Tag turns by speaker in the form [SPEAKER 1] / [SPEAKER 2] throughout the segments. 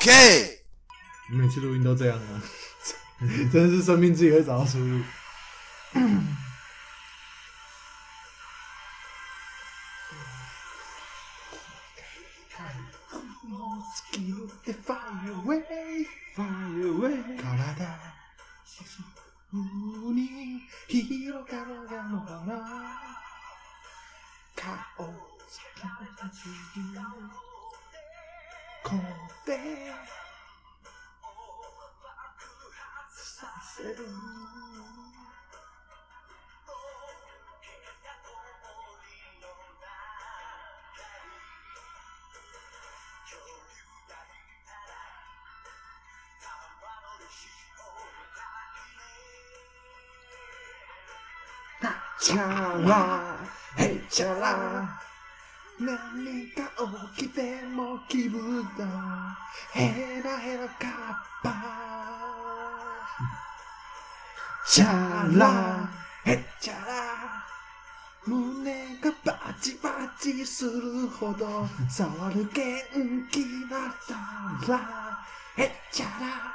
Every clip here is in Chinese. [SPEAKER 1] K。
[SPEAKER 2] 每次录音都这样 啊，真是生命自己会找到出路。
[SPEAKER 3] 恰啦，嘿恰啦，何か起きても気分だ。ヘラヘラカッパ。チャラ、ヘチャラ。胸がバチバチするほど触る元気だったら、ヘチャラ。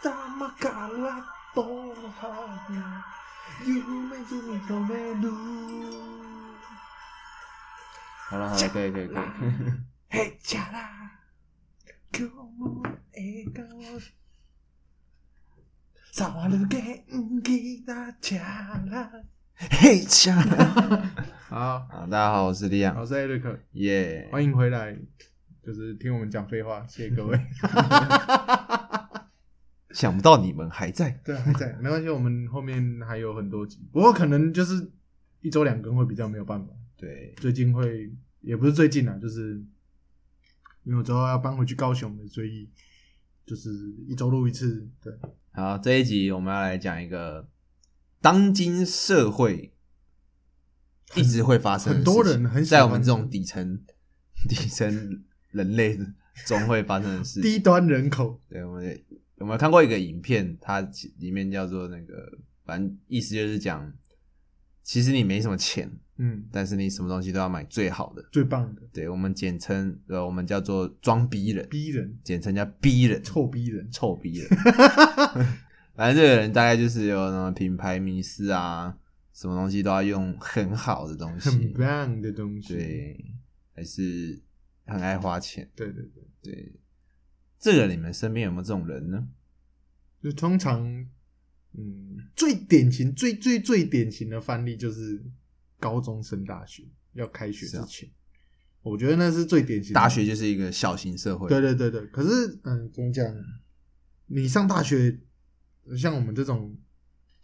[SPEAKER 3] 頭から飛ぶ花。夢ずに止める。
[SPEAKER 4] 好了好了，可以可以可以。
[SPEAKER 3] へっちゃら。今日も笑顔。触る元気なチャラ。
[SPEAKER 1] 嘿，下
[SPEAKER 2] 好，
[SPEAKER 4] 好，大家好，我是李
[SPEAKER 2] 我
[SPEAKER 4] 阳，
[SPEAKER 2] 是 Eric，
[SPEAKER 4] 耶、
[SPEAKER 2] 欢迎回来，就是听我们讲废话，谢谢各位。
[SPEAKER 4] 想不到你们还在，
[SPEAKER 2] 对，还在，没关系，我们后面还有很多集，不过可能就是一周两更会比较没有办法。
[SPEAKER 4] 对，
[SPEAKER 2] 最近会也不是最近啊，就是因为我之后要搬回去高雄了，所以就是一周录一次。对，
[SPEAKER 4] 好，这一集我们要来讲一个当今社会一直会发生的
[SPEAKER 2] 很多
[SPEAKER 4] 事情
[SPEAKER 2] 人很喜欢
[SPEAKER 4] 在我们这种底层 底层人类中会发生的事情。
[SPEAKER 2] 低端人口
[SPEAKER 4] 对，我们也我们看过一个影片，它其里面叫做那个，反正意思就是讲，其实你没什么钱，
[SPEAKER 2] 嗯，
[SPEAKER 4] 但是你什么东西都要买最好的。
[SPEAKER 2] 最棒的
[SPEAKER 4] 对，我们简称呃，我们叫做装逼人，
[SPEAKER 2] 逼人，
[SPEAKER 4] 简称叫逼人，
[SPEAKER 2] 臭逼人，
[SPEAKER 4] 臭逼人。 反正这个人大概就是有什么品牌迷失啊，什么东西都要用很好的东
[SPEAKER 2] 很
[SPEAKER 4] 西，
[SPEAKER 2] 棒的东西。
[SPEAKER 4] 对，还是很爱花钱。
[SPEAKER 2] 对对对，
[SPEAKER 4] 对，这个你们身边有没有这种人呢？
[SPEAKER 2] 就通常嗯，最典型、最最最典型的范例就是高中升大学要开学
[SPEAKER 4] 是
[SPEAKER 2] 之
[SPEAKER 4] 啊
[SPEAKER 2] 前，我觉得那是最典型的
[SPEAKER 4] 大学就是一个小型社会，
[SPEAKER 2] 对对对对，可是嗯，怎么讲？你上大学，像我们这种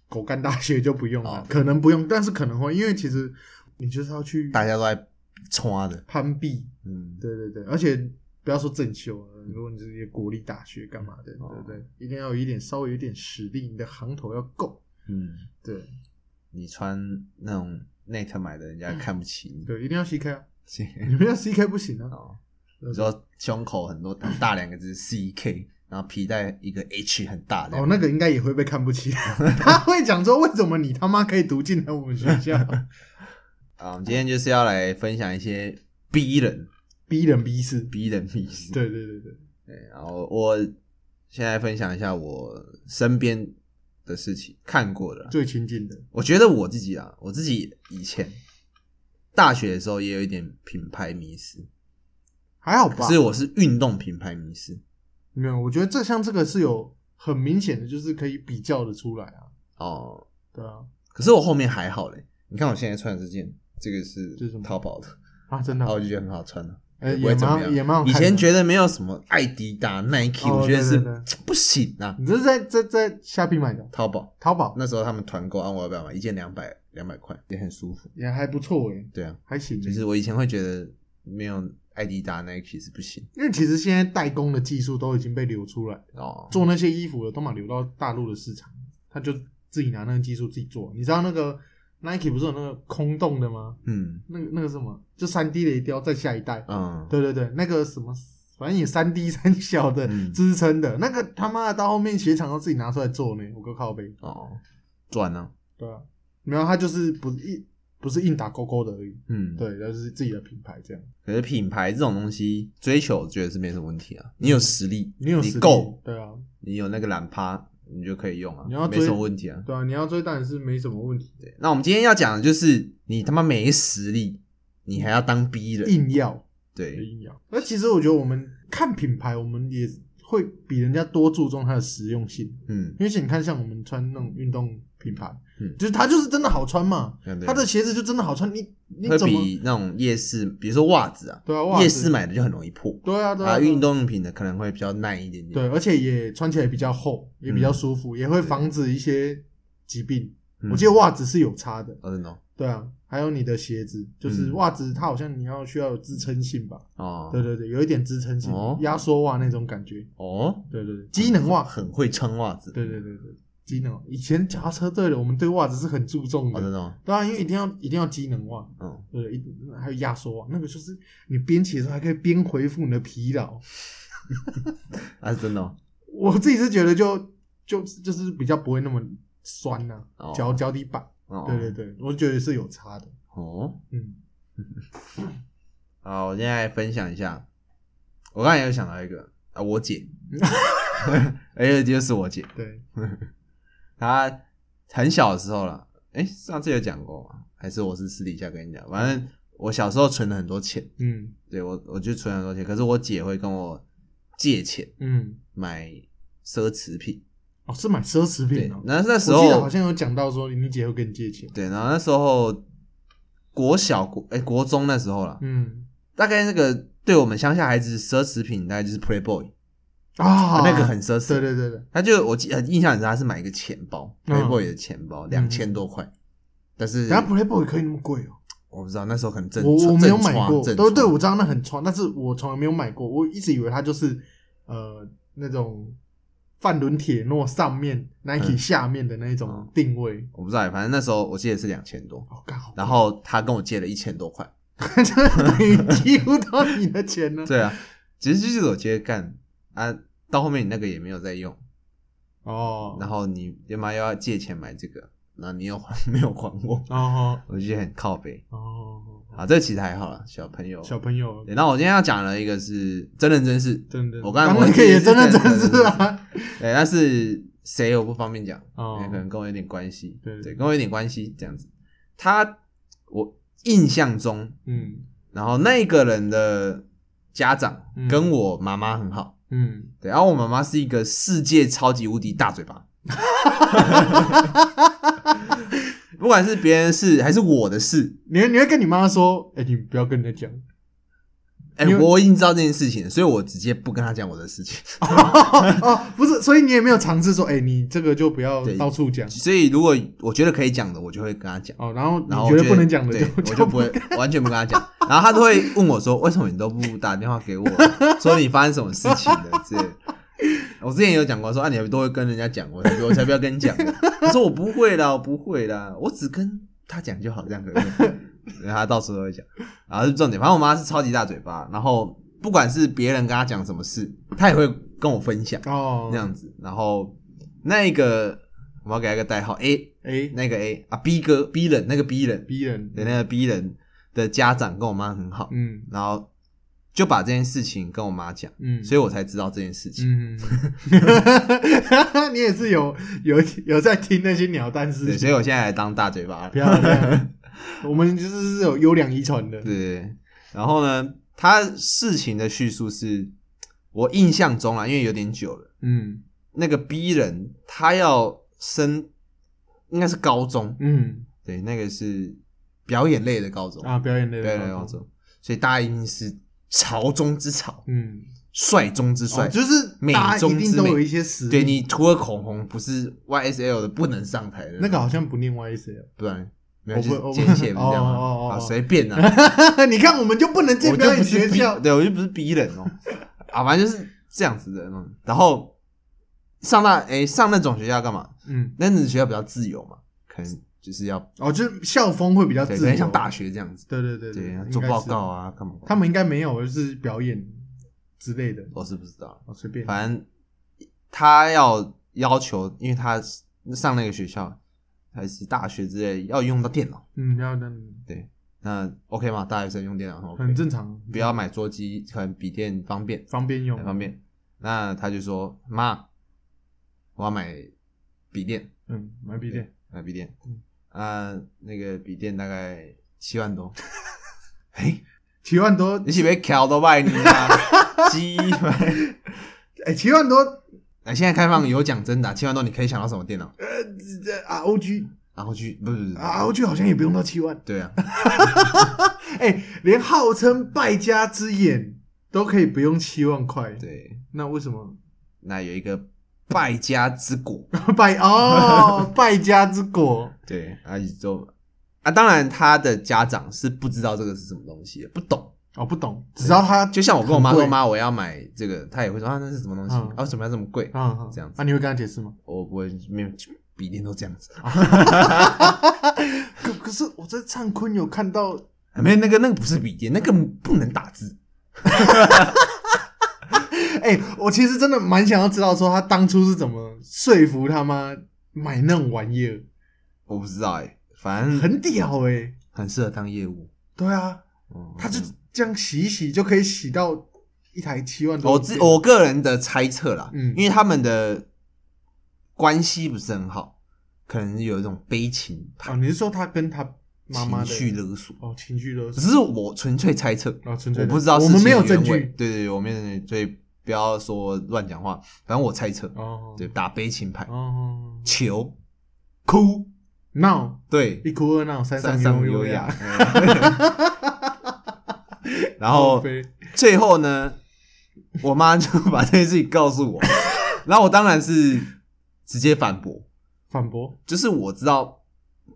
[SPEAKER 2] 狗干大学就不用了，
[SPEAKER 4] 哦
[SPEAKER 2] 可能不用，但是可能会，因为其实你就是要去
[SPEAKER 4] 大家都在穿的，
[SPEAKER 2] 攀比，
[SPEAKER 4] 嗯，
[SPEAKER 2] 对对对，而且不要说正修了，如果你是一些国立大学干嘛的，对
[SPEAKER 4] 哦
[SPEAKER 2] 不对？一定要有一点稍微有一点实力，你的行头要够，
[SPEAKER 4] 嗯，
[SPEAKER 2] 对
[SPEAKER 4] 你穿那种 net 买的，人 家看不起你，
[SPEAKER 2] 对，一定要 CK 啊，
[SPEAKER 4] 这
[SPEAKER 2] 你们要 CK 不行啊，
[SPEAKER 4] 哦，你说胸口很多很大两个字 C K，然后皮带一个 H 很大的，
[SPEAKER 2] 哦，那个应该也会被看不 起，他会讲说为什么你他妈可以读进来我们学校，
[SPEAKER 4] 啊，我们今天就是要来分享一些逼人、
[SPEAKER 2] 逼人逼事，
[SPEAKER 4] 逼人逼事，
[SPEAKER 2] 对对对对。
[SPEAKER 4] 对，然后我现在分享一下我身边的事情，看过的啦，
[SPEAKER 2] 最亲近的，
[SPEAKER 4] 我觉得我自己啊，我自己以前大学的时候也有一点品牌迷失。
[SPEAKER 2] 还好吧？
[SPEAKER 4] 可是我是运动品牌迷失
[SPEAKER 2] 没有，我觉得这像这个是有很明显的，就是可以比较的出来啊。
[SPEAKER 4] 哦。
[SPEAKER 2] 对啊，
[SPEAKER 4] 可是我后面还好嘞，你看我现在穿的这件，这个是
[SPEAKER 2] 这是什么
[SPEAKER 4] 淘宝的，
[SPEAKER 2] 啊，真的
[SPEAKER 4] 然后
[SPEAKER 2] 啊，
[SPEAKER 4] 我就觉得很好穿了、
[SPEAKER 2] 哎
[SPEAKER 4] 哦不会
[SPEAKER 2] 也
[SPEAKER 4] 怎么
[SPEAKER 2] 蛮
[SPEAKER 4] 样。
[SPEAKER 2] 也蛮好
[SPEAKER 4] 以
[SPEAKER 2] 看的。
[SPEAKER 4] 前觉得没有什么艾迪达、Nike，、
[SPEAKER 2] 哦
[SPEAKER 4] 我觉得是
[SPEAKER 2] 对对
[SPEAKER 4] 不行啊。
[SPEAKER 2] 你这是在在在虾皮买的，
[SPEAKER 4] 淘宝
[SPEAKER 2] 淘宝
[SPEAKER 4] 那时候他们团购啊，我要不要买？一件两百两百块，也很舒服。
[SPEAKER 2] 也还不错诶，
[SPEAKER 4] 对啊，
[SPEAKER 2] 还行。欸
[SPEAKER 4] 就是我以前会觉得没有艾迪达、Nike 是不行
[SPEAKER 2] 因为其实现在代工的技术都已经被流出来，
[SPEAKER 4] 哦。
[SPEAKER 2] 做那些衣服的都嘛流到大陆的市场，他就自己拿那个技术自己做。你知道那个 Nike 不是有那个空洞的吗？
[SPEAKER 4] 嗯
[SPEAKER 2] 那个那个什么，就三 D 雷雕在下一代，
[SPEAKER 4] 嗯，
[SPEAKER 2] 对对对，那个什么，反正也三 D 三小的
[SPEAKER 4] 嗯
[SPEAKER 2] 支撑的、那个，他妈的到后面鞋厂都自己拿出来做呢，我个靠背。
[SPEAKER 4] 哦，赚啊，
[SPEAKER 2] 对啊，没有他就是不一不是硬打勾勾的而已。
[SPEAKER 4] 嗯，。
[SPEAKER 2] 对，就是自己的品牌这样。
[SPEAKER 4] 可是品牌这种东西追求，我觉得是没什么问题啊。你有实力，
[SPEAKER 2] 嗯你有
[SPEAKER 4] 你
[SPEAKER 2] 实力
[SPEAKER 4] 够，，
[SPEAKER 2] 对啊，
[SPEAKER 4] 你有那个懒趴，你就可以用啊，
[SPEAKER 2] 你要
[SPEAKER 4] 没
[SPEAKER 2] 追
[SPEAKER 4] 什么问题啊。
[SPEAKER 2] 对啊，你要追当然是没什么问题的，
[SPEAKER 4] 那我们今天要讲的就是，你他妈没实力，你还要当逼人，
[SPEAKER 2] 硬要
[SPEAKER 4] 对，
[SPEAKER 2] 硬要。那其实我觉得我们看品牌，我们也会比人家多注重它的实用性，
[SPEAKER 4] 嗯，
[SPEAKER 2] 因为你看像我们穿那种运动品牌，
[SPEAKER 4] 嗯
[SPEAKER 2] 就是它就是真的好穿嘛，它的鞋子就真的好穿，你你
[SPEAKER 4] 啊会
[SPEAKER 2] 怎么
[SPEAKER 4] 比那种夜市，比如说袜子啊，
[SPEAKER 2] 对啊？袜子
[SPEAKER 4] 夜市买的就很容易破，
[SPEAKER 2] 对啊对啊，
[SPEAKER 4] 啊，
[SPEAKER 2] 对啊
[SPEAKER 4] 运动用品的可能会比较耐一点点，
[SPEAKER 2] 对，，啊而且也穿起来比较厚，也比较
[SPEAKER 4] 嗯
[SPEAKER 2] 舒服，也会防止一些疾病。
[SPEAKER 4] 嗯
[SPEAKER 2] 我记得袜子是有差的，
[SPEAKER 4] 哦，真的哦
[SPEAKER 2] 对啊，还有你的鞋子，就是
[SPEAKER 4] 嗯
[SPEAKER 2] 袜子它好像你要需要有支撑性吧？
[SPEAKER 4] 哦，
[SPEAKER 2] 对对对，有一点支撑性
[SPEAKER 4] 哦，
[SPEAKER 2] 压缩袜那种感觉。
[SPEAKER 4] 哦，
[SPEAKER 2] 对对对，机能袜，
[SPEAKER 4] 很会穿袜子，
[SPEAKER 2] 对对对对，机能袜。以前脚踏车队的我们对袜子是很注重
[SPEAKER 4] 哦，真
[SPEAKER 2] 的，
[SPEAKER 4] 的哦，
[SPEAKER 2] 当然因为一定要一定要机能袜，
[SPEAKER 4] 嗯，
[SPEAKER 2] 对，一定还有压缩袜，那个就是你编起的时候还可以边回复你的疲劳。
[SPEAKER 4] 啊，是真的哦，
[SPEAKER 2] 我自己是觉得就就就是比较不会那么酸呐、
[SPEAKER 4] 哦
[SPEAKER 2] 脚脚底板，
[SPEAKER 4] 哦
[SPEAKER 2] 对对对，我觉得是有差的。
[SPEAKER 4] 哦，
[SPEAKER 2] 嗯，
[SPEAKER 4] 好，我现在来分享一下，我刚才有想到一个啊，我姐，而且就是我姐，
[SPEAKER 2] 对，
[SPEAKER 4] 她很小的时候了，哎、上次有讲过吗？还是我是私底下跟你讲？反正我小时候存了很多钱，
[SPEAKER 2] 嗯
[SPEAKER 4] 对我我就存了很多钱，可是我姐会跟我借钱
[SPEAKER 2] 嗯，
[SPEAKER 4] 买奢侈品，
[SPEAKER 2] 哦，是买奢侈
[SPEAKER 4] 对
[SPEAKER 2] 品哦。，
[SPEAKER 4] 那那时
[SPEAKER 2] 我记得
[SPEAKER 4] 候
[SPEAKER 2] 好像有讲到说你姐会跟你借钱。
[SPEAKER 4] 对，然后那时候国小国哎、国中那时候了，
[SPEAKER 2] 嗯
[SPEAKER 4] 大概那个对我们乡下孩子奢侈品大概就是 Playboy。
[SPEAKER 2] 啊，
[SPEAKER 4] 那个很奢侈。
[SPEAKER 2] 对对对对，
[SPEAKER 4] 他就我记很印象很深，他是买一个钱包
[SPEAKER 2] 嗯
[SPEAKER 4] ，Playboy 的钱包，两千多块。但是
[SPEAKER 2] 然后 Playboy 可以那么贵哦，
[SPEAKER 4] 我不知道那时候可能正啊
[SPEAKER 2] 我我没有买过，
[SPEAKER 4] 正
[SPEAKER 2] 都对我
[SPEAKER 4] 我
[SPEAKER 2] 知道那很穿，但是我从来没有买过，我一直以为它就是呃那种范伦铁诺上面 Nike
[SPEAKER 4] 嗯
[SPEAKER 2] 下面的那种
[SPEAKER 4] 嗯
[SPEAKER 2] 定位。
[SPEAKER 4] 我不知道，反正那时候我记得是两千多，
[SPEAKER 2] 哦，刚好贵
[SPEAKER 4] 然后他跟我借了一千多块。
[SPEAKER 2] 这等于几乎到你的钱了。
[SPEAKER 4] 对啊，其实就是我接着干啊，到后面你那个也没有在用，
[SPEAKER 2] 哦，
[SPEAKER 4] 然后你爹妈又要借钱买这个，然后你又还 没有还我，
[SPEAKER 2] 哦
[SPEAKER 4] 我就觉得很靠背。
[SPEAKER 2] 哦，
[SPEAKER 4] 啊，这个其实还好啦，小朋友。
[SPEAKER 2] 小朋友
[SPEAKER 4] 对，那我今天要讲的一个是真人真事，
[SPEAKER 2] 真的，
[SPEAKER 4] 我刚才
[SPEAKER 2] 当然
[SPEAKER 4] 我
[SPEAKER 2] 可以真的
[SPEAKER 4] 记
[SPEAKER 2] 真
[SPEAKER 4] 得是
[SPEAKER 2] 是啊，
[SPEAKER 4] 对，但是谁我不方便讲，
[SPEAKER 2] 哦
[SPEAKER 4] 也可能跟我有点关系，
[SPEAKER 2] 对
[SPEAKER 4] 对，跟我有点关系这样子。他我印象中，
[SPEAKER 2] 嗯
[SPEAKER 4] 然后那个人的家长
[SPEAKER 2] 嗯
[SPEAKER 4] 跟我妈妈很好，
[SPEAKER 2] 嗯，
[SPEAKER 4] 对，然后我妈妈是一个世界超级无敌大嘴巴， 不管是别人的事还是我的事，
[SPEAKER 2] 你会你会跟你妈说，哎，你不要跟人家讲，
[SPEAKER 4] 哎、
[SPEAKER 2] 因为
[SPEAKER 4] 我已经知道这件事情了，所以我直接不跟他讲我的事情。
[SPEAKER 2] 哦，不是，所以你也没有尝试说，哎，你这个就不要
[SPEAKER 4] 对
[SPEAKER 2] 到处讲
[SPEAKER 4] 所以如果我觉得可以讲的，我就会跟他讲。
[SPEAKER 2] 哦，然后
[SPEAKER 4] 然后
[SPEAKER 2] 你
[SPEAKER 4] 我
[SPEAKER 2] 觉
[SPEAKER 4] 就
[SPEAKER 2] 得不能讲的
[SPEAKER 4] 对我
[SPEAKER 2] 就
[SPEAKER 4] 就不会完全不跟他讲。然后他都会问我说：“为什么你都不打电话 给我，说你发生什么事情了？”之类的。我之前有讲过说啊，你都会跟人家讲，我才我才不要跟你讲呢。我说我不会啦，我不会啦，我只跟他讲就好，这样可不可 以？然后他到时候都会讲。然后是重点，反正我妈是超级大嘴巴，然后不管是别人跟她讲什么事，她也会跟我分享
[SPEAKER 2] 哦
[SPEAKER 4] 那样子。然后那一个我要给他一个代号 A，
[SPEAKER 2] 哎
[SPEAKER 4] 那个 A 啊 B 哥 B 人那个 B 人
[SPEAKER 2] 逼人，
[SPEAKER 4] 的那个 B 人的家长跟我妈很好，
[SPEAKER 2] 嗯
[SPEAKER 4] 然后就把这件事情跟我妈讲，
[SPEAKER 2] 嗯，
[SPEAKER 4] 所以我才知道这件事情。
[SPEAKER 2] 嗯。 嗯，你也是有有有在听那些鸟蛋事
[SPEAKER 4] 对，
[SPEAKER 2] 情，
[SPEAKER 4] 所以我现在来当大嘴巴了。
[SPEAKER 2] 不要这样，我们就是是有优良遗传的。
[SPEAKER 4] 对 对对，然后呢，他事情的叙述是我印象中啊，因为有点久了，
[SPEAKER 2] 嗯
[SPEAKER 4] 那个 B 人他要升，应该是高中，
[SPEAKER 2] 嗯
[SPEAKER 4] 对，那个是表演类的高中，
[SPEAKER 2] 啊，表演类
[SPEAKER 4] 表
[SPEAKER 2] 的
[SPEAKER 4] 演类的高中，所以大家一定是潮中之潮，
[SPEAKER 2] 嗯，
[SPEAKER 4] 帅中之帅，
[SPEAKER 2] 哦就是
[SPEAKER 4] 美
[SPEAKER 2] 大家
[SPEAKER 4] 中
[SPEAKER 2] 一定
[SPEAKER 4] 之
[SPEAKER 2] 都
[SPEAKER 4] 美
[SPEAKER 2] 有一些实力。
[SPEAKER 4] 对你涂了口红不是 YSL 的不能上台的
[SPEAKER 2] 那个好像不念 YSL，
[SPEAKER 4] 不然没
[SPEAKER 2] 我
[SPEAKER 4] 有
[SPEAKER 2] 不我
[SPEAKER 4] 就
[SPEAKER 2] 不
[SPEAKER 4] 是简 写不是这样
[SPEAKER 2] 哦哦哦哦
[SPEAKER 4] 吗？啊，随 便啊，
[SPEAKER 2] 哦 你看我们就不能进
[SPEAKER 4] 我就
[SPEAKER 2] 表
[SPEAKER 4] 不
[SPEAKER 2] 演
[SPEAKER 4] 是
[SPEAKER 2] 学
[SPEAKER 4] 逼
[SPEAKER 2] 校，
[SPEAKER 4] 对我就不是逼人哦， 啊，反正就是这样子的嗯。然后上那诶上那种学校干嘛？
[SPEAKER 2] 嗯，
[SPEAKER 4] 那种学校比较自由嘛，可能就是要
[SPEAKER 2] 哦，就是校风会比较
[SPEAKER 4] 对，
[SPEAKER 2] 自
[SPEAKER 4] 可能
[SPEAKER 2] 由，
[SPEAKER 4] 像大学这样子，
[SPEAKER 2] 对对对
[SPEAKER 4] 对，
[SPEAKER 2] 应
[SPEAKER 4] 做
[SPEAKER 2] 该
[SPEAKER 4] 报
[SPEAKER 2] 是
[SPEAKER 4] 告，啊，干嘛？
[SPEAKER 2] 他们应该没有，就是表演之类的，
[SPEAKER 4] 我是不知道，
[SPEAKER 2] 哦，随便，
[SPEAKER 4] 反正他要要求，因为他上那个学校还是大学之类要用到电脑，
[SPEAKER 2] 嗯，要那
[SPEAKER 4] 那 OK 吗？大学生用电脑很 OK，
[SPEAKER 2] 很正常，
[SPEAKER 4] 不要买桌机，可能笔电方便，
[SPEAKER 2] 方便用，
[SPEAKER 4] 很方便。那他就说：“妈，我要买笔电，
[SPEAKER 2] 嗯，买笔电，
[SPEAKER 4] 买笔电。
[SPEAKER 2] 嗯”
[SPEAKER 4] 啊，那个笔电大概七万多。 哎，
[SPEAKER 2] 七万多，
[SPEAKER 4] 你是不是敲都卖你啊？ 鸡掰！
[SPEAKER 2] 哎、七万多，
[SPEAKER 4] 哎，现在开放有奖征答，啊七万多你可以想到什么电脑？
[SPEAKER 2] 呃呃，ROG
[SPEAKER 4] 然后去不是不是不是
[SPEAKER 2] 啊，ROG 好像也不用到七万，
[SPEAKER 4] 对啊，
[SPEAKER 2] 哎、连号称败家之眼都可以不用七万块，
[SPEAKER 4] 对，
[SPEAKER 2] 那为什么
[SPEAKER 4] 那有一个败家之果，
[SPEAKER 2] 败 哦，败家之果，
[SPEAKER 4] 对，啊就啊，当然他的家长是不知道这个是什么东西的，不懂。
[SPEAKER 2] 哦，不懂，只要他
[SPEAKER 4] 就像我跟我妈
[SPEAKER 2] 很
[SPEAKER 4] 说，
[SPEAKER 2] 贵
[SPEAKER 4] 妈我要买这个，她也会说啊那是什么东西？
[SPEAKER 2] 嗯
[SPEAKER 4] 啊为什么要这么贵？
[SPEAKER 2] 嗯，嗯
[SPEAKER 4] 这样子
[SPEAKER 2] 那、你会跟他解释吗？
[SPEAKER 4] 我不会，没有笔电都这样子，
[SPEAKER 2] 啊可可是我在灿坤有看到，
[SPEAKER 4] 啊没有那个那个不是笔电，那个不能打字。
[SPEAKER 2] 哎、我其实真的蛮想要知道，说他当初是怎么说服他妈买那种玩意儿，
[SPEAKER 4] 我不知道哎、反正很
[SPEAKER 2] 很屌哎、
[SPEAKER 4] 很适合当业务。
[SPEAKER 2] 对啊，
[SPEAKER 4] 嗯
[SPEAKER 2] 他就这样洗一洗就可以洗到一台七万多
[SPEAKER 4] 我
[SPEAKER 2] 的
[SPEAKER 4] 哦自
[SPEAKER 2] 电脑。
[SPEAKER 4] 我个人的猜测啦，
[SPEAKER 2] 嗯
[SPEAKER 4] 因为他们的关系不是很好，可能有一种悲情
[SPEAKER 2] 哦，你是说他跟他妈妈的
[SPEAKER 4] 情绪勒索，
[SPEAKER 2] 哦情绪勒
[SPEAKER 4] 只
[SPEAKER 2] 索？
[SPEAKER 4] 是我纯粹猜测，
[SPEAKER 2] 哦，纯粹的
[SPEAKER 4] 我不知道
[SPEAKER 2] 我
[SPEAKER 4] 事
[SPEAKER 2] 们
[SPEAKER 4] 情
[SPEAKER 2] 没有
[SPEAKER 4] 的原
[SPEAKER 2] 证
[SPEAKER 4] 委
[SPEAKER 2] 据
[SPEAKER 4] 对对对，我没有证据，所以不要说乱讲话，反正我猜测，
[SPEAKER 2] 哦，
[SPEAKER 4] 对，打悲情牌，
[SPEAKER 2] 哦
[SPEAKER 4] 求哭，
[SPEAKER 2] 闹
[SPEAKER 4] 对，
[SPEAKER 2] 一哭二闹三
[SPEAKER 4] 山
[SPEAKER 2] 上
[SPEAKER 4] 上
[SPEAKER 2] 优
[SPEAKER 4] 优
[SPEAKER 2] 雅
[SPEAKER 4] 雅。。 然后
[SPEAKER 2] 飞
[SPEAKER 4] 最后呢，我妈就把这件事情告诉我，然后我当然是直接反驳，
[SPEAKER 2] 反驳，
[SPEAKER 4] 就是我知道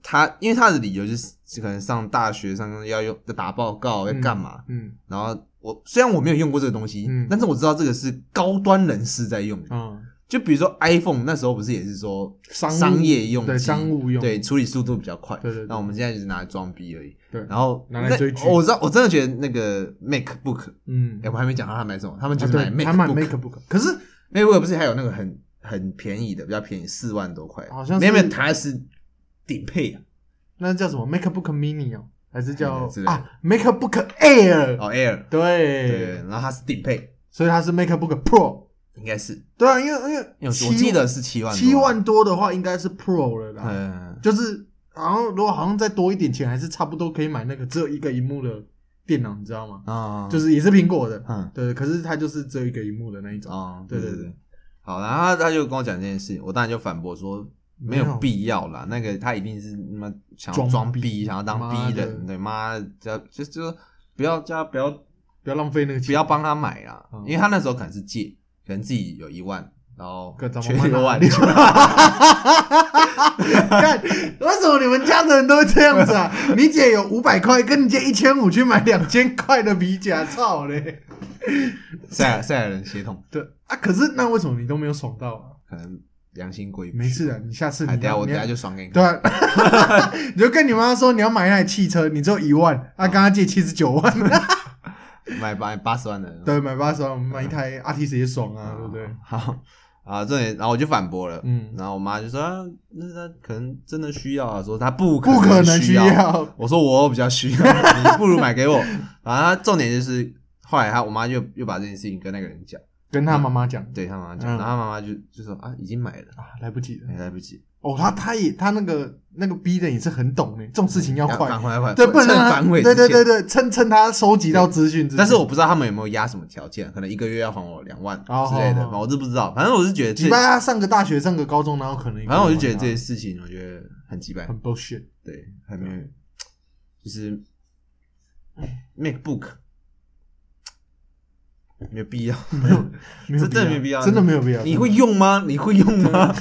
[SPEAKER 4] 她，因为她的理由就是可能上大学上要用要打报告要干嘛，
[SPEAKER 2] 嗯
[SPEAKER 4] 然后我虽然我没有用过这个东西，
[SPEAKER 2] 嗯
[SPEAKER 4] 但是我知道这个是高端人士在用的，
[SPEAKER 2] 啊，
[SPEAKER 4] 就比如说 iPhone 那时候不是也是说
[SPEAKER 2] 商务
[SPEAKER 4] 商业用
[SPEAKER 2] 对
[SPEAKER 4] 机
[SPEAKER 2] 商务用
[SPEAKER 4] 对处理速度比较快，
[SPEAKER 2] 对对对
[SPEAKER 4] 那我们现在就是拿来装逼而已。
[SPEAKER 2] 对
[SPEAKER 4] 然后
[SPEAKER 2] 拿来
[SPEAKER 4] 那哦
[SPEAKER 2] 追剧
[SPEAKER 4] 我知道我真的觉得那个 MacBook，
[SPEAKER 2] 嗯
[SPEAKER 4] 哎、，我还没讲到他买什么，他们就
[SPEAKER 2] 啊
[SPEAKER 4] 是买
[SPEAKER 2] 对，他买
[SPEAKER 4] MacBook，MacBook
[SPEAKER 2] MacBook，可是
[SPEAKER 4] 不是还有那个很很便宜的，比较便宜四万多块，
[SPEAKER 2] 好像是
[SPEAKER 4] 没有没有，它是顶配啊，
[SPEAKER 2] 那叫什么 MacBook Mini 哦，还是叫
[SPEAKER 4] 嗯之类的
[SPEAKER 2] 啊 MacBook Air？
[SPEAKER 4] 哦 Air，对，
[SPEAKER 2] 对，
[SPEAKER 4] 然后它是顶配，
[SPEAKER 2] 所以它是 MacBook Pro。
[SPEAKER 4] 应该是，
[SPEAKER 2] 对啊，因为因为
[SPEAKER 4] 因为我记得是哎七万，啊
[SPEAKER 2] 七，万多的话，应该是 Pro 了啦。
[SPEAKER 4] 嗯，
[SPEAKER 2] 就是好像如果好像再多一点钱，还是差不多可以买那个只有一个荧幕的电脑，你知道吗？
[SPEAKER 4] 啊，
[SPEAKER 2] 就是也是苹果的，
[SPEAKER 4] 嗯。
[SPEAKER 2] 对，可是它就是只有一个荧幕的那一种。
[SPEAKER 4] 哦，
[SPEAKER 2] 对
[SPEAKER 4] 对
[SPEAKER 2] 对
[SPEAKER 4] 对
[SPEAKER 2] 对
[SPEAKER 4] 对，好，然后他他就跟我讲这件事，我当然就反驳说没
[SPEAKER 2] 没有
[SPEAKER 4] 有必要啦，那个他一定是他妈想要
[SPEAKER 2] 装
[SPEAKER 4] 装
[SPEAKER 2] 逼
[SPEAKER 4] 逼，想要当
[SPEAKER 2] 妈
[SPEAKER 4] 逼
[SPEAKER 2] 的
[SPEAKER 4] 人，对妈叫就就不要叫他不要
[SPEAKER 2] 不要浪费那个钱，
[SPEAKER 4] 不要帮他买啦
[SPEAKER 2] 嗯，
[SPEAKER 4] 因为他那时候可能是借，可能自己有一万，然后
[SPEAKER 2] 跟
[SPEAKER 4] 缺
[SPEAKER 2] 咱们
[SPEAKER 4] 六 万，
[SPEAKER 2] 看为什么你们家的人都会这样子 啊？你姐有五百块，跟你借一千五去买两千块的皮夹，操嘞！
[SPEAKER 4] 塞尔塞尔人血统
[SPEAKER 2] 对啊，可是那为什么你都没有爽到啊？
[SPEAKER 4] 可能良心过意不去
[SPEAKER 2] 没事啊，你下次你
[SPEAKER 4] 哎，等一下
[SPEAKER 2] 要
[SPEAKER 4] 我
[SPEAKER 2] 你
[SPEAKER 4] 等
[SPEAKER 2] 要
[SPEAKER 4] 一下就爽给你看
[SPEAKER 2] 对。啊， 你就跟你妈说你要买一台汽车，你只有一万，啊，跟她借七十九 万，
[SPEAKER 4] 买八八十万的，
[SPEAKER 2] 对，买八十万，我们买一台 RTX 也爽啊，对不对？
[SPEAKER 4] 好啊，这里，然后我就反驳了，
[SPEAKER 2] 嗯
[SPEAKER 4] 然后我妈就说，啊那他可能真的需要啊，说他不
[SPEAKER 2] 不可能需
[SPEAKER 4] 需
[SPEAKER 2] 要
[SPEAKER 4] 我说我比较需要， 你不如买给我。然后他重点就是，后来他我妈又又把这件事情跟那个人讲，
[SPEAKER 2] 跟她妈妈讲，
[SPEAKER 4] 对他妈妈讲，
[SPEAKER 2] 嗯
[SPEAKER 4] 然后他妈妈就就说啊，已经买了，
[SPEAKER 2] 啊，来不及了。
[SPEAKER 4] 哎，来不及，
[SPEAKER 2] 哦，他他也他那个那个逼的也是很懂诶，这种事情要快，
[SPEAKER 4] 反悔快，
[SPEAKER 2] 对，不能
[SPEAKER 4] 嗯趁
[SPEAKER 2] 让他
[SPEAKER 4] 反悔，
[SPEAKER 2] 对对对。对，趁趁他收集到资讯之前，
[SPEAKER 4] 但是我不知道他们有没有压什么条件，可能一个月要还我两万
[SPEAKER 2] 哦
[SPEAKER 4] 之类的
[SPEAKER 2] 哦，哦
[SPEAKER 4] 我是不知道。反正我是觉得这
[SPEAKER 2] 几，班他上个大学上个高中，然后可能
[SPEAKER 4] 反正我就觉
[SPEAKER 2] 啊
[SPEAKER 4] 得这些事情，我觉得很鸡掰，
[SPEAKER 2] 很 bullshit，
[SPEAKER 4] 对，还没有，
[SPEAKER 2] 啊
[SPEAKER 4] 就是唉 MacBook 没有必要，
[SPEAKER 2] 没有没有
[SPEAKER 4] 这真的没必要
[SPEAKER 2] 啊真的啊没有必要。
[SPEAKER 4] 你会用吗？你会用吗？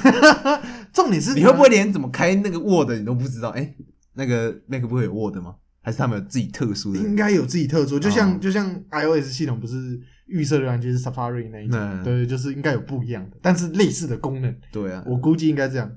[SPEAKER 2] 重点是
[SPEAKER 4] 你会不会连怎么开那个 Word 你都不知道？哎、那个 MacBook 有 Word 吗？还是他们有自己特殊 的？
[SPEAKER 2] 应该有自己特殊，就像
[SPEAKER 4] 哦
[SPEAKER 2] 就像 iOS 系统不是预设浏览器是 Safari 那一种，
[SPEAKER 4] 嗯
[SPEAKER 2] 对，就是应该有不一样的，但是类似的功能，
[SPEAKER 4] 对啊，
[SPEAKER 2] 我估计应该这样。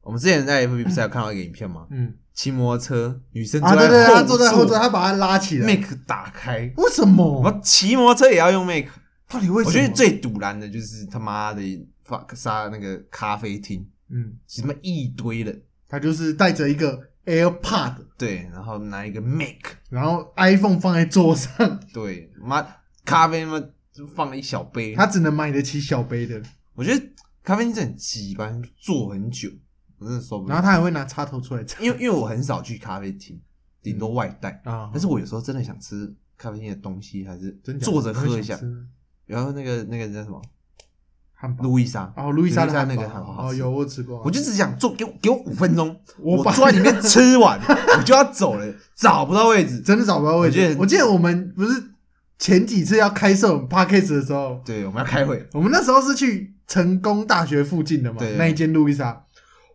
[SPEAKER 4] 我们之前在 FB 不是有看到一个影片吗？
[SPEAKER 2] 嗯，
[SPEAKER 4] 骑摩托车，女生
[SPEAKER 2] 啊，对对，他坐在后座，
[SPEAKER 4] 座
[SPEAKER 2] 他把它拉起来，
[SPEAKER 4] ，Mac 打开。
[SPEAKER 2] 为什
[SPEAKER 4] 我
[SPEAKER 2] 么？
[SPEAKER 4] 们骑摩托车也要用 Mac，
[SPEAKER 2] 到底为什么？
[SPEAKER 4] 我觉得最堵然的就是他妈的 fuck 杀那个咖啡厅，
[SPEAKER 2] 嗯，
[SPEAKER 4] 什么一堆人，
[SPEAKER 2] 他就是带着一个 AirPod，
[SPEAKER 4] 对，然后拿一个 Mac，
[SPEAKER 2] 然后 iPhone 放在桌上，
[SPEAKER 4] 对，妈咖啡嘛就放了一小杯，
[SPEAKER 2] 他只能买得起小杯的，
[SPEAKER 4] 我觉得咖啡因真的很鸡巴，坐很久，我真的受不了。
[SPEAKER 2] 然后他还会嗯拿插头出来插
[SPEAKER 4] 因为因为我很少去咖啡厅，顶多外带，
[SPEAKER 2] 啊
[SPEAKER 4] 但是我有时候真的想吃咖啡厅的东西，还是
[SPEAKER 2] 真假的
[SPEAKER 4] 坐着喝一
[SPEAKER 2] 我
[SPEAKER 4] 下
[SPEAKER 2] 想。吃
[SPEAKER 4] 然后那个那个叫什么
[SPEAKER 2] 汉堡。
[SPEAKER 4] 路易莎，
[SPEAKER 2] 哦，路易莎的汉
[SPEAKER 4] 那个
[SPEAKER 2] 堡
[SPEAKER 4] 很好
[SPEAKER 2] 哦，
[SPEAKER 4] 吃
[SPEAKER 2] 有我吃过啊，
[SPEAKER 4] 我就只想坐，给我给我五分钟，
[SPEAKER 2] 我
[SPEAKER 4] 我
[SPEAKER 2] 把
[SPEAKER 4] 坐在里面吃 完，我就要走了，找不到位置。
[SPEAKER 2] 真的找不到位置。
[SPEAKER 4] 我
[SPEAKER 2] 我
[SPEAKER 4] 觉
[SPEAKER 2] 记
[SPEAKER 4] 得
[SPEAKER 2] 得我们不是前几次要开设我们 podcast 的时候，
[SPEAKER 4] 对，我们要开会，
[SPEAKER 2] 我们那时候是去成功大学附近的嘛
[SPEAKER 4] 对，
[SPEAKER 2] 那一间路易莎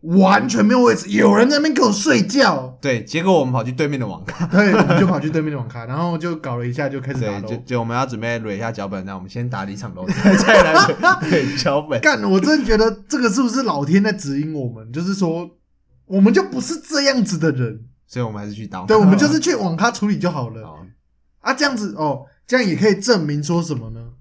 [SPEAKER 2] 完全没有位置，有人在那边给我睡觉，
[SPEAKER 4] 对，结果我们跑去对面的网咖，
[SPEAKER 2] 对，我们就跑去对面的网咖，然后就搞了一下，就开始打
[SPEAKER 4] 对，就
[SPEAKER 2] 楼。
[SPEAKER 4] 就我们要准备捋一下脚本，那我们先打了一场楼， 再来捋脚本。
[SPEAKER 2] 干，我真的觉得这个是不是老天在指引我们？就是说，我们就不是这样子的人，
[SPEAKER 4] 所以我们还是去打网咖。
[SPEAKER 2] 对，我们就是去网咖处理就好了。
[SPEAKER 4] 好
[SPEAKER 2] 啊，这样子哦，这样也可以证明说什么呢？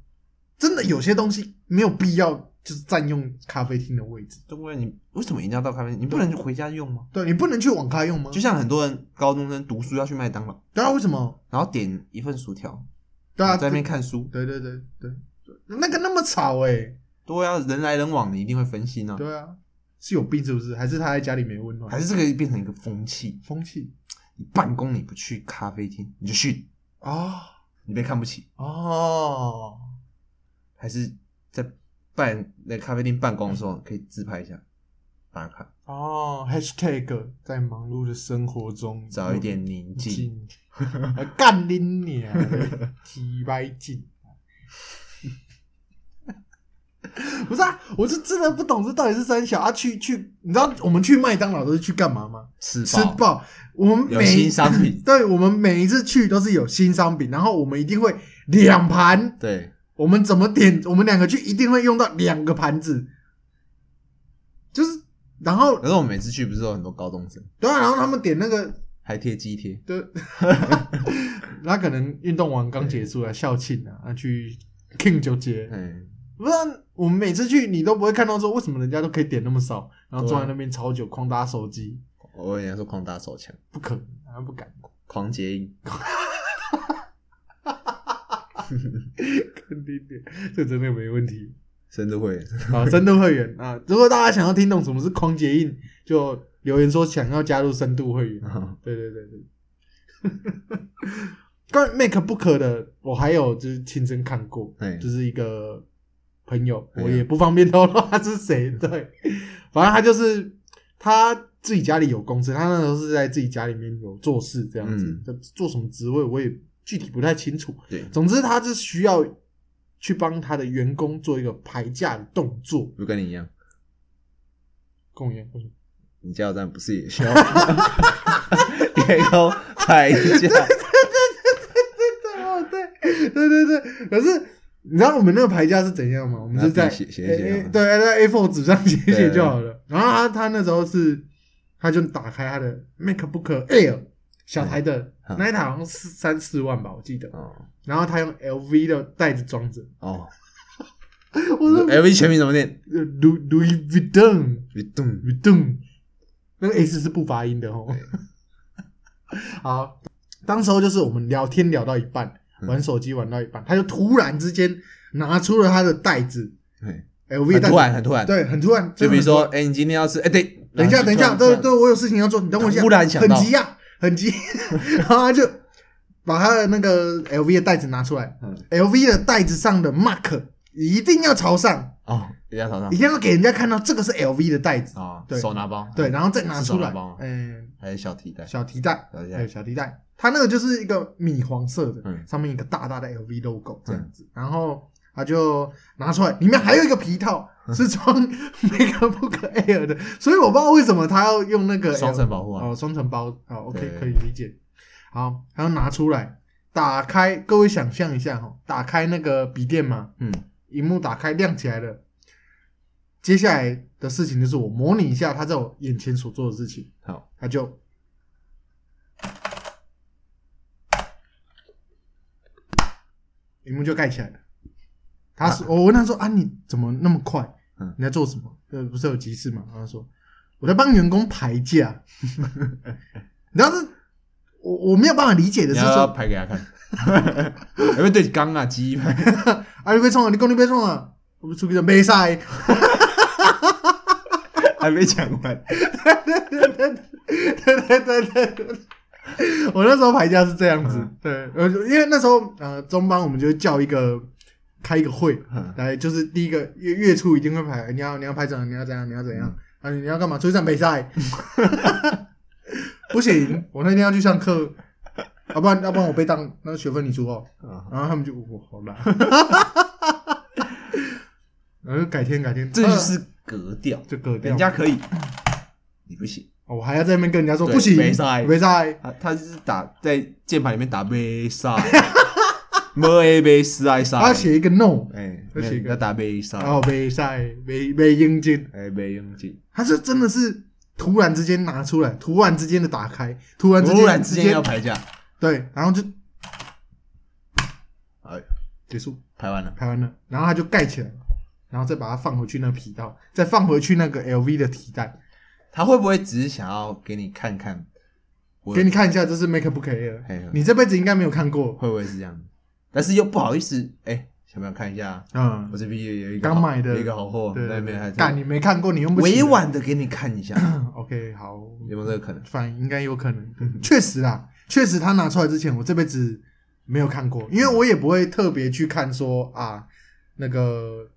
[SPEAKER 2] 真的有些东西没有必要，就是占用咖啡厅的位置。
[SPEAKER 4] 中国人，你为什么一定要到咖啡厅？你不能回家用吗？
[SPEAKER 2] 对你不能去网咖用吗
[SPEAKER 4] 就？像很多人高中生读书要去麦当劳，
[SPEAKER 2] 对啊，为什么？
[SPEAKER 4] 然后点一份薯条，
[SPEAKER 2] 对啊，
[SPEAKER 4] 在那边看书。
[SPEAKER 2] 对。对对对对，那个那么吵哎、
[SPEAKER 4] 对啊，人来人往，你一定会分心啊。
[SPEAKER 2] 对啊，是有病是不是？还是他在家里没温暖？
[SPEAKER 4] 还是这个变成一个风气？
[SPEAKER 2] 风气？
[SPEAKER 4] 你办公你不去咖啡厅，你就去，
[SPEAKER 2] 哦
[SPEAKER 4] 你被看不起，
[SPEAKER 2] 哦，
[SPEAKER 4] 还是在办那咖啡厅办公的时候可以自拍一下，打卡，
[SPEAKER 2] 哦，#hashtag 在忙碌的生活中
[SPEAKER 4] 找一点宁静。
[SPEAKER 2] 静，还干你 娘的，鸡掰劲！ 不是啊，我是真的不懂这到底是三小啊去去，你知道我们去麦当劳都是去干嘛吗？
[SPEAKER 4] 吃
[SPEAKER 2] 吃爆！我们
[SPEAKER 4] 有
[SPEAKER 2] 每，
[SPEAKER 4] 新商品
[SPEAKER 2] 对我们每一次去都是有新商品，然后我们一定会两盘，
[SPEAKER 4] 对，
[SPEAKER 2] 我们怎么点，我们两个去一定会用到两个盘子，就是然后
[SPEAKER 4] 可是我每次去不是有很多高中生，
[SPEAKER 2] 对啊，然后他们点那个
[SPEAKER 4] 还贴肌贴，
[SPEAKER 2] 对，他可能运动完刚结束啊，校庆啊，啊去 King 九节，
[SPEAKER 4] 嗯，
[SPEAKER 2] 不然我们每次去你都不会看到说为什么人家都可以点那么少，然后坐在那边超久狂打手机，
[SPEAKER 4] 我人家说狂打手枪，
[SPEAKER 2] 不可能，啊不敢，
[SPEAKER 4] 狂结印，
[SPEAKER 2] 肯定点，这真的没问题。
[SPEAKER 4] 深度会员，
[SPEAKER 2] 啊，深度会员啊，如果大家想要听懂什么是狂结印，就留言说想要加入深度会员。对对对 对。关于 Make 不可的，我还有就是亲身看过，
[SPEAKER 4] 哎
[SPEAKER 2] 就是一个朋友，
[SPEAKER 4] 哎
[SPEAKER 2] 我
[SPEAKER 4] 呀
[SPEAKER 2] 也不方便透露他是谁。 对，反正他就是他自己家里有公司，他那时候是在自己家里面有做事这样子
[SPEAKER 4] 嗯，
[SPEAKER 2] 他做什么职位我也具体不太清楚。
[SPEAKER 4] 对，
[SPEAKER 2] 总之，他是需要去帮他的员工做一个排价的动作。
[SPEAKER 4] 就跟你一样，
[SPEAKER 2] 跟我一样，为什么
[SPEAKER 4] 你加油站不是也需要也要拍一 下？
[SPEAKER 2] 哦，对对对对，可是你知道我们那个牌价是怎样吗？我们是在
[SPEAKER 4] 拿笔写写一写
[SPEAKER 2] A- A-
[SPEAKER 4] 嘛
[SPEAKER 2] 对，在 A4 纸上写一
[SPEAKER 4] 对
[SPEAKER 2] 写就好了。然后他他那时候是，他就打开他的 MacBook Air 小台的
[SPEAKER 4] 嗯，
[SPEAKER 2] 那一台好像是三四万吧，我记得。
[SPEAKER 4] 哦
[SPEAKER 2] 然后他用 LV 的袋子装着，
[SPEAKER 4] 哦
[SPEAKER 2] 我说
[SPEAKER 4] ，LV 全名怎么念？
[SPEAKER 2] 呃 Louis Louis Vuitton
[SPEAKER 4] 咚
[SPEAKER 2] Vuitton，那个 S 是不发音的哦。 好，当时候就是我们聊天聊到一半，
[SPEAKER 4] 嗯
[SPEAKER 2] 玩手机玩到一半，他就突然之间拿出了他的袋子
[SPEAKER 4] 对，
[SPEAKER 2] ，LV
[SPEAKER 4] 很
[SPEAKER 2] 袋
[SPEAKER 4] 突然，
[SPEAKER 2] 子，
[SPEAKER 4] 很突然。
[SPEAKER 2] 对，很突然，
[SPEAKER 4] 就比如
[SPEAKER 2] 真的
[SPEAKER 4] 说，
[SPEAKER 2] 很
[SPEAKER 4] 哎、你今天要吃，哎、对，
[SPEAKER 2] 突然，等一下，
[SPEAKER 4] 然后
[SPEAKER 2] 等一下，
[SPEAKER 4] 就突
[SPEAKER 2] 对
[SPEAKER 4] 然
[SPEAKER 2] 对，我有事情要做，你等我一下，
[SPEAKER 4] 突然想
[SPEAKER 2] 很
[SPEAKER 4] 到
[SPEAKER 2] 急呀，很急， 然后他就把他的那个 LV 的袋子拿出来
[SPEAKER 4] 嗯，
[SPEAKER 2] ，LV 的袋子上的 mark 一定要朝上，
[SPEAKER 4] 哦，人家头上
[SPEAKER 2] 一，定要给人家看到这个是 LV 的袋子，
[SPEAKER 4] 哦，
[SPEAKER 2] 对
[SPEAKER 4] 手拿包，
[SPEAKER 2] 对，然后再拿出
[SPEAKER 4] 是手拿
[SPEAKER 2] 来
[SPEAKER 4] 包吗，
[SPEAKER 2] 嗯，
[SPEAKER 4] 还有小提袋，
[SPEAKER 2] 小提袋，
[SPEAKER 4] 小提
[SPEAKER 2] 对，
[SPEAKER 4] 袋，
[SPEAKER 2] 小提袋，它那个就是一个米黄色的，
[SPEAKER 4] 嗯
[SPEAKER 2] 上面一个大大的 LV logo 这样子，然后他就拿出来，里面还有一个皮套
[SPEAKER 4] 嗯
[SPEAKER 2] 是装 MacBook Air 的，所以我不知道为什么他要用那个 L-
[SPEAKER 4] 双层保护啊，
[SPEAKER 2] 哦双层包哦
[SPEAKER 4] 对
[SPEAKER 2] OK 可以理解，好，他就拿出来，打开，各位想象一下哈、哦，打开那个笔电嘛，
[SPEAKER 4] 嗯，
[SPEAKER 2] 荧幕打开亮起来了，接下来的事情就是我模拟一下他在我眼前所做的事情。
[SPEAKER 4] 好，
[SPEAKER 2] 他就荧幕就盖起来了。哦他说：“我问他说啊，你怎么那么快
[SPEAKER 4] 嗯？
[SPEAKER 2] 你在做什么？呃，不是有急事吗？”他说：“我在帮员工排假。 你知道是，我我没有办法理解的
[SPEAKER 4] 你
[SPEAKER 2] 是
[SPEAKER 4] 要不要
[SPEAKER 2] 说，
[SPEAKER 4] 拍给他看，有没有对刚啊鸡排？
[SPEAKER 2] 啊，你被冲啊，你讲你被冲啊，我们出去就没赛。
[SPEAKER 4] 还没讲完，
[SPEAKER 2] 对对对对，我那时候排假是这样子，
[SPEAKER 4] 嗯
[SPEAKER 2] 对，呃，因为那时候呃中班我们就叫一个开一个会，
[SPEAKER 4] 嗯
[SPEAKER 2] 来就是第一个月月初一定会排，你要你要排怎样，你要怎样，你要怎样，
[SPEAKER 4] 嗯
[SPEAKER 2] 啊你要干嘛？出去上比 赛，不行，我那天要去上课，要不然要不然我被当，那个学分你出哦，
[SPEAKER 4] 嗯
[SPEAKER 2] 然后他们就我好啦， 然后就改天改天，
[SPEAKER 4] 这就
[SPEAKER 2] 啊
[SPEAKER 4] 是格调，
[SPEAKER 2] 就割掉，哦
[SPEAKER 4] 人家可以，你不行。
[SPEAKER 2] 我还要在那边跟人家说
[SPEAKER 4] 对
[SPEAKER 2] 不行，
[SPEAKER 4] 没赛
[SPEAKER 2] 没赛。
[SPEAKER 4] 他他是打在键盘里面打杯赛， 没 A 啊杯赛赛，
[SPEAKER 2] 啊他写一个 no，
[SPEAKER 4] 哎，
[SPEAKER 2] 他
[SPEAKER 4] 没有
[SPEAKER 2] 写一个哦
[SPEAKER 4] 要打杯赛
[SPEAKER 2] 然，后没赛，没没应进，
[SPEAKER 4] 哎，没用劲，
[SPEAKER 2] 他是真的是突然之间拿出来，突然之间的打开，突然之间
[SPEAKER 4] 突然之间要排假，
[SPEAKER 2] 对，然后就
[SPEAKER 4] 哎，
[SPEAKER 2] 结束
[SPEAKER 4] 排完了，
[SPEAKER 2] 排完了，然后他就盖起来，然后再把它放回去那个皮套，再放回去那个 LV 的提袋，
[SPEAKER 4] 他会不会只是想要给你看看？我
[SPEAKER 2] 给你看一下，这是 Make Up Care，
[SPEAKER 4] 嘿嘿
[SPEAKER 2] 你这辈子应该没有看过，
[SPEAKER 4] 会不会是这样？但是又不好意思，哎，想不想看一下？
[SPEAKER 2] 嗯
[SPEAKER 4] 我，这边也有一个
[SPEAKER 2] 刚
[SPEAKER 4] 好
[SPEAKER 2] 买的
[SPEAKER 4] 有一个好货，
[SPEAKER 2] 对
[SPEAKER 4] 那边还
[SPEAKER 2] 对，
[SPEAKER 4] 在
[SPEAKER 2] 干你没看过，你用不起
[SPEAKER 4] 委婉的给你看一下，
[SPEAKER 2] ，OK，好，
[SPEAKER 4] 有没有这个可能？
[SPEAKER 2] 反应该有可能，对确实啦，确实他拿出来之前，我这辈子没有看过，因为我也不会特别去看说啊那个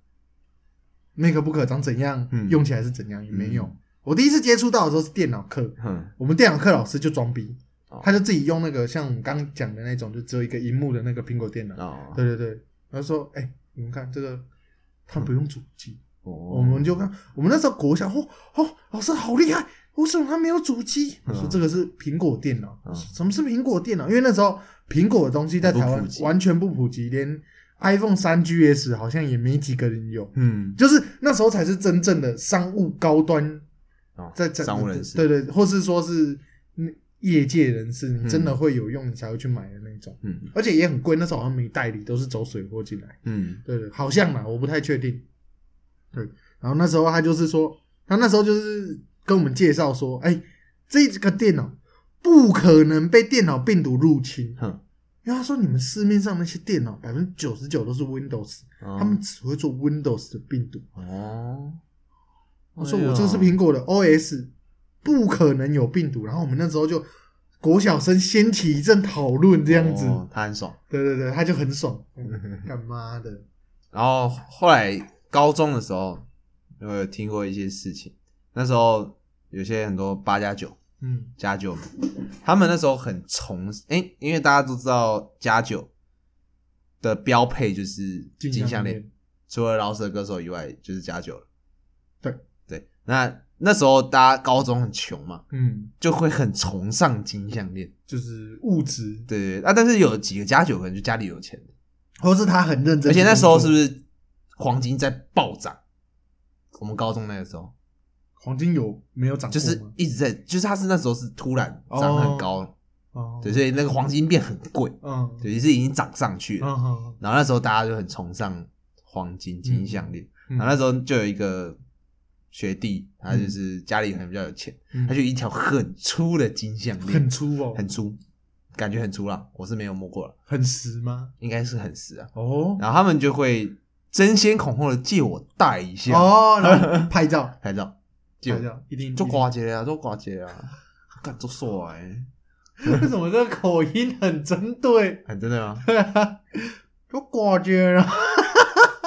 [SPEAKER 2] Make 不可长怎样，
[SPEAKER 4] 嗯
[SPEAKER 2] 用起来是怎样，也没有。
[SPEAKER 4] 嗯
[SPEAKER 2] 我第一次接触到的时候是电脑课，
[SPEAKER 4] 哼，
[SPEAKER 2] 我们电脑课老师就装逼
[SPEAKER 4] 哦，
[SPEAKER 2] 他就自己用那个像我们刚刚讲的那种，就只有一个荧幕的那个苹果电脑，
[SPEAKER 4] 哦，
[SPEAKER 2] 对对对，他说：“哎、你们看这个，他不用主机。”我
[SPEAKER 4] 我
[SPEAKER 2] 们就看，我们那时候国小，哦哦，老师好厉害，为什么他没有主机？我
[SPEAKER 4] 嗯
[SPEAKER 2] 说这个是苹果电脑
[SPEAKER 4] 嗯，
[SPEAKER 2] 什么是苹果电脑？因为那时候苹果的东西在台
[SPEAKER 4] 不
[SPEAKER 2] 湾
[SPEAKER 4] 普及
[SPEAKER 2] 完全不普及，连 iPhone 三 GS 好像也没几个人有，
[SPEAKER 4] 嗯，
[SPEAKER 2] 就是那时候才是真正的商务高端
[SPEAKER 4] 哦
[SPEAKER 2] 在在
[SPEAKER 4] 商务人士，
[SPEAKER 2] 对对，或是说是嗯业界人士，你真的
[SPEAKER 4] 嗯
[SPEAKER 2] 会有用，你才会去买的那种，
[SPEAKER 4] 嗯
[SPEAKER 2] 而且也很贵，那时候好像没代理，都是走水货进来。
[SPEAKER 4] 嗯
[SPEAKER 2] 对，对好像嘛，我不太确定。对，然后那时候他就是说，他那时候就是跟我们介绍说，哎、这个电脑不可能被电脑病毒入侵，
[SPEAKER 4] 哼，
[SPEAKER 2] 因为他说你们市面上那些电脑百分之九十九都是 Windows，、他
[SPEAKER 4] 嗯
[SPEAKER 2] 们只会做 Windows 的病毒。
[SPEAKER 4] 哦，
[SPEAKER 2] 我
[SPEAKER 4] 哎
[SPEAKER 2] 说我这个是苹果的 OS，不可能有病毒。然后我们那时候就国小生掀起一阵讨论，这样子，
[SPEAKER 4] 哦他很爽。
[SPEAKER 2] 对对对，他就很爽，嗯干妈的，
[SPEAKER 4] 然后后来高中的时候，我有听过一些事情，那时候有些很多八加九
[SPEAKER 2] 嗯
[SPEAKER 4] 加九，他们那时候很崇，哎、因为大家都知道加九的标配就是
[SPEAKER 2] 金
[SPEAKER 4] 金
[SPEAKER 2] 项
[SPEAKER 4] 项链
[SPEAKER 2] 链，
[SPEAKER 4] 除了饶舌歌手以外就是加九了。
[SPEAKER 2] 对
[SPEAKER 4] 对，那那时候大家高中很穷嘛，
[SPEAKER 2] 嗯，
[SPEAKER 4] 就会很崇尚金项链。
[SPEAKER 2] 就是物质
[SPEAKER 4] 对对对，啊，但是有几个加九可能就家里有钱，
[SPEAKER 2] 或是他很认真，
[SPEAKER 4] 而且那时候是不是黄金在暴涨？我们高中那个时候
[SPEAKER 2] 黄金有没有涨过
[SPEAKER 4] 就
[SPEAKER 2] 吗？
[SPEAKER 4] 是一直在，就是它是那时候是突然涨很高，
[SPEAKER 2] 哦，
[SPEAKER 4] 对，所以那个黄金变很贵，
[SPEAKER 2] 嗯，
[SPEAKER 4] 对，就是已经涨上去
[SPEAKER 2] 嗯，
[SPEAKER 4] 了。
[SPEAKER 2] 嗯嗯
[SPEAKER 4] 然后那时候大家就很崇尚黄金金项链，
[SPEAKER 2] 嗯
[SPEAKER 4] 然后那时候就有一个学弟，他就是家里可能比较有钱，
[SPEAKER 2] 嗯
[SPEAKER 4] 他就一条很粗的金项链，
[SPEAKER 2] 很粗哦，
[SPEAKER 4] 很粗，感觉很粗啦，我是没有摸过了，
[SPEAKER 2] 很实吗？
[SPEAKER 4] 应该是很实啊。
[SPEAKER 2] 哦
[SPEAKER 4] 然后他们就会争先恐后的借我戴一下，
[SPEAKER 2] 哦，然后 拍照
[SPEAKER 4] 拍照，就
[SPEAKER 2] 拍照一定
[SPEAKER 4] 就挂节啊，就挂节啊，干做 帅， 欸
[SPEAKER 2] 为什么这个口音很针对？
[SPEAKER 4] 很哎真的吗？
[SPEAKER 2] 就啊挂绝了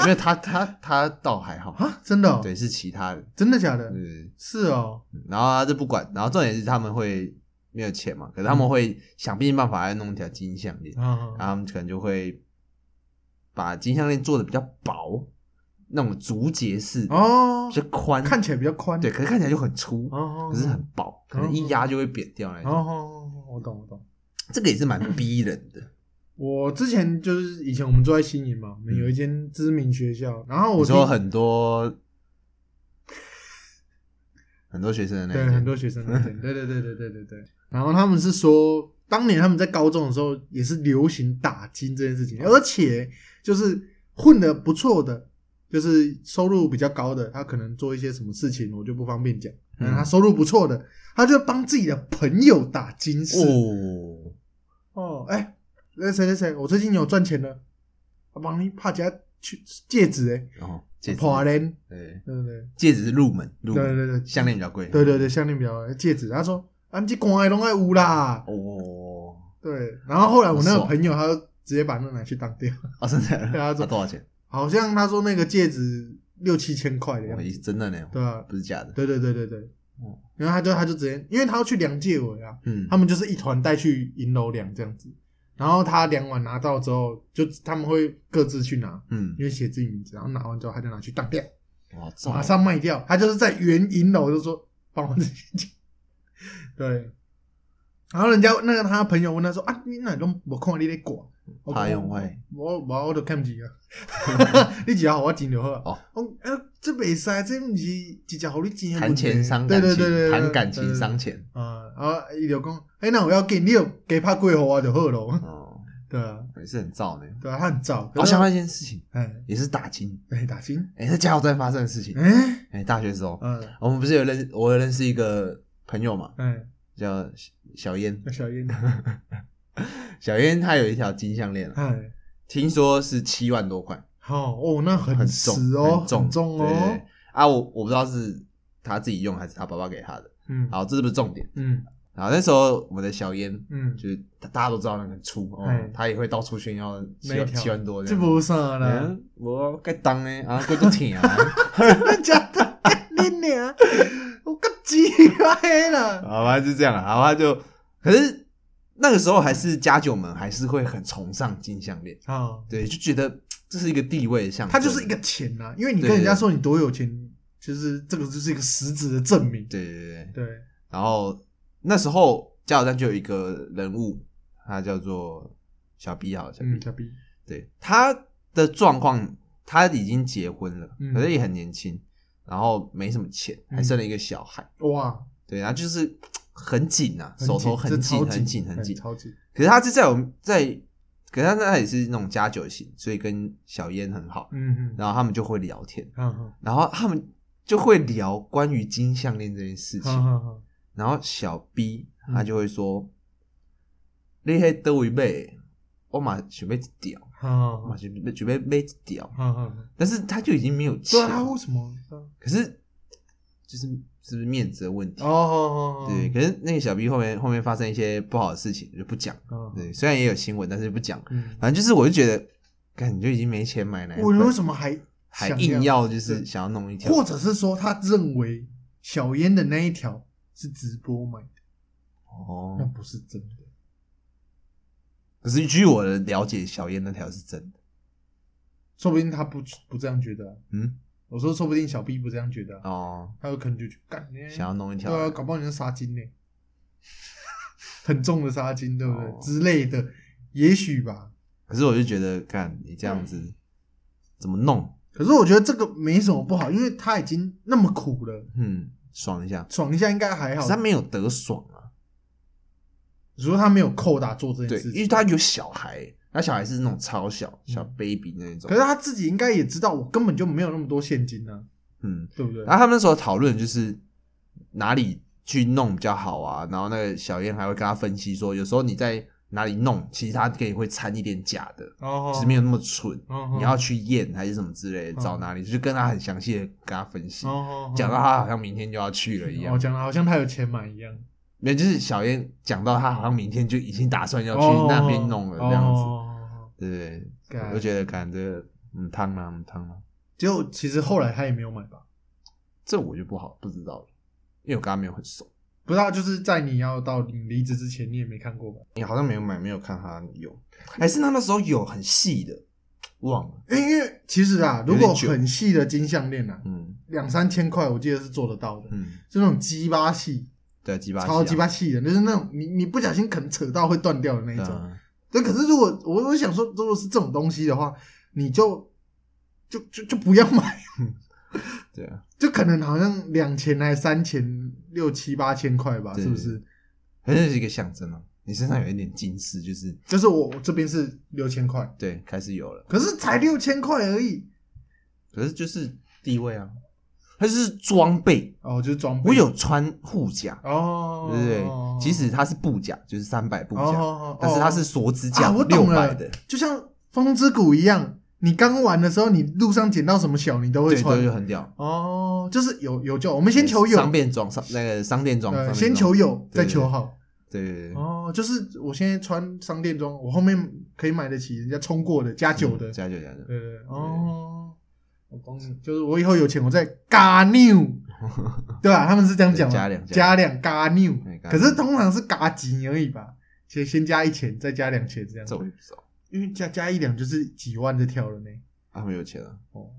[SPEAKER 4] 因为他他他倒还好，
[SPEAKER 2] 啊！真的哦，
[SPEAKER 4] 对，是其他的，
[SPEAKER 2] 真的假的？
[SPEAKER 4] 对，
[SPEAKER 2] 是哦，
[SPEAKER 4] 然后他就不管，然后重点是他们会没有钱嘛，可是他们会想尽办法来弄一条金项链，
[SPEAKER 2] 嗯
[SPEAKER 4] 然后他们可能就会把金项链做的比较薄，那种竹节式的，
[SPEAKER 2] 哦
[SPEAKER 4] 比，较宽，
[SPEAKER 2] 看起来比较宽，
[SPEAKER 4] 对，可是看起来就很粗，
[SPEAKER 2] 哦，
[SPEAKER 4] 可是很薄，可能一压就会扁掉那
[SPEAKER 2] 哦
[SPEAKER 4] 种。
[SPEAKER 2] 哦，我懂我懂。
[SPEAKER 4] 这个也是蛮逼人的。
[SPEAKER 2] 我之前就是以前我们住在新营嘛，我们有一间知名学校，然后
[SPEAKER 4] 我
[SPEAKER 2] 我
[SPEAKER 4] 嗯说
[SPEAKER 2] 听
[SPEAKER 4] 很多很多学生的那
[SPEAKER 2] 对，
[SPEAKER 4] 一
[SPEAKER 2] 很
[SPEAKER 4] 间
[SPEAKER 2] 多学生那边，对对对对对对对。然后他们是说，当年他们在高中的时候也是流行打金这件事情，
[SPEAKER 4] 嗯
[SPEAKER 2] 而且就是混的不错的，就是收入比较高的，他可能做一些什么事情，我就不方便讲。
[SPEAKER 4] 嗯
[SPEAKER 2] 可能他收入不错的，他就帮自己的朋友打金饰。
[SPEAKER 4] 哦，
[SPEAKER 2] 哦，哎、那谁谁谁，我最近有赚钱了，我帮你帕家去戒指哎、
[SPEAKER 4] 然后戒指，
[SPEAKER 2] 破链，
[SPEAKER 4] 对，
[SPEAKER 2] 对不对？
[SPEAKER 4] 戒指是入门，入
[SPEAKER 2] 对
[SPEAKER 4] 门，
[SPEAKER 2] 对对
[SPEAKER 4] 项链比较贵，
[SPEAKER 2] 对对对，项链比较戒指。他说：“啊，你这官拢爱有啦。
[SPEAKER 4] 哦，”
[SPEAKER 2] 对，然后后来我那个
[SPEAKER 4] 爽
[SPEAKER 2] 朋友，他就直接把那拿去当掉，
[SPEAKER 4] 哦，真的，
[SPEAKER 2] 对啊
[SPEAKER 4] 那
[SPEAKER 2] 这
[SPEAKER 4] 多少钱？
[SPEAKER 2] 好像他说那个戒指六七千块的样
[SPEAKER 4] 我
[SPEAKER 2] 子，
[SPEAKER 4] 一真的呢，
[SPEAKER 2] 对啊，
[SPEAKER 4] 不是假的，
[SPEAKER 2] 对对对对对
[SPEAKER 4] 哦。
[SPEAKER 2] 然后他就他就直接，因为他要去量戒尾啊，
[SPEAKER 4] 嗯，
[SPEAKER 2] 他们就是一团带去银楼量这样子。然后他量完拿到之后，就他们会各自去拿，
[SPEAKER 4] 嗯，
[SPEAKER 2] 因为写自己名字，然后拿完之后他就拿去当掉，
[SPEAKER 4] 哇，这么
[SPEAKER 2] 马上卖掉。他就是在原银楼就说帮我这些钱，对。然后人家那个他朋友问他说啊，你哪都没看你在管？我哦
[SPEAKER 4] 他用坏，
[SPEAKER 2] 我我我都看不起啊！ 你只要我钱就好啊。
[SPEAKER 4] 哦
[SPEAKER 2] 哦，呃，这袂使，这不是直接互你钱的问
[SPEAKER 4] 谈
[SPEAKER 2] 题
[SPEAKER 4] 钱伤
[SPEAKER 2] 对
[SPEAKER 4] 感
[SPEAKER 2] 对对
[SPEAKER 4] 情，
[SPEAKER 2] 对，
[SPEAKER 4] 谈感
[SPEAKER 2] 对
[SPEAKER 4] 情
[SPEAKER 2] 对
[SPEAKER 4] 伤钱，
[SPEAKER 2] 啊，然后伊就讲，哎、那我要给你有给拍过给我就好咯。
[SPEAKER 4] 哦，
[SPEAKER 2] 对啊，
[SPEAKER 4] 也是很燥呢。
[SPEAKER 2] 对啊，他很燥。
[SPEAKER 4] 我想到一件事情，
[SPEAKER 2] 哎，
[SPEAKER 4] 也是打金，
[SPEAKER 2] 哎，打金，
[SPEAKER 4] 哎，在加油站发生的事情，
[SPEAKER 2] 哎，
[SPEAKER 4] 哎，大学时候，
[SPEAKER 2] 嗯，
[SPEAKER 4] 我们不是有认，我有认识一个朋友嘛，
[SPEAKER 2] 哎，
[SPEAKER 4] 叫小小燕，
[SPEAKER 2] 那小 燕，
[SPEAKER 4] 小燕她有一条金项链啊，
[SPEAKER 2] 哎，
[SPEAKER 4] 听说是七万多块，
[SPEAKER 2] 好哦，那很
[SPEAKER 4] 很
[SPEAKER 2] 实
[SPEAKER 4] 重
[SPEAKER 2] 哦，
[SPEAKER 4] 很重对对
[SPEAKER 2] 哦
[SPEAKER 4] 对，啊，我我不知道是她自己用还是她爸爸给她的。
[SPEAKER 2] 嗯，，
[SPEAKER 4] 好，这是不是重点？
[SPEAKER 2] 嗯
[SPEAKER 4] 然后那时候我们的小燕
[SPEAKER 2] 嗯，
[SPEAKER 4] 就是大大家都知道那个很粗，哦
[SPEAKER 2] 哎，
[SPEAKER 4] 她也会到处炫耀七
[SPEAKER 2] 那一
[SPEAKER 4] 万
[SPEAKER 2] 条
[SPEAKER 4] 七万多这
[SPEAKER 2] 这
[SPEAKER 4] 样。
[SPEAKER 2] 不啊算啦，
[SPEAKER 4] 嗯，我该当呢， 啊，我就挺啊，
[SPEAKER 2] 真假的，你娘，我个鸡巴黑啦，
[SPEAKER 4] 好吧，就这样啊，好吧，就可是那个时候还是家九们还是会很崇尚金项链，
[SPEAKER 2] 啊，
[SPEAKER 4] 对，就觉得这是一个地位的象征，
[SPEAKER 2] 他就是一个钱呐，因为你跟
[SPEAKER 4] 对
[SPEAKER 2] 人家说你多有钱，就是这个就是一个实质的证明，
[SPEAKER 4] 对对对对，
[SPEAKER 2] 对，
[SPEAKER 4] 然后那时候加油站就有一个人物，他叫做小 B 好，小 B，、
[SPEAKER 2] 嗯，小 B，
[SPEAKER 4] 对他的状况，他已经结婚了，
[SPEAKER 2] 嗯
[SPEAKER 4] 可是也很年轻，然后没什么钱，还生了一个小孩，
[SPEAKER 2] 哇，
[SPEAKER 4] 对，然后就是很紧啊，
[SPEAKER 2] 很
[SPEAKER 4] 手头
[SPEAKER 2] 这
[SPEAKER 4] 很
[SPEAKER 2] 超
[SPEAKER 4] 紧，很
[SPEAKER 2] 紧，哎
[SPEAKER 4] 紧，很紧。
[SPEAKER 2] 超紧，
[SPEAKER 4] 可是他是在我们在，可是他那也是那种加酒型，所以跟小燕很好，
[SPEAKER 2] 嗯嗯，
[SPEAKER 4] 然后他们就会聊天，
[SPEAKER 2] 好好
[SPEAKER 4] 然后他们就会聊关于金项链这件事情，
[SPEAKER 2] 好好好，
[SPEAKER 4] 然后小 B
[SPEAKER 2] 嗯
[SPEAKER 4] 他就会说：“你迄倒位买的？我嘛想要一条，
[SPEAKER 2] 好
[SPEAKER 4] 我
[SPEAKER 2] 好
[SPEAKER 4] 嘛想要想要买一条。”
[SPEAKER 2] 好好，
[SPEAKER 4] 但是他就已经没有钱
[SPEAKER 2] 对啊，
[SPEAKER 4] 了，
[SPEAKER 2] 他为什么？
[SPEAKER 4] 可是就是是不是面子的问题？
[SPEAKER 2] 哦，
[SPEAKER 4] 对，可是那个小 B 后面后面发生一些不好的事情，我就不讲。
[SPEAKER 2] 哦，
[SPEAKER 4] 对，虽然也有新闻，但是不讲。
[SPEAKER 2] 嗯，
[SPEAKER 4] 反正就是，我就觉得，感觉已经没钱买奶粉，
[SPEAKER 2] 我为什么还
[SPEAKER 4] 还
[SPEAKER 2] 想
[SPEAKER 4] 硬要就是想要弄一条？
[SPEAKER 2] 或者是说他认为小烟的那一条是直播买的，那
[SPEAKER 4] 哦，
[SPEAKER 2] 不是真的。
[SPEAKER 4] 可是据我的了解，小燕那条是真的。
[SPEAKER 2] 说不定他不不这样觉得啊、
[SPEAKER 4] 嗯，
[SPEAKER 2] 我说说不定小 B 不这样觉得啊、
[SPEAKER 4] 哦，
[SPEAKER 2] 他有可能就去干呢，
[SPEAKER 4] 想要弄一条
[SPEAKER 2] 对啊，搞不好你是纱巾呢， 很重的纱巾，对不对、
[SPEAKER 4] 哦
[SPEAKER 2] 之类的，也许吧。
[SPEAKER 4] 可是我就觉得，干你这样
[SPEAKER 2] 嗯
[SPEAKER 4] 子怎么弄？
[SPEAKER 2] 可是我觉得这个没什么不好，因为他已经那么苦了，
[SPEAKER 4] 嗯，爽一下，
[SPEAKER 2] 爽一下应该还
[SPEAKER 4] 可
[SPEAKER 2] 好
[SPEAKER 4] 是他。没有得爽啊。
[SPEAKER 2] 只说他没有扣打做这件
[SPEAKER 4] 对，
[SPEAKER 2] 事
[SPEAKER 4] 因为
[SPEAKER 2] 情，
[SPEAKER 4] 他有小孩，他小孩是那种超小小 baby 那种。
[SPEAKER 2] 嗯可是他自己应该也知道，我根本就没有那么多现金啊，
[SPEAKER 4] 嗯，
[SPEAKER 2] 对不对？
[SPEAKER 4] 然后他们那时候讨论就是哪里去弄比较好啊，然后那个小燕还会跟他分析说，有时候你在哪里弄，其实他可以会掺一点假的，
[SPEAKER 2] 哦
[SPEAKER 4] 就是没有那么蠢。
[SPEAKER 2] 哦
[SPEAKER 4] 你要去验还是什么之类的，找哪里，就跟他很详细的跟他分析，
[SPEAKER 2] 哦
[SPEAKER 4] 讲到他好像明天就要去了一样
[SPEAKER 2] 哦，。讲的好像他有钱买一样，
[SPEAKER 4] 没有，就是小燕讲到他好像明天就已经打算要去那边弄了这样子，
[SPEAKER 2] 子。
[SPEAKER 4] 对对对，
[SPEAKER 2] 哦干
[SPEAKER 4] 我就觉得感觉嗯汤啦嗯汤啦，
[SPEAKER 2] 结果其实后来他也没有买吧？
[SPEAKER 4] 这我就不好不知道了，因为我跟他没有很熟，
[SPEAKER 2] 不知道，就是在你要到你离职之前，你也没看过吧？
[SPEAKER 4] 你好像没有买，没有看他有，还是他那时候有很细的，忘了，
[SPEAKER 2] 因为其实啊，
[SPEAKER 4] 有
[SPEAKER 2] 如
[SPEAKER 4] 点
[SPEAKER 2] 果
[SPEAKER 4] 久
[SPEAKER 2] 很细的金项链啊，
[SPEAKER 4] 嗯
[SPEAKER 2] 两三千块，我记得是做得到的，
[SPEAKER 4] 嗯，
[SPEAKER 2] 就那种鸡巴细、
[SPEAKER 4] 对，鸡巴细啊
[SPEAKER 2] 超鸡巴细的，就是那种你你不小心可能扯到会断掉的那一
[SPEAKER 4] 对
[SPEAKER 2] 种。
[SPEAKER 4] 啊，
[SPEAKER 2] 但可是如果我我想说，如果是这种东西的话，你就就就就不要买，
[SPEAKER 4] 对啊，
[SPEAKER 2] 就可能好像两千还三千六七八千块吧，
[SPEAKER 4] 对
[SPEAKER 2] 是不是？
[SPEAKER 4] 反正是一个象征啊，你身上有一点金饰，就是
[SPEAKER 2] 就是我我这边是六千块，
[SPEAKER 4] 对，开始有了，
[SPEAKER 2] 可是才六千块而已，
[SPEAKER 4] 可是就是地位啊，它就是装备。
[SPEAKER 2] 哦，就是装备。
[SPEAKER 4] 我有穿护甲，
[SPEAKER 2] 哦，
[SPEAKER 4] 对不对？即使它是布甲，就是三百布
[SPEAKER 2] 不
[SPEAKER 4] 甲，
[SPEAKER 2] 讲
[SPEAKER 4] 但是它是锁指甲
[SPEAKER 2] 啊我
[SPEAKER 4] 六
[SPEAKER 2] 懂了
[SPEAKER 4] 百的，
[SPEAKER 2] 哦就像《风之谷》一样，你刚玩的时候，你路上捡到什么小，你都会
[SPEAKER 4] 对，
[SPEAKER 2] 穿
[SPEAKER 4] 对，。就很屌。
[SPEAKER 2] 哦，就是有有就我们先求有，
[SPEAKER 4] 商店装商那个商店装，
[SPEAKER 2] 呃
[SPEAKER 4] 商店
[SPEAKER 2] 先
[SPEAKER 4] 装
[SPEAKER 2] 求有，
[SPEAKER 4] 对
[SPEAKER 2] 再
[SPEAKER 4] 对
[SPEAKER 2] 求好。
[SPEAKER 4] 对对对，
[SPEAKER 2] 哦，就是我现在穿商店装，我后面可以买得起人家冲过的加九的。
[SPEAKER 4] 嗯加九加九，
[SPEAKER 2] 对对对嗯哦，我懂你， 就是我以后有钱，我再嘎 牛，对吧？他们是这样讲嘛，
[SPEAKER 4] 对加两
[SPEAKER 2] 加两哎嘎牛
[SPEAKER 4] 对，加
[SPEAKER 2] 可
[SPEAKER 4] 两
[SPEAKER 2] 是通常是嘎几而已吧，先先加一钱，再加两钱这样
[SPEAKER 4] 这
[SPEAKER 2] 子
[SPEAKER 4] 我，也不知道，
[SPEAKER 2] 因为加加一两就是几万这条了呢。
[SPEAKER 4] 他们有钱啊，
[SPEAKER 2] 哦，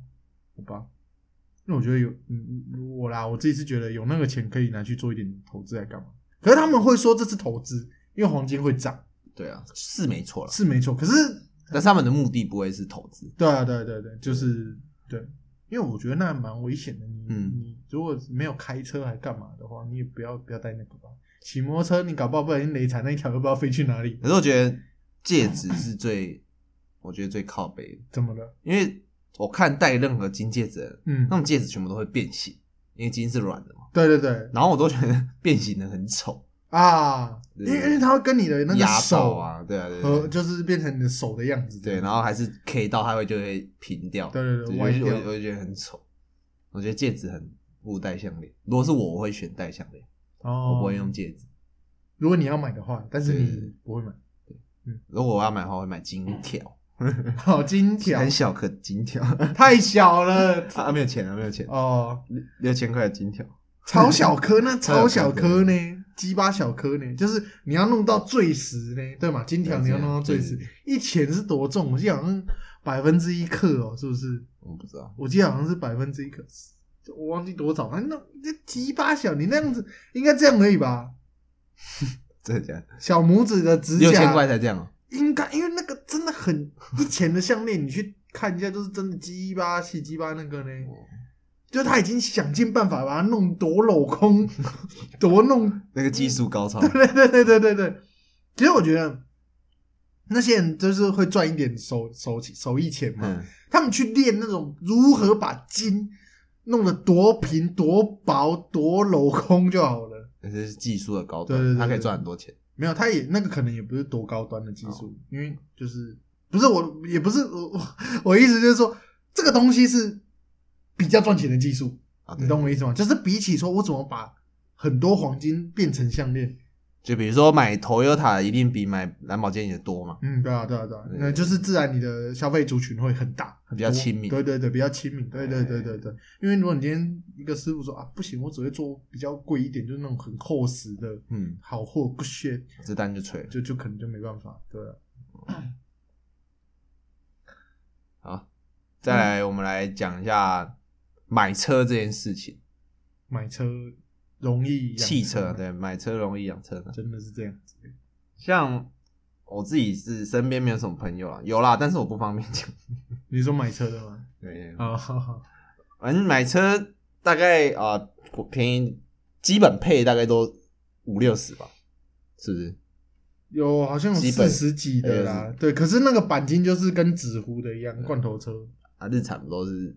[SPEAKER 2] 好吧，那我觉得有，嗯，嗯我啦，我自己是觉得有那个钱可以拿去做一点投资来干嘛？可是他们会说这是投资，因为黄金会涨，
[SPEAKER 4] 对啊，是没错了。
[SPEAKER 2] 是没错。可是
[SPEAKER 4] 但是他们的目的不会是投资，
[SPEAKER 2] 对啊，对啊对啊对啊，就是对，因为我觉得那蛮危险的。你、
[SPEAKER 4] 嗯
[SPEAKER 2] 你如果没有开车还干嘛的话，你也不要不要带那个吧。骑摩托车你搞不好不小心雷惨，那一条又不知道飞去哪里，
[SPEAKER 4] 可是我觉得戒指是最，我觉得最靠北的，
[SPEAKER 2] 怎么了？
[SPEAKER 4] 因为我看戴任何金戒指的人，
[SPEAKER 2] 嗯
[SPEAKER 4] 那，种戒指全部都会变形，因为金是软的嘛，
[SPEAKER 2] 对对对
[SPEAKER 4] 然后我都觉得 变形的很丑，
[SPEAKER 2] 啊，因
[SPEAKER 4] 对
[SPEAKER 2] 为因为它会跟你的那个
[SPEAKER 4] 压
[SPEAKER 2] 手
[SPEAKER 4] 爆，啊，对啊，对
[SPEAKER 2] 和
[SPEAKER 4] 对对
[SPEAKER 2] 就是变成你的手的样子这
[SPEAKER 4] 对，
[SPEAKER 2] 样。
[SPEAKER 4] 然后还是 K 到它会就会平掉，
[SPEAKER 2] 对对对，
[SPEAKER 4] 我
[SPEAKER 2] 歪
[SPEAKER 4] 就
[SPEAKER 2] 掉
[SPEAKER 4] 我。我就觉得很丑，我觉得戒指很不如戴项链，如果是我，我会选戴项链，
[SPEAKER 2] 哦，
[SPEAKER 4] 我不会用。戒指，
[SPEAKER 2] 如果你要买的话，但是
[SPEAKER 4] 对
[SPEAKER 2] 你不会买。
[SPEAKER 4] 如果我要买的话，我会买金条，
[SPEAKER 2] 好，金条
[SPEAKER 4] 很小颗金条，
[SPEAKER 2] 太小了
[SPEAKER 4] 啊没有钱啊没有钱，
[SPEAKER 2] 哦，
[SPEAKER 4] 六六千块的金条。
[SPEAKER 2] 超小颗，那超
[SPEAKER 4] 超
[SPEAKER 2] 小
[SPEAKER 4] 小
[SPEAKER 2] 颗
[SPEAKER 4] 颗
[SPEAKER 2] 呢，鸡巴小颗呢，就是你要弄到最实呢，对嘛？金条
[SPEAKER 4] 对
[SPEAKER 2] 你要
[SPEAKER 4] 这样
[SPEAKER 2] 弄到最实
[SPEAKER 4] 对对，
[SPEAKER 2] 一钱是多重？我记得好像百分之一克哦，是不是？
[SPEAKER 4] 我不知道，
[SPEAKER 2] 我记得好像是百分之一克，我忘记多少，反正那那鸡巴小，你那样子应该这样而已吧？
[SPEAKER 4] 真的假的？
[SPEAKER 2] 小拇指的指甲
[SPEAKER 4] 六千块才这样哦、
[SPEAKER 2] 应该，因为那个真的很以前的项链，你去看一下，就是真的鸡巴细鸡巴那个呢，就他已经想尽办法把它弄多镂 空，多弄，
[SPEAKER 4] 那个技术高超，
[SPEAKER 2] 对对对对对对。其实我觉得那些人就是会赚一点手手手艺钱嘛，
[SPEAKER 4] 嗯，
[SPEAKER 2] 他们去练那种如何把筋弄得多平、多薄、多镂空就好了。
[SPEAKER 4] 这是技术的高
[SPEAKER 2] 对对对
[SPEAKER 4] 端，
[SPEAKER 2] 对
[SPEAKER 4] 他可以赚很多钱。
[SPEAKER 2] 没有，他也那个可能也不是多高端的技术，因为就是不是我也不是我 我我意思就是说，这个东西是比较赚钱的技术，
[SPEAKER 4] 啊，
[SPEAKER 2] 你
[SPEAKER 4] 对
[SPEAKER 2] 懂我意思吗？就是比起说我怎么把很多黄金变成项链，
[SPEAKER 4] 就比如说买 Toyota 一定比买兰博基尼的多嘛，
[SPEAKER 2] 嗯，对啊，对啊，对啊，
[SPEAKER 4] 对
[SPEAKER 2] 那就是自然你的消费族群会很大，很
[SPEAKER 4] 比较
[SPEAKER 2] 多
[SPEAKER 4] 亲民
[SPEAKER 2] 对对对，比较亲民，对对对对
[SPEAKER 4] 哎
[SPEAKER 2] 对，因为如果你今天一个师傅说啊，不行，我只会做比较贵一点，就是那种很厚实的
[SPEAKER 4] 嗯，
[SPEAKER 2] 好货，不屑，
[SPEAKER 4] 这单就吹了。
[SPEAKER 2] 就就可能就没办法，对啊、
[SPEAKER 4] 好，
[SPEAKER 2] 嗯
[SPEAKER 4] 再来我们来讲一下买车这件事情，
[SPEAKER 2] 买车容易，养啊
[SPEAKER 4] 汽车对，买车容易养车难。
[SPEAKER 2] 真的是这样子。
[SPEAKER 4] 像我自己是身边没有什么朋友啊，有啦，但是我不方便讲。
[SPEAKER 2] 你说买车的吗？
[SPEAKER 4] 对，
[SPEAKER 2] 啊，好好
[SPEAKER 4] 反正买车大概啊、呃便宜基本配大概都五六十吧，是不是？
[SPEAKER 2] 有好像有
[SPEAKER 4] 基本
[SPEAKER 2] 四十几的
[SPEAKER 4] 哎
[SPEAKER 2] 啦
[SPEAKER 4] 呀，
[SPEAKER 2] 对，可是那个钣金就是跟纸糊的一样，罐头车。
[SPEAKER 4] 啊，日产都是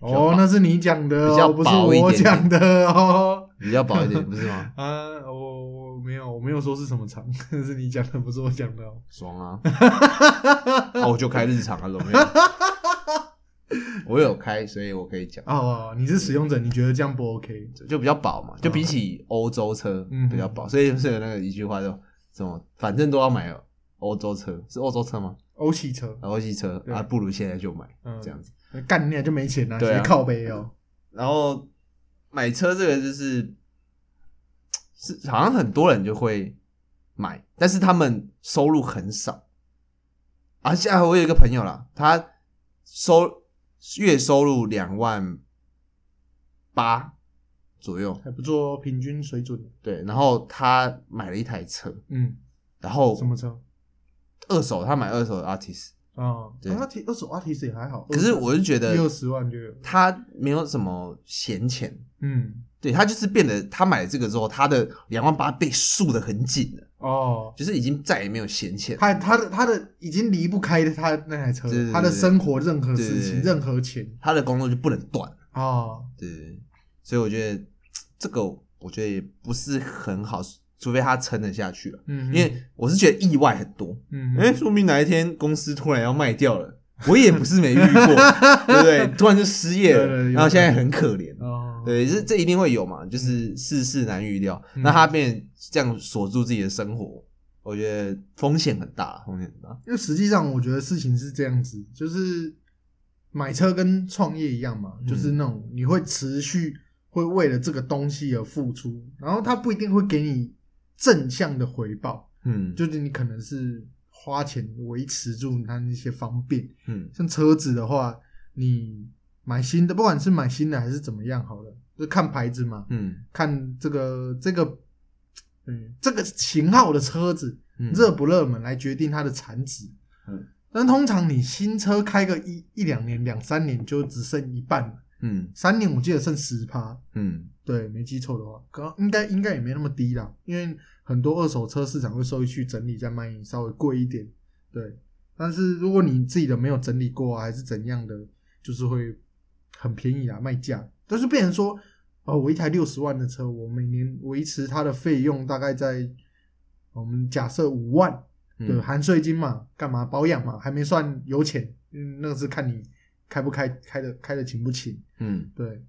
[SPEAKER 4] 较
[SPEAKER 2] 哦，
[SPEAKER 4] 薄
[SPEAKER 2] 那是你讲的
[SPEAKER 4] 比
[SPEAKER 2] 哦，
[SPEAKER 4] 较
[SPEAKER 2] 不是
[SPEAKER 4] 薄一
[SPEAKER 2] 我
[SPEAKER 4] 点点
[SPEAKER 2] 讲的哦。
[SPEAKER 4] 比较薄一 点，不是吗？
[SPEAKER 2] 啊，我我没有，我没有说是什么厂， 是你讲的，不是我讲的哦。
[SPEAKER 4] 爽 啊！啊，我就开日常啊，怎么样？我有开，所以我可以讲，
[SPEAKER 2] 哦，你是使用者，你觉得这样不 OK？
[SPEAKER 4] 就比较薄嘛，就比起欧洲车
[SPEAKER 2] 嗯
[SPEAKER 4] 比较薄，所以不是有那个一句话叫什么，反正都要买欧洲车，是欧洲车吗？
[SPEAKER 2] 欧系车，
[SPEAKER 4] 啊欧系车
[SPEAKER 2] 对
[SPEAKER 4] 啊，不如现在就买
[SPEAKER 2] 嗯，
[SPEAKER 4] 这样子。
[SPEAKER 2] 干你啊就没钱啊，
[SPEAKER 4] 对啊
[SPEAKER 2] 谁靠背哦？
[SPEAKER 4] 然后买车这个就是是好像很多人就会买，但是他们收入很少。而且我有一个朋友啦，他收月收入两万八左右，
[SPEAKER 2] 还不错哦，平均水准。
[SPEAKER 4] 对，然后他买了一台车，
[SPEAKER 2] 嗯，
[SPEAKER 4] 然后
[SPEAKER 2] 什么车？
[SPEAKER 4] 二手，他买二手的 artist，
[SPEAKER 2] 哦，
[SPEAKER 4] 对
[SPEAKER 2] 啊，提二手啊，其实也还好。
[SPEAKER 4] 可是我就觉得
[SPEAKER 2] 六十万就有，
[SPEAKER 4] 他没有什么闲钱，
[SPEAKER 2] 嗯，
[SPEAKER 4] 对他就是变得他买了这个之后，他的两万八被束得很紧了。
[SPEAKER 2] 哦，
[SPEAKER 4] 就是已经再也没有闲钱。
[SPEAKER 2] 他他的他的已经离不开他那台车
[SPEAKER 4] 对对，对
[SPEAKER 2] 他的生活任何事
[SPEAKER 4] 对
[SPEAKER 2] 情
[SPEAKER 4] 对对
[SPEAKER 2] 任何钱
[SPEAKER 4] 他的工作就不能断，
[SPEAKER 2] 哦，
[SPEAKER 4] 对，所以我觉得这个我觉得也不是很好，除非他撑得下去了。
[SPEAKER 2] 嗯哼，
[SPEAKER 4] 因为我是觉得意外很多，
[SPEAKER 2] 嗯
[SPEAKER 4] 哎、
[SPEAKER 2] 哼，
[SPEAKER 4] 说明哪一天公司突然要卖掉了，我也不是没遇过， 对不对？突然就失业
[SPEAKER 2] 对对
[SPEAKER 4] 了，
[SPEAKER 2] 对
[SPEAKER 4] 然后现在很可怜，
[SPEAKER 2] 哦，
[SPEAKER 4] 对，这这一定会有嘛，就是世事难预料。
[SPEAKER 2] 嗯
[SPEAKER 4] 那他变这样锁住自己的生活，我觉得风险很大，风险很大。
[SPEAKER 2] 因为实际上我觉得事情是这样子，就是买车跟创业一样嘛，
[SPEAKER 4] 嗯
[SPEAKER 2] 就是那种你会持续会为了这个东西而付出，然后它不一定会给你正向的回报，
[SPEAKER 4] 嗯，
[SPEAKER 2] 就是你可能是花钱维持住它那些方便，
[SPEAKER 4] 嗯
[SPEAKER 2] 像车子的话，你买新的，不管是买新的还是怎么样，好了，就看牌子嘛，
[SPEAKER 4] 嗯
[SPEAKER 2] 看这个这个，嗯，这个型号的车子
[SPEAKER 4] 嗯，
[SPEAKER 2] 热不热门来决定它的产值。
[SPEAKER 4] 嗯，
[SPEAKER 2] 但通常你新车开个一一两年、两三年就只剩一半了，
[SPEAKER 4] 嗯
[SPEAKER 2] 三年我记得剩十趴，
[SPEAKER 4] 嗯
[SPEAKER 2] 对，没记错的话，刚应该应该也没那么低啦，因为很多二手车市场会收回去整理再卖你，稍微贵一点。对，但是如果你自己的没有整理过啊，还是怎样的，就是会很便宜啊，卖价。但是变成说，哦，我一台六十万的车，我每年维持它的费用大概在我们假设五万，
[SPEAKER 4] 嗯，
[SPEAKER 2] 对，含税金嘛，干嘛保养嘛，还没算油钱，嗯，那个是看你开不开，开的开的勤不勤。
[SPEAKER 4] 嗯
[SPEAKER 2] 对，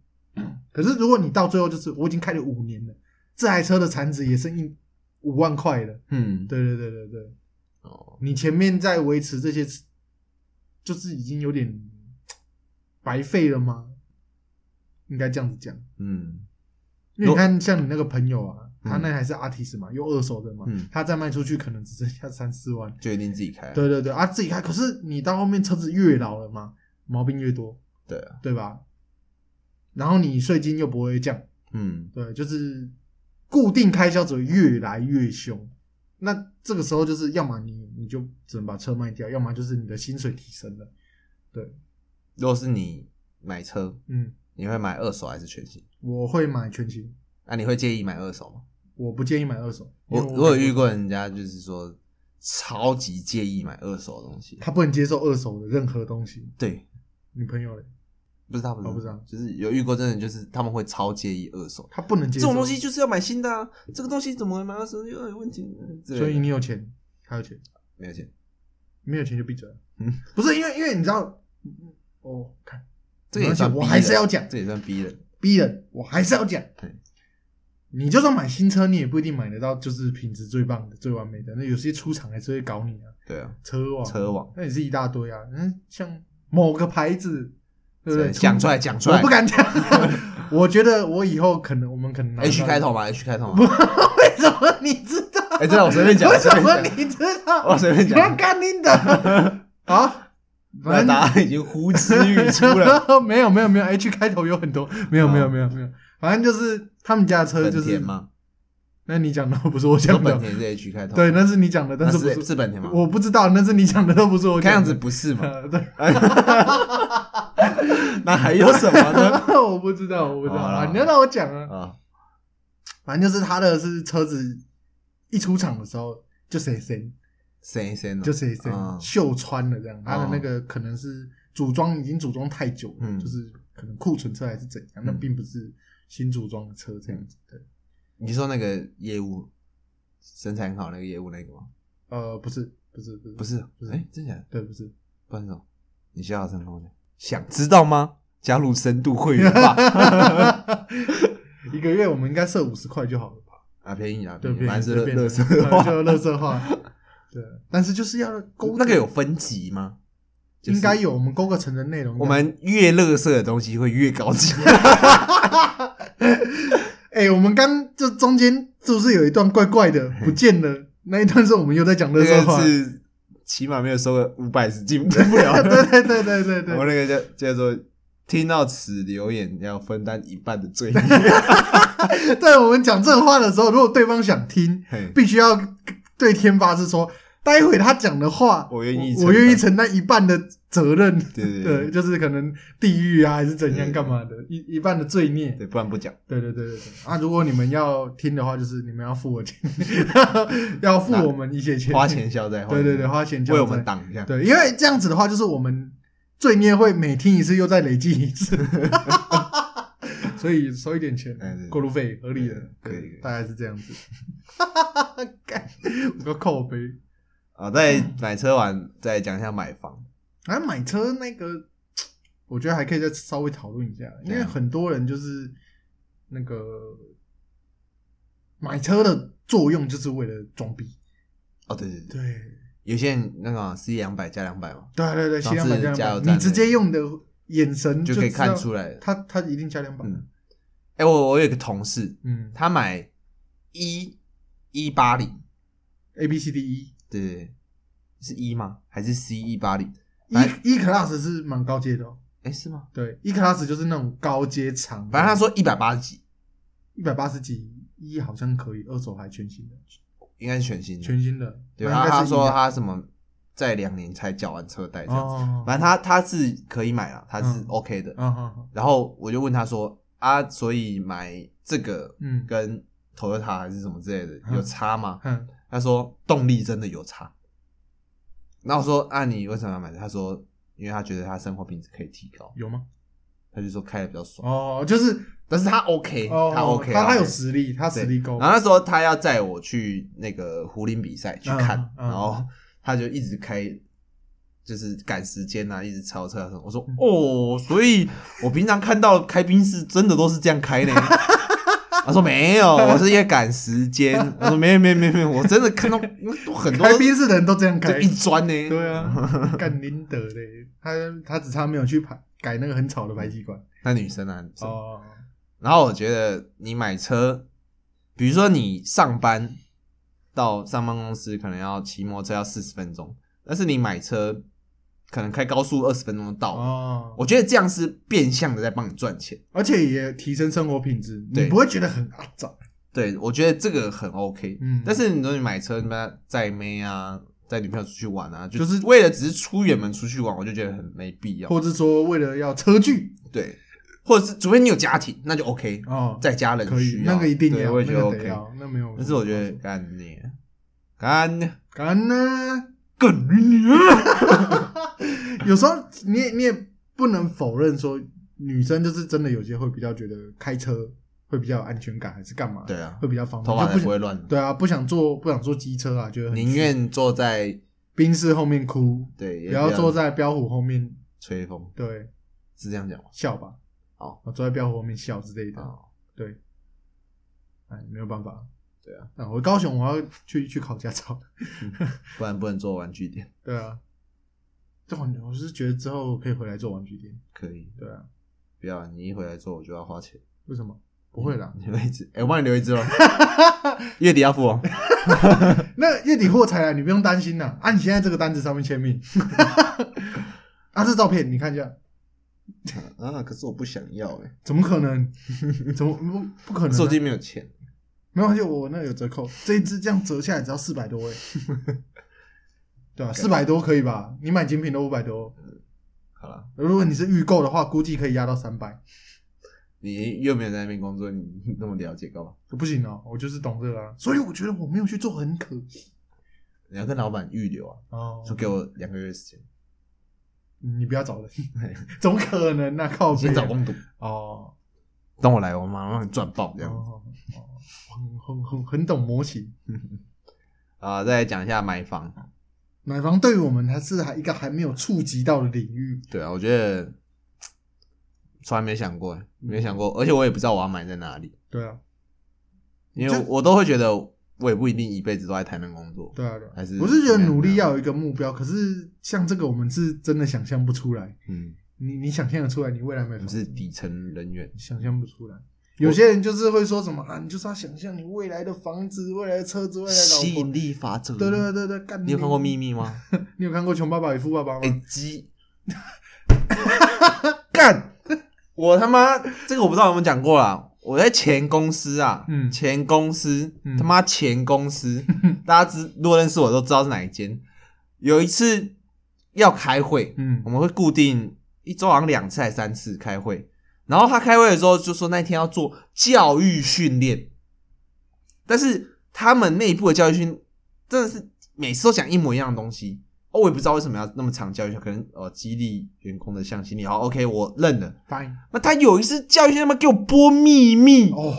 [SPEAKER 2] 可是如果你到最后就是我已经开了五年了，这台车的产值也剩一五万块了。
[SPEAKER 4] 嗯，
[SPEAKER 2] 对对对对对，
[SPEAKER 4] 哦，
[SPEAKER 2] 你前面在维持这些，就是已经有点白费了吗？应该这样子讲，
[SPEAKER 4] 嗯
[SPEAKER 2] 因为你看像你那个朋友啊，
[SPEAKER 4] 嗯
[SPEAKER 2] 他那台是 artist 嘛，又二手的嘛，
[SPEAKER 4] 嗯
[SPEAKER 2] 他再卖出去可能只剩下三四万。
[SPEAKER 4] 决定自己开，
[SPEAKER 2] 对对对，啊自己开，可是你到后面车子越老了嘛，毛病越多，
[SPEAKER 4] 对啊，
[SPEAKER 2] 对吧？然后你税金又不会降。
[SPEAKER 4] 嗯
[SPEAKER 2] 对，就是固定开销只会越来越凶。那这个时候就是，要么你你就只能把车卖掉，要么就是你的薪水提升了。
[SPEAKER 4] 如果是你买车，
[SPEAKER 2] 嗯，
[SPEAKER 4] 你会买二手还是全新？
[SPEAKER 2] 我会买全新，
[SPEAKER 4] 那、你会介意买二手吗？
[SPEAKER 2] 我不建议买二手。因
[SPEAKER 4] 我
[SPEAKER 2] 为
[SPEAKER 4] 我有遇过人家就是说超级介意买二手的东西，
[SPEAKER 2] 他不能接受二手的任何东西。
[SPEAKER 4] 对，
[SPEAKER 2] 女朋友嘞，
[SPEAKER 4] 不是他们，
[SPEAKER 2] 哦不是啊
[SPEAKER 4] 就是有遇过真的就是他们会超介意二手，
[SPEAKER 2] 他不能接
[SPEAKER 4] 这
[SPEAKER 2] 受
[SPEAKER 4] 种东西，就是要买新的啊，这个东西怎么会买二手哎又有问题？之类的
[SPEAKER 2] 所以你有钱，他有钱，
[SPEAKER 4] 没有钱，
[SPEAKER 2] 没有钱就闭嘴。
[SPEAKER 4] 嗯，
[SPEAKER 2] 不是因为因为你知道，嗯哦，看
[SPEAKER 4] 这个也
[SPEAKER 2] 没关
[SPEAKER 4] 算
[SPEAKER 2] 系
[SPEAKER 4] 逼
[SPEAKER 2] 我
[SPEAKER 4] 人
[SPEAKER 2] 还是要讲
[SPEAKER 4] 这也算逼人，
[SPEAKER 2] 逼人，我还是要讲
[SPEAKER 4] 对。
[SPEAKER 2] 你就算买新车，你也不一定买得到，就是品质最棒的、最完美的。那有些出厂还是会搞你啊。
[SPEAKER 4] 对啊，
[SPEAKER 2] 车网，
[SPEAKER 4] 车网
[SPEAKER 2] 那也是一大堆啊。嗯，像某个牌子，对不对？
[SPEAKER 4] 讲出来讲出来
[SPEAKER 2] 我不敢讲。 我觉得我以后可能我们可能拿到
[SPEAKER 4] ，H 哎开头，嘛，H 开头嘛，
[SPEAKER 2] 为什么你知道？
[SPEAKER 4] 哎，真的我随便讲，
[SPEAKER 2] 为什么
[SPEAKER 4] 我随便
[SPEAKER 2] 你知
[SPEAKER 4] 讲
[SPEAKER 2] 道？
[SPEAKER 4] 我随便
[SPEAKER 2] 不要
[SPEAKER 4] 讲，
[SPEAKER 2] 干你 的啊！
[SPEAKER 4] 那答案已经呼之欲出 了，
[SPEAKER 2] 没有没有没有，H 开头有很多，没有
[SPEAKER 4] 哦
[SPEAKER 2] 没有没有没有，反正就是他们家的车
[SPEAKER 4] 本
[SPEAKER 2] 就是
[SPEAKER 4] 田。嘛，
[SPEAKER 2] 那你讲的不是我
[SPEAKER 4] 说
[SPEAKER 2] 讲
[SPEAKER 4] 本
[SPEAKER 2] 的，
[SPEAKER 4] 田是 H 开头，
[SPEAKER 2] 对，，那是你讲的，但
[SPEAKER 4] 那
[SPEAKER 2] 是不
[SPEAKER 4] 是是本田吗？
[SPEAKER 2] 我不知道，那是你讲的，都不是我
[SPEAKER 4] 看
[SPEAKER 2] 讲
[SPEAKER 4] 样
[SPEAKER 2] 的
[SPEAKER 4] 子。不是 嘛，
[SPEAKER 2] 呃，对，
[SPEAKER 4] 那还有什么 呢？
[SPEAKER 2] 我不知道，我不知道
[SPEAKER 4] 好啦
[SPEAKER 2] 啊！你要让我讲啊，
[SPEAKER 4] 啊，
[SPEAKER 2] 反正就是他的是车子一出厂的时候就谁谁
[SPEAKER 4] 谁谁呢？
[SPEAKER 2] 就谁谁
[SPEAKER 4] 啊
[SPEAKER 2] 秀穿了这样，他的
[SPEAKER 4] 哦
[SPEAKER 2] 那个可能是组装已经组装太久了，
[SPEAKER 4] 嗯
[SPEAKER 2] 就是可能库存车还是怎样，那
[SPEAKER 4] 嗯
[SPEAKER 2] 并不是新组装的车这样子。对，
[SPEAKER 4] 你说那个业务身材很好那个业务那个吗？
[SPEAKER 2] 呃，不是，不是，不是，
[SPEAKER 4] 不，是，
[SPEAKER 2] 不是
[SPEAKER 4] 哎，真假的？
[SPEAKER 2] 对，不 是，
[SPEAKER 4] 不然是什么？哦你需要成功的，想知道吗？加入深度会 员吧，
[SPEAKER 2] 一个月我们应该设五十块就好了吧？
[SPEAKER 4] 啊，便宜啊，
[SPEAKER 2] 对，
[SPEAKER 4] 便
[SPEAKER 2] 便宜
[SPEAKER 4] 宜，反正
[SPEAKER 2] 随
[SPEAKER 4] 是
[SPEAKER 2] 便
[SPEAKER 4] 乐色
[SPEAKER 2] 对
[SPEAKER 4] 话。
[SPEAKER 2] 就乐色 化。对，但是就是要勾
[SPEAKER 4] 那个有分级吗？就是
[SPEAKER 2] 应该有，我们勾个成人内容。
[SPEAKER 4] 我们越乐色的东西会越高 级，
[SPEAKER 2] 哎、我们刚就中间是不是有一段怪怪的不见了？那一段是我们又在讲乐
[SPEAKER 4] 那
[SPEAKER 2] 色话
[SPEAKER 4] 个。是起码没有收个五百是进步不了的。
[SPEAKER 2] 对对对对对
[SPEAKER 4] 我
[SPEAKER 2] 对，
[SPEAKER 4] 那个叫叫做听到此留言要分担一半的 罪孽。
[SPEAKER 2] 对我们讲这种话的时候，如果对方想听，
[SPEAKER 4] 嘿
[SPEAKER 2] 必须要对天发誓说，待会他讲的话，
[SPEAKER 4] 我愿意
[SPEAKER 2] 我我愿意
[SPEAKER 4] 承
[SPEAKER 2] 承担一半的责任。
[SPEAKER 4] 对对
[SPEAKER 2] 对，
[SPEAKER 4] 对
[SPEAKER 2] 就是可能地狱啊，还是怎样
[SPEAKER 4] 对
[SPEAKER 2] 干嘛的，一一半的罪孽。
[SPEAKER 4] 对，不然不讲。
[SPEAKER 2] 对对对对对。啊，如果你们要听的话，就是你们要付我钱， 要付我们一些钱，
[SPEAKER 4] 花钱。消灾，花
[SPEAKER 2] 对
[SPEAKER 4] 钱
[SPEAKER 2] 对对，花钱交
[SPEAKER 4] 为
[SPEAKER 2] 代
[SPEAKER 4] 我们挡一下。
[SPEAKER 2] 对，因为这样子的话，就是我们罪孽会每听一次又再累积一次， 所以收一点钱
[SPEAKER 4] 哎对，
[SPEAKER 2] 过路费合理的，
[SPEAKER 4] 可以可以
[SPEAKER 2] 对大概是这样子。 干，我个靠背。
[SPEAKER 4] 啊，在买车完再讲一下买房，
[SPEAKER 2] 然后买车那个，我觉得还可以再稍微讨论一下，因为很多人就是那个买车的作用就是为了装逼。
[SPEAKER 4] 哦对对对，
[SPEAKER 2] 对，
[SPEAKER 4] 有些人那个 C 两百加两百嘛，
[SPEAKER 2] 对对对，限量
[SPEAKER 4] 上
[SPEAKER 2] 版
[SPEAKER 4] 次
[SPEAKER 2] 加
[SPEAKER 4] 加油
[SPEAKER 2] 两
[SPEAKER 4] 站
[SPEAKER 2] 百，你直接用你的眼神
[SPEAKER 4] 就可以看出
[SPEAKER 2] 来，
[SPEAKER 4] 来。
[SPEAKER 2] 他他一定加两百。
[SPEAKER 4] 嗯，哎、我我有一个同事，
[SPEAKER 2] 嗯
[SPEAKER 4] 他买一一八零，
[SPEAKER 2] ，A B C D E
[SPEAKER 4] 对对对，是一吗？还是 C 一八零？反正
[SPEAKER 2] E E class 是蛮高阶的、哦，
[SPEAKER 4] 哎、是吗？
[SPEAKER 2] 对，E class 就是那种高阶长的，
[SPEAKER 4] 反正他说一百八十几，
[SPEAKER 2] 一百八十几一好像可以，二手还全新的，
[SPEAKER 4] 应该是全新的。
[SPEAKER 2] 全新的，
[SPEAKER 4] 嗯对，
[SPEAKER 2] 那应
[SPEAKER 4] 他
[SPEAKER 2] 该是
[SPEAKER 4] 他说
[SPEAKER 2] 一样
[SPEAKER 4] 他什么在两年才缴完车贷这样子，
[SPEAKER 2] 哦，
[SPEAKER 4] 反正他他是可以买了，他是
[SPEAKER 2] 嗯
[SPEAKER 4] OK 的。
[SPEAKER 2] 啊好好，
[SPEAKER 4] 然后我就问他说啊，所以买这个
[SPEAKER 2] 嗯
[SPEAKER 4] 跟 Toyota 还是什么之类的
[SPEAKER 2] 嗯
[SPEAKER 4] 有差吗？
[SPEAKER 2] 嗯
[SPEAKER 4] 他说动力真的有差。然后我说啊，你为什么要买这个？他说因为他觉得他生活品质可以提高，
[SPEAKER 2] 有吗？
[SPEAKER 4] 他就说开的比较爽。
[SPEAKER 2] 哦，就是
[SPEAKER 4] 但是他 OK，、
[SPEAKER 2] 哦，
[SPEAKER 4] 他 OK，
[SPEAKER 2] 他他有
[SPEAKER 4] OK
[SPEAKER 2] 实哦力，他
[SPEAKER 4] 对
[SPEAKER 2] 实力够
[SPEAKER 4] 然，后那时候他要载我去那个胡林比赛去看，
[SPEAKER 2] 嗯嗯
[SPEAKER 4] 然后他就一直开，就是赶时间啊，一直超车啊什么。我说
[SPEAKER 2] 嗯
[SPEAKER 4] 哦，所以我平常看到开宾士真的都是这样开呢。 他说没有，我是因为赶时间。我说没有没有没有没有，我真的看到很多
[SPEAKER 2] 开宾士的人都这样
[SPEAKER 4] 就
[SPEAKER 2] 开
[SPEAKER 4] 一，钻呢。
[SPEAKER 2] 对啊，干林德嘞，他他只差没有去排改那个很吵的排气管
[SPEAKER 4] 那女生啊，女生。
[SPEAKER 2] 哦，
[SPEAKER 4] 然后我觉得你买车，比如说你上班到上班公司可能要骑摩托车要四十分钟，但是你买车可能开高速二十分钟就到了。
[SPEAKER 2] 哦，
[SPEAKER 4] 我觉得这样是变相的在帮你赚钱。
[SPEAKER 2] 而且也提升生活品质，
[SPEAKER 4] 对
[SPEAKER 2] 你不会觉得很阿杂，
[SPEAKER 4] 对，我觉得这个很 OK。
[SPEAKER 2] 嗯
[SPEAKER 4] 但是你说你买车，你妈载妹啊，载女朋友出去玩啊，就
[SPEAKER 2] 就是
[SPEAKER 4] 为了只是出远门出去玩，我就觉得很没必要。
[SPEAKER 2] 或者说为了要车距
[SPEAKER 4] 对，或者是除非你有家庭，那就 OK，
[SPEAKER 2] 哦，
[SPEAKER 4] 在家人
[SPEAKER 2] 可以
[SPEAKER 4] 需，要
[SPEAKER 2] 那个一定
[SPEAKER 4] 对
[SPEAKER 2] 要，
[SPEAKER 4] 我也
[SPEAKER 2] 那
[SPEAKER 4] 觉得
[SPEAKER 2] 个
[SPEAKER 4] OK
[SPEAKER 2] 得。要，那没有，
[SPEAKER 4] 但是我觉得干你啊，干你啊
[SPEAKER 2] 干呢。
[SPEAKER 4] 干你啊！
[SPEAKER 2] 有时候你也你也不能否认说，女生就是真的有些会比较觉得开车会比较有安全感，还是干嘛？
[SPEAKER 4] 对啊
[SPEAKER 2] 会比较方便，
[SPEAKER 4] 头发
[SPEAKER 2] 哦就
[SPEAKER 4] 才
[SPEAKER 2] 不
[SPEAKER 4] 不
[SPEAKER 2] 想
[SPEAKER 4] 会乱，
[SPEAKER 2] 对啊，不想坐不想坐机车啊，觉得很
[SPEAKER 4] 宁愿坐在
[SPEAKER 2] 宾士后面哭，
[SPEAKER 4] 对，也
[SPEAKER 2] 不要坐在标虎后面
[SPEAKER 4] 吹风，
[SPEAKER 2] 对
[SPEAKER 4] 是这样讲吗？
[SPEAKER 2] 笑吧。哦
[SPEAKER 4] 好，
[SPEAKER 2] 坐在标虎后面笑之类的，
[SPEAKER 4] 哦，
[SPEAKER 2] 对，哎，没有办法。
[SPEAKER 4] 对啊，
[SPEAKER 2] 我高雄我要去去考驾照。
[SPEAKER 4] 不然不能做玩具店，
[SPEAKER 2] 对啊，这我我是觉得之后可以回来做玩具店。
[SPEAKER 4] 可以，
[SPEAKER 2] 对啊，
[SPEAKER 4] 不要你一回来做我就要花钱，
[SPEAKER 2] 为什么？不会啦，
[SPEAKER 4] 留一只，哎，我帮你留一只 咯，月底要付哦，
[SPEAKER 2] 那月底货才来，你不用担心啦。按、你现在这个单子上面签名。 啊，这照片你看一下，
[SPEAKER 4] 啊，可是我不想要哎，
[SPEAKER 2] 怎么可能？怎么不不可能、
[SPEAKER 4] 手
[SPEAKER 2] 啊
[SPEAKER 4] 机？没有钱，
[SPEAKER 2] 没关系，我那个有折扣，这一支这样折下来只要四百 多哎。对啊，四百多可以吧？你买精品都五百多，
[SPEAKER 4] 好了，
[SPEAKER 2] 如果你是预购的话，估计可以压到三百。
[SPEAKER 4] 你又没有在那边工作，你那么了解干嘛？
[SPEAKER 2] 不行哦，我就是懂这个啊，所以我觉得我没有去做很可惜
[SPEAKER 4] 你要跟老板预留啊，
[SPEAKER 2] 哦
[SPEAKER 4] 说给我两个月时间，
[SPEAKER 2] 你不要找人， 怎么可能呢、啊？靠背
[SPEAKER 4] 先
[SPEAKER 2] 啊，
[SPEAKER 4] 找工读，
[SPEAKER 2] 哦，
[SPEAKER 4] 等我来，我马上让你赚爆
[SPEAKER 2] 这
[SPEAKER 4] 这 样。
[SPEAKER 2] 哦，哦很很很很懂模型。
[SPEAKER 4] 啊，再来讲一下买房，
[SPEAKER 2] 买房对于我们还是还一个还没有触及到的领域，
[SPEAKER 4] 对啊，我觉得从来没想过，没想
[SPEAKER 2] 嗯
[SPEAKER 4] 过，而且我也不知道我要买在哪里，
[SPEAKER 2] 对啊，
[SPEAKER 4] 因为
[SPEAKER 2] 就
[SPEAKER 4] 我都会觉得我也不一定一辈子都在台南工作。
[SPEAKER 2] 对啊，对啊
[SPEAKER 4] 还是
[SPEAKER 2] 我是觉得努力要有一个目标，可是像这个我们是真的想象不出来，
[SPEAKER 4] 嗯，
[SPEAKER 2] 你你想象得出来，你未来买
[SPEAKER 4] 我
[SPEAKER 2] 房
[SPEAKER 4] 们是底层人员，
[SPEAKER 2] 想象不出来。有些人就是会说什么啊，你就是要想象你未来的房子、未来的车子、未来的
[SPEAKER 4] 吸
[SPEAKER 2] 老
[SPEAKER 4] 引
[SPEAKER 2] 婆。
[SPEAKER 4] 力法则。
[SPEAKER 2] 对对对对，干！
[SPEAKER 4] 你有看过《秘？密》吗？
[SPEAKER 2] 你有看过《穷爸爸与富爸爸》
[SPEAKER 4] 哎
[SPEAKER 2] 吗？，
[SPEAKER 4] 鸡， 干！我他妈这个我不知道有没有讲过啦。我在前公司啊，
[SPEAKER 2] 嗯
[SPEAKER 4] 前公司
[SPEAKER 2] 嗯
[SPEAKER 4] 他妈前 公司，大家知如果认识我都知道是哪一间。有一次要开会，
[SPEAKER 2] 嗯
[SPEAKER 4] 我们会固定一周好像两次还三次开会。然后他开会的时候就说那天要做教育训练，但是他们内部的教育训真的是每次都讲一模一样的东西。哦，我也不知道为什么要那么长教育训练，可能呃激励员工的向心力。好，OK，我认了。
[SPEAKER 2] ，fine，
[SPEAKER 4] 那他有一次教育训练他妈给我播秘密，
[SPEAKER 2] 哦，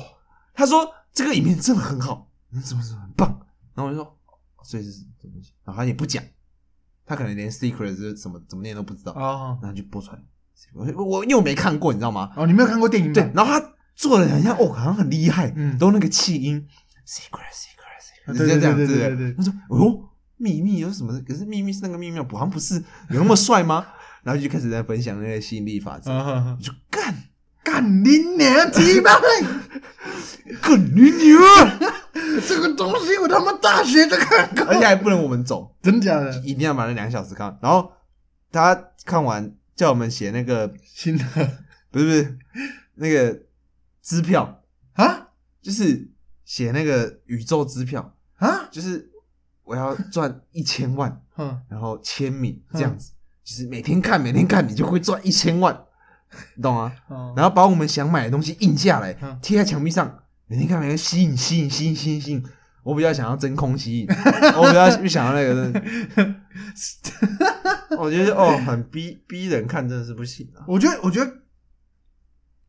[SPEAKER 4] 他说这个影片真的很好，嗯什么什么很棒。然后我就说，哦所以是什么东西？然后他也不讲，他可能连 secret 是什么怎么念都不知道，
[SPEAKER 2] 哦，
[SPEAKER 4] 然后就播出来。我我因为我没看过，你知道吗？
[SPEAKER 2] 哦，你没有看过电影
[SPEAKER 4] 对
[SPEAKER 2] 版，？
[SPEAKER 4] 然后他做的很像，哦，好像很厉害，
[SPEAKER 2] 嗯
[SPEAKER 4] 都那个气音，secret secret
[SPEAKER 2] 啊
[SPEAKER 4] secret，
[SPEAKER 2] 对
[SPEAKER 4] 这样
[SPEAKER 2] 对
[SPEAKER 4] 这
[SPEAKER 2] 对
[SPEAKER 4] 样
[SPEAKER 2] 对对
[SPEAKER 4] 他说，哦，秘密有什么？可是秘密是那个秘密吗，我好像不是有那么帅吗？ 然后就开始在分享那个吸引力法则，
[SPEAKER 2] 啊，
[SPEAKER 4] 我就干
[SPEAKER 2] 干你娘鸡巴！
[SPEAKER 4] 干你女儿，
[SPEAKER 2] 这个东西我他妈大学就看过，
[SPEAKER 4] 而且还不能我们走，
[SPEAKER 2] 真假的？
[SPEAKER 4] 一定要把那两个小时看完。然后他看完叫我们写那个
[SPEAKER 2] 新的
[SPEAKER 4] 不是不是那个支票，
[SPEAKER 2] 啊
[SPEAKER 4] 就是写那个宇宙支票，
[SPEAKER 2] 啊，
[SPEAKER 4] 就是我要赚一千万。
[SPEAKER 2] 嗯，
[SPEAKER 4] 然后签名这样子，就是每天看每天看，你就会赚一千万，你懂吗？
[SPEAKER 2] 然
[SPEAKER 4] 然后把我们想买的东西印下来
[SPEAKER 2] 嗯，
[SPEAKER 4] 贴在墙壁上，每天看每天吸引吸引吸引吸引吸引。我比较想要真空吸引，我比较想要那个真的，我觉得哦，很逼逼人看真的是不行啊。
[SPEAKER 2] 我觉得，我觉得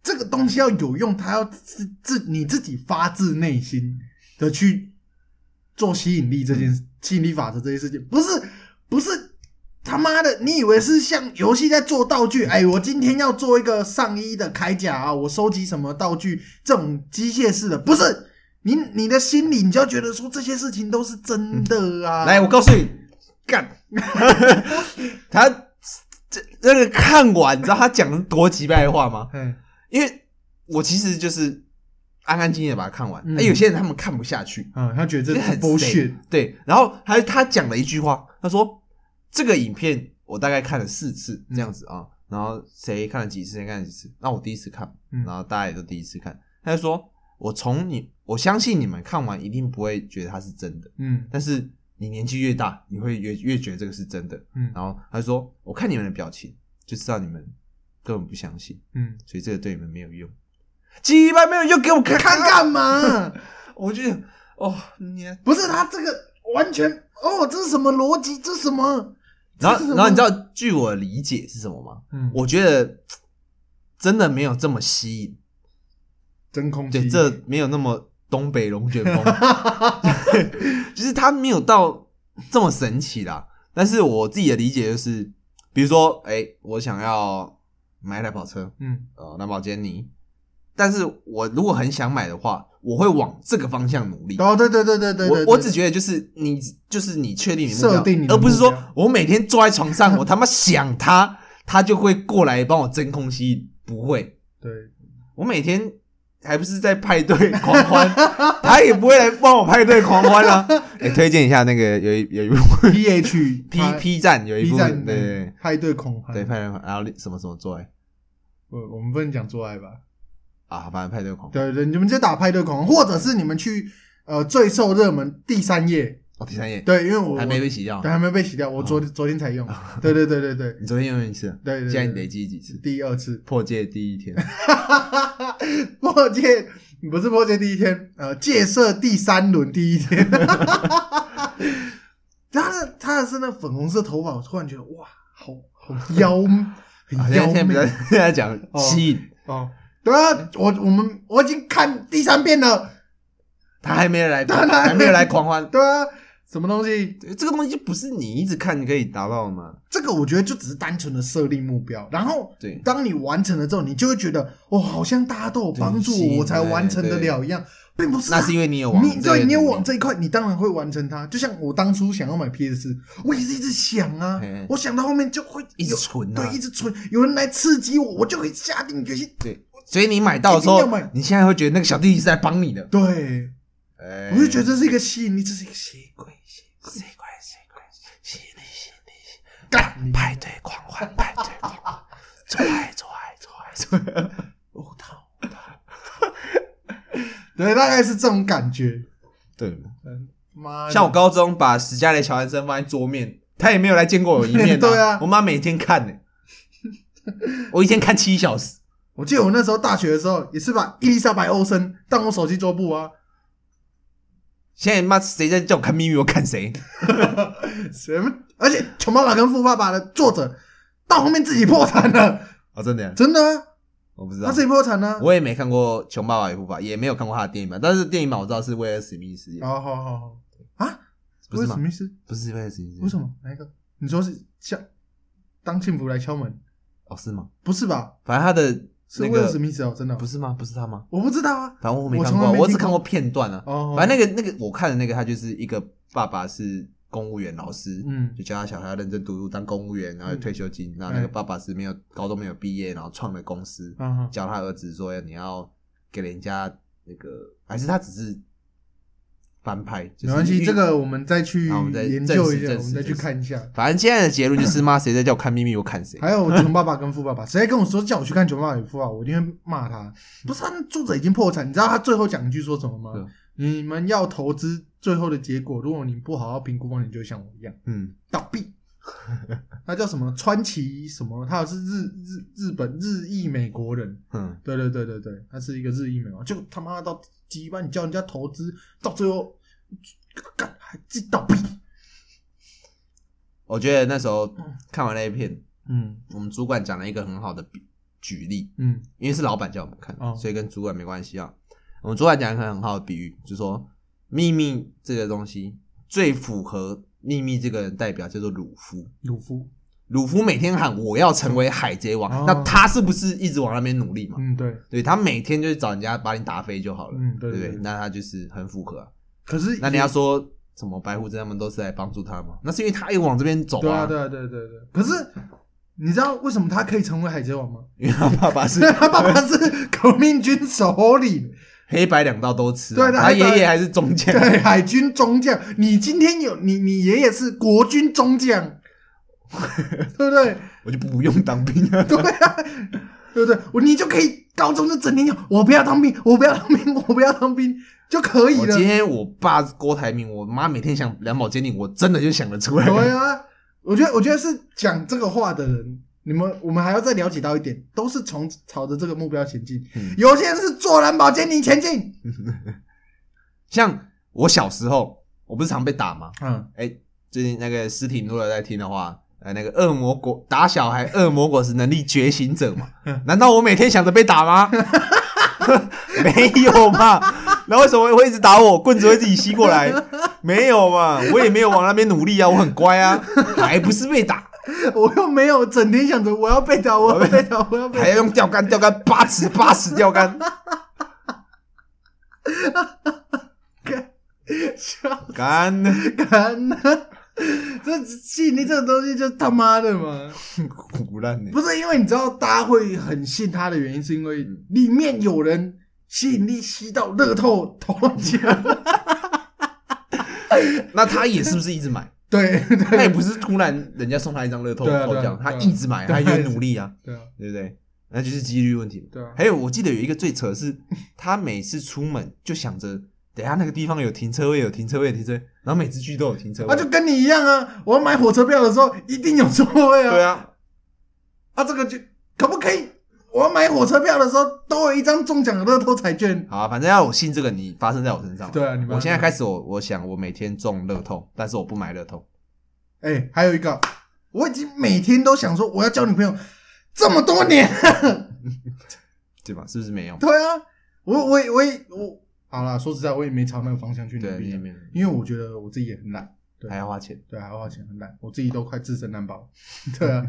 [SPEAKER 2] 这个东西要有用，它要自自你自己发自内心的去做吸引力这件、吸引力法则这件事情，不是不是他妈的，你以为是像游戏在做道
[SPEAKER 4] 嗯
[SPEAKER 2] 具？哎，我今天要做一个上衣的铠甲啊，我收集什么道具？这种机械式的，不是你你的心里，你就要觉得说这些事情都是真的啊。
[SPEAKER 4] 来，我告诉你，干， 他这那个看完，你知道他讲了多几百话吗？
[SPEAKER 2] 嗯，
[SPEAKER 4] 因为我其实就是安安静静的把它看完。
[SPEAKER 2] 嗯
[SPEAKER 4] 哎、有些人他们看不下去，
[SPEAKER 2] 嗯，他觉得这
[SPEAKER 4] 就是很
[SPEAKER 2] bullshit，
[SPEAKER 4] sad 对，然后还有他讲了一句话，他说这个影片我大概看了四次
[SPEAKER 2] 嗯
[SPEAKER 4] 这样子啊，然后谁看了几次，谁看了几次。那我第一次看，
[SPEAKER 2] 嗯
[SPEAKER 4] 然后大家也都第一次看。他就说，我从你，我相信你们看完一定不会觉得它是真的，
[SPEAKER 2] 嗯
[SPEAKER 4] 但是你年纪越大，你会越越觉得这个是真的。
[SPEAKER 2] 嗯
[SPEAKER 4] 然后他就说，我看你们的表情就知道你们根本不相信。
[SPEAKER 2] 嗯，
[SPEAKER 4] 所以这个对你们没有用。鸡巴没有用，给我看
[SPEAKER 2] 看
[SPEAKER 4] 看
[SPEAKER 2] 干
[SPEAKER 4] 看！
[SPEAKER 2] 嘛？
[SPEAKER 4] 我就想哦，你
[SPEAKER 2] 不是他这个完全哦，这是什么逻辑？这是什么？这
[SPEAKER 4] 然后
[SPEAKER 2] 是什么
[SPEAKER 4] 然后你知道，据我理解是什么吗？
[SPEAKER 2] 嗯，
[SPEAKER 4] 我觉得真的没有这么吸引，
[SPEAKER 2] 真空
[SPEAKER 4] 对，这没有那么东北龙卷风，就是它没有到这么神奇啦。但是我自己的理解就是，比如说，哎、我想要买一台跑车，
[SPEAKER 2] 嗯
[SPEAKER 4] 呃，兰博基尼，但是我如果很想买的话，我会往这个方向努力。
[SPEAKER 2] 哦，对对对对对对，
[SPEAKER 4] 我我
[SPEAKER 2] 对
[SPEAKER 4] 只觉得就是你就是你确定你的目标
[SPEAKER 2] 设定你的
[SPEAKER 4] 而不是
[SPEAKER 2] 目
[SPEAKER 4] 说
[SPEAKER 2] 标
[SPEAKER 4] 我每天坐在床上，我他妈想他，他就会过来帮我真空吸引。不会，
[SPEAKER 2] 对
[SPEAKER 4] 我每天还不是在派对狂欢，他也不会来帮我派对狂欢 啊。哎、推荐一下那个有一有一部
[SPEAKER 2] P H
[SPEAKER 4] P P 站有一
[SPEAKER 2] P
[SPEAKER 4] 部
[SPEAKER 2] 站嗯
[SPEAKER 4] 对对
[SPEAKER 2] 派对恐欢，
[SPEAKER 4] 对派对狂，然后什么什哎么座位
[SPEAKER 2] 我我们不能讲做爱吧？
[SPEAKER 4] 啊，反正派对狂欢
[SPEAKER 2] 对对，你们就打派对恐欢，或者是你们去呃最受热门第三页，
[SPEAKER 4] 哦，第三页
[SPEAKER 2] 对，因为我
[SPEAKER 4] 还没
[SPEAKER 2] 我
[SPEAKER 4] 被洗掉哦
[SPEAKER 2] 对，还没被洗掉，我昨昨天才用，对对对对对对
[SPEAKER 4] 你昨天用一次，
[SPEAKER 2] 对，对
[SPEAKER 4] 现在你累积几次？
[SPEAKER 2] 第二次，
[SPEAKER 4] 破戒第 一天，啊
[SPEAKER 2] 破戒不是破戒第一天，呃，戒色第三轮第一天。 他的他的是那粉红色头发，我突然觉得哇，好好妖，
[SPEAKER 4] 啊
[SPEAKER 2] 很
[SPEAKER 4] 现在
[SPEAKER 2] 妖
[SPEAKER 4] 现在不
[SPEAKER 2] 媚
[SPEAKER 4] 要现在讲
[SPEAKER 2] 哦
[SPEAKER 4] 吸引。
[SPEAKER 2] 哦。对啊，我我们我已经看第三遍了。
[SPEAKER 4] 他还没 来，
[SPEAKER 2] 他还没
[SPEAKER 4] 还没有来狂欢。
[SPEAKER 2] 对啊，什么东西？
[SPEAKER 4] 对这个东西就不是你一直看可以达到的嘛？
[SPEAKER 2] 这个我觉得就只是单纯的设立目标，然后
[SPEAKER 4] 对，
[SPEAKER 2] 当你完成了之后，你就会觉得哦，好像大家都有帮助
[SPEAKER 4] 对
[SPEAKER 2] 我，我才完成得
[SPEAKER 4] 对
[SPEAKER 2] 了一样，并不是啊、
[SPEAKER 4] 那是因为你有往
[SPEAKER 2] 你
[SPEAKER 4] 这个
[SPEAKER 2] 对你有
[SPEAKER 4] 努力
[SPEAKER 2] 往这一块，你当然会完成它。就像我当初想要买 PS 四，我也是一直想啊
[SPEAKER 4] 嘿嘿，
[SPEAKER 2] 我想到后面就会
[SPEAKER 4] 一直
[SPEAKER 2] 有
[SPEAKER 4] 存啊
[SPEAKER 2] 对，一，直存，有人来刺激我，我就会下定决心。
[SPEAKER 4] 对，所以你买到的时候
[SPEAKER 2] 一定要买，
[SPEAKER 4] 你现在会觉得那个小弟弟是在帮你的。
[SPEAKER 2] 对，
[SPEAKER 4] 哎
[SPEAKER 2] 我就觉得这是一个吸引力，这是一个吸引力。
[SPEAKER 4] 谁怪谁怪，吸引力吸引力，
[SPEAKER 2] 干你
[SPEAKER 4] 派对狂欢，派对狂 欢，做爱做爱做爱做爱，
[SPEAKER 2] 我操！对，大概是这种感觉。
[SPEAKER 4] 对。
[SPEAKER 2] 嗯，妈的，
[SPEAKER 4] 像我高中把史嘉蕾·乔安森放在桌面，他也没有来见过我一 面
[SPEAKER 2] 对啊
[SPEAKER 4] 我妈每天 看呢、我一天看七小时。
[SPEAKER 2] 我记得我那时候大学的时候，也是把伊丽莎白·欧森当我手机桌布啊。
[SPEAKER 4] 现在妈谁在叫我看秘密，我看谁？
[SPEAKER 2] 什么？而且《穷爸爸》跟《富爸爸》的作者到后面自己破产了，
[SPEAKER 4] 哦，真的呀，
[SPEAKER 2] 真的啊、
[SPEAKER 4] 我不知道
[SPEAKER 2] 他自。己破产了、啊
[SPEAKER 4] 我也没看过《穷爸爸与富爸爸》，也没有看过他的电影版，但是电影版我知道是威尔史密斯演的，
[SPEAKER 2] 哦，好好好啊，
[SPEAKER 4] 不是
[SPEAKER 2] 什
[SPEAKER 4] 吗？嗯
[SPEAKER 2] 么意思？
[SPEAKER 4] 不是威尔史密斯，
[SPEAKER 2] 为什
[SPEAKER 4] 么？
[SPEAKER 2] 么？哪一个？你说是像当幸福来敲门？
[SPEAKER 4] 哦，是吗？
[SPEAKER 2] 不是吧？
[SPEAKER 4] 反正他的
[SPEAKER 2] 是
[SPEAKER 4] 那
[SPEAKER 2] 威尔史
[SPEAKER 4] 个
[SPEAKER 2] 密斯哦，真的哦、
[SPEAKER 4] 不是吗？不是他吗？
[SPEAKER 2] 我不知道啊。
[SPEAKER 4] 反正我没
[SPEAKER 2] 我
[SPEAKER 4] 看
[SPEAKER 2] 从
[SPEAKER 4] 过
[SPEAKER 2] 来
[SPEAKER 4] 啊，
[SPEAKER 2] 没
[SPEAKER 4] 我只
[SPEAKER 2] 听
[SPEAKER 4] 看
[SPEAKER 2] 过
[SPEAKER 4] 过片段啊。
[SPEAKER 2] 哦，
[SPEAKER 4] 反正那个那个我看的那个，他就是一个爸爸是公务员老师，
[SPEAKER 2] 嗯
[SPEAKER 4] 就教他小孩要认真读书当公务员，然后有退休金。然后那
[SPEAKER 2] 嗯
[SPEAKER 4] 个爸爸是没有高中没有毕业，然后创了公司，
[SPEAKER 2] 啊哈
[SPEAKER 4] 教他儿子说你要给人家那个，还是他只是翻拍？就是
[SPEAKER 2] 没关系，
[SPEAKER 4] 一
[SPEAKER 2] 这个我们再去
[SPEAKER 4] 好我们再
[SPEAKER 2] 研究
[SPEAKER 4] 正
[SPEAKER 2] 一
[SPEAKER 4] 视
[SPEAKER 2] 下，
[SPEAKER 4] 正
[SPEAKER 2] 我
[SPEAKER 4] 视
[SPEAKER 2] 们再去
[SPEAKER 4] 正视
[SPEAKER 2] 看一下。
[SPEAKER 4] 反正现在的结论就是妈，谁在叫我看秘密，我看谁。
[SPEAKER 2] 还有《穷爸爸》跟《富爸爸》，谁跟我说叫我去看《穷爸爸与富爸爸》，我一定会骂
[SPEAKER 4] 嗯
[SPEAKER 2] 他。不是，他啊那作者已经破产，你知道他最后讲一句说什么吗？你们要投资，最后的结果，如果你不好好评估风险，你就像我一样
[SPEAKER 4] 嗯，
[SPEAKER 2] 倒 闭。那叫什么川崎什么？他是日日日本日裔美国人，
[SPEAKER 4] 嗯，
[SPEAKER 2] 对对对对对，他是一个日裔美国人，就他妈到鸡巴，你叫人家投资，到最后干还自己倒闭。
[SPEAKER 4] 我觉得那时候看完那一片，
[SPEAKER 2] 嗯
[SPEAKER 4] 我们主管讲了一个很好的比举例，
[SPEAKER 2] 嗯
[SPEAKER 4] 因为是老板叫我们看，
[SPEAKER 2] 哦
[SPEAKER 4] 所以跟主管没关系啊。我们主管讲一个很好的比喻，就说秘密这个东西最符合秘密这个人代表叫做鲁夫。
[SPEAKER 2] 鲁夫，
[SPEAKER 4] 鲁夫每天喊我要成为海贼王，
[SPEAKER 2] 哦
[SPEAKER 4] 那他是不是一直往那边努力嘛？
[SPEAKER 2] 嗯对，
[SPEAKER 4] 对他每天就是找人家把你打飞就好了，
[SPEAKER 2] 嗯对
[SPEAKER 4] 对不
[SPEAKER 2] 对
[SPEAKER 4] 对？
[SPEAKER 2] 对。
[SPEAKER 4] 那他就是很符合啊、
[SPEAKER 2] 可是
[SPEAKER 4] 那你要说什么白胡子他们都是来帮助他吗？那是因为他也往这边走
[SPEAKER 2] 对啊，对啊，对对对。可是你知道为什么他可以成为海贼王吗？
[SPEAKER 4] 因为他爸爸
[SPEAKER 2] 因
[SPEAKER 4] 是
[SPEAKER 2] 为他爸爸是革命军首领，
[SPEAKER 4] 黑白两道都吃啊、
[SPEAKER 2] 对他
[SPEAKER 4] 他爷
[SPEAKER 2] 黑
[SPEAKER 4] 爷
[SPEAKER 2] 白
[SPEAKER 4] 还是中 啊间。
[SPEAKER 2] 对，海军中将。你今天有你，你爷爷是国军中将，对不对？
[SPEAKER 4] 我就不用当兵了。
[SPEAKER 2] 对啊，对不对？我你就可以高中就整天讲，我不要当兵， 我不要当兵，我不要当兵就可以
[SPEAKER 4] 我
[SPEAKER 2] 了
[SPEAKER 4] 今。天我爸是郭台铭，我妈每天想两宝坚定，我真的就想得出来。
[SPEAKER 2] 对啊，我觉得我觉得是讲这个话的人，你们我们还要再了解到一点，都是从朝着这个目标前进。
[SPEAKER 4] 嗯
[SPEAKER 2] 有些人是坐蓝宝坚尼前进，
[SPEAKER 4] 像我小时候，我不是常被打吗？
[SPEAKER 2] 嗯，
[SPEAKER 4] 哎、最近那个尸体如果有在听的话，呃，那个恶魔果打小孩，恶魔果实能力觉醒者 嘛？难道我每天想着被打吗？ 没有嘛？那为什么会一直打我？棍子会自己吸过来？没有嘛？我也没有往那边努力啊，我很乖啊，还不是被打，
[SPEAKER 2] 我又没有整天想着我要被打，我要被打，我要被
[SPEAKER 4] 还要用钓竿，钓竿八尺八尺钓竿。
[SPEAKER 2] 打，
[SPEAKER 4] 干，
[SPEAKER 2] 干 呢？这吸引力这种东西就他妈的嘛，
[SPEAKER 4] 胡烂呢？
[SPEAKER 2] 不是因为你知道大家会很信他的原因，是因为里面有人吸引力吸到乐透头奖，
[SPEAKER 4] 那他也是不是一直 买？
[SPEAKER 2] 对
[SPEAKER 4] 他也
[SPEAKER 2] 对
[SPEAKER 4] 不是突然人家送他一张乐透
[SPEAKER 2] 对啊
[SPEAKER 4] 头
[SPEAKER 2] 对啊
[SPEAKER 4] 奖，他
[SPEAKER 2] 对啊
[SPEAKER 4] 一直买，他
[SPEAKER 2] 对啊
[SPEAKER 4] 有努力啊，
[SPEAKER 2] 对啊
[SPEAKER 4] 对不对？那就是几率问题嘛。
[SPEAKER 2] 对啊，
[SPEAKER 4] 还有，我记得有一个最扯的是，他每次出门就想着，等一下那个地方有停车位，有停车位，有停车位，然后每次去都有停车位。
[SPEAKER 2] 啊就跟你一样啊，我买火车票的时候一定有座位啊，
[SPEAKER 4] 对啊，
[SPEAKER 2] 啊这个就可不可以？我买火车票的时候都有一张中奖的乐透彩券，
[SPEAKER 4] 好啊，反正要我信这个，你发生在我身上。
[SPEAKER 2] 对，啊，你们
[SPEAKER 4] 我现在开始我，我想我每天中乐透，但是我不买乐透。
[SPEAKER 2] 哎、还有一个，我已经每天都想说我要交女朋友这么多年，
[SPEAKER 4] 对吧？是不是没用？
[SPEAKER 2] 对啊，我我也我也我好啦，说实在，我也没朝那个方向去努
[SPEAKER 4] 对，
[SPEAKER 2] 力
[SPEAKER 4] 没
[SPEAKER 2] 啊，
[SPEAKER 4] 有，
[SPEAKER 2] 因为我觉得我自己也很懒，
[SPEAKER 4] 还要花钱。
[SPEAKER 2] 对，还要花钱很懒，我自己都快自身难保， 对啊，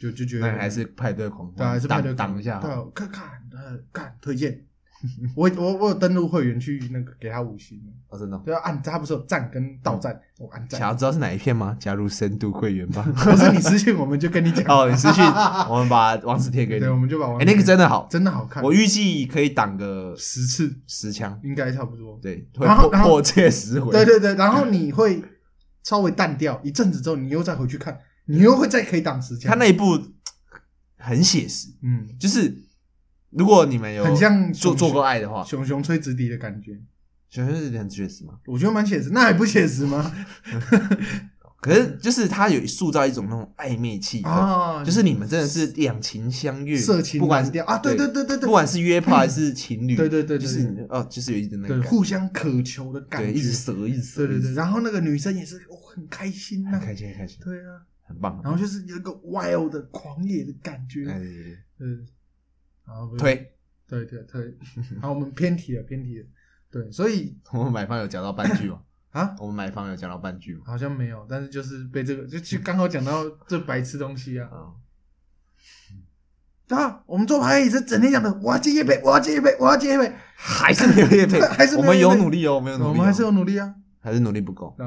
[SPEAKER 2] 就就觉
[SPEAKER 4] 那
[SPEAKER 2] 得
[SPEAKER 4] 你还是派对狂欢，
[SPEAKER 2] 对啊，还是派对
[SPEAKER 4] 挡挡一下好
[SPEAKER 2] 对
[SPEAKER 4] 了。
[SPEAKER 2] 啊，看看呃看推荐， 我我我有登录会员去那个给他五星，
[SPEAKER 4] 哦，真的哦。
[SPEAKER 2] 对啊，按他不是有赞跟到赞，
[SPEAKER 4] 嗯
[SPEAKER 2] 我按
[SPEAKER 4] 想
[SPEAKER 2] 赞，
[SPEAKER 4] 要知道是哪一片吗？加入深度会员 吧。
[SPEAKER 2] 不是你私信我们就跟你讲，
[SPEAKER 4] 哦，你 私讯，我们把网址贴给你。
[SPEAKER 2] 对，我们就把网
[SPEAKER 4] 哎，那个真的好，
[SPEAKER 2] 真的好看，
[SPEAKER 4] 我预计可以挡个
[SPEAKER 2] 十次
[SPEAKER 4] 十枪，
[SPEAKER 2] 应该差不多。
[SPEAKER 4] 对，会
[SPEAKER 2] 然后
[SPEAKER 4] 破
[SPEAKER 2] 然后
[SPEAKER 4] 破戒十回。嗯
[SPEAKER 2] 对对对，然后你会稍微淡掉一阵子之后，你又再回去看，你又会再可以挡时间。
[SPEAKER 4] 他那一部很写实，
[SPEAKER 2] 嗯，
[SPEAKER 4] 就是如果你们有
[SPEAKER 2] 很像
[SPEAKER 4] 做
[SPEAKER 2] 熊
[SPEAKER 4] 做过爱的话，
[SPEAKER 2] 熊熊吹直笛的感觉，
[SPEAKER 4] 熊熊是很写实吗？
[SPEAKER 2] 我觉得蛮写实，那还不写实吗？
[SPEAKER 4] 可是就是他有塑造一种那种暧昧气氛，
[SPEAKER 2] 嗯啊，
[SPEAKER 4] 就是你们真的是两情相悦，
[SPEAKER 2] 色情
[SPEAKER 4] 不管
[SPEAKER 2] 蓝调啊，对对对对对，
[SPEAKER 4] 不管是约炮还是情侣，
[SPEAKER 2] 对对对对
[SPEAKER 4] 就是你哦，就是有一点那
[SPEAKER 2] 对
[SPEAKER 4] 个感觉，
[SPEAKER 2] 互相渴求的感
[SPEAKER 4] 对，一直
[SPEAKER 2] 觉，
[SPEAKER 4] 折一直折，
[SPEAKER 2] 对对
[SPEAKER 4] 一直
[SPEAKER 2] 对，
[SPEAKER 4] 折，
[SPEAKER 2] 然后那个女生也是哦很开心呐
[SPEAKER 4] 很，开心很开心，
[SPEAKER 2] 对啊，
[SPEAKER 4] 很棒，
[SPEAKER 2] 然后就是有一个 wild 的狂野的感觉，
[SPEAKER 4] 哎对对对
[SPEAKER 2] 嗯，然后不
[SPEAKER 4] 对
[SPEAKER 2] 对
[SPEAKER 4] 推，
[SPEAKER 2] 对对，好，我们偏题了偏题了，对，所以
[SPEAKER 4] 我们买方有讲到半句吗？
[SPEAKER 2] 啊。
[SPEAKER 4] 我们买方有讲到半句吗？
[SPEAKER 2] 好像没有，但是就是被这个，就就刚好讲到这白痴东西啊，
[SPEAKER 4] 啊，
[SPEAKER 2] 啊，我们做牌也是整天讲的，我要接一杯，我要接一杯，我要接一杯，
[SPEAKER 4] 还是没有业配，
[SPEAKER 2] 还是没有业配
[SPEAKER 4] 我们有努力哦，我们有努力哦，
[SPEAKER 2] 我们还是有努力啊。
[SPEAKER 4] 还是努力不够，
[SPEAKER 2] 那、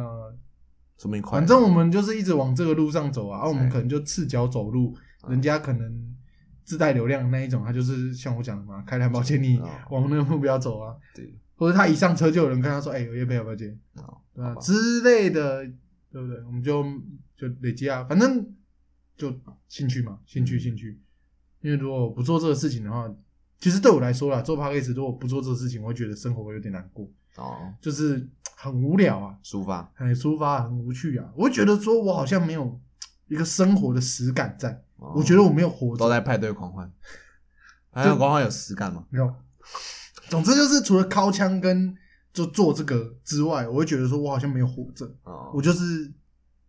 [SPEAKER 4] 说明快乐。
[SPEAKER 2] 反正我们就是一直往这个路上走啊，啊，我们
[SPEAKER 4] 哎
[SPEAKER 2] 可能就赤脚走路，
[SPEAKER 4] 啊
[SPEAKER 2] 人家可能自带流量的那一种，他就是像我讲的嘛，开兰博基尼
[SPEAKER 4] 啊
[SPEAKER 2] 往那个目标走啊，
[SPEAKER 4] 对
[SPEAKER 2] 或者他一上车就有人跟他说，哎、有叶配要不要接？
[SPEAKER 4] 好
[SPEAKER 2] 对啊
[SPEAKER 4] 好吧
[SPEAKER 2] 之类的，对不对？我们就就累积啊，反正就兴趣嘛，兴趣
[SPEAKER 4] 嗯
[SPEAKER 2] 兴趣。因为如果不做这个事情的话，其实对我来说啦，做 p a c k a g e 如果不做这个事情，我会觉得生活会有点难过，
[SPEAKER 4] 哦，
[SPEAKER 2] 就是很无聊啊，
[SPEAKER 4] 抒发
[SPEAKER 2] 很抒发，很无趣啊。我会觉得说我好像没有一个生活的实感在，
[SPEAKER 4] 哦
[SPEAKER 2] 我觉得我没有活
[SPEAKER 4] 都
[SPEAKER 2] 着。
[SPEAKER 4] 在派对狂 欢，派对狂欢有实感吗？
[SPEAKER 2] 没有，总之就是除了敲枪跟就做这个之外，我会觉得说我好像没有活着。
[SPEAKER 4] 哦，
[SPEAKER 2] 我就是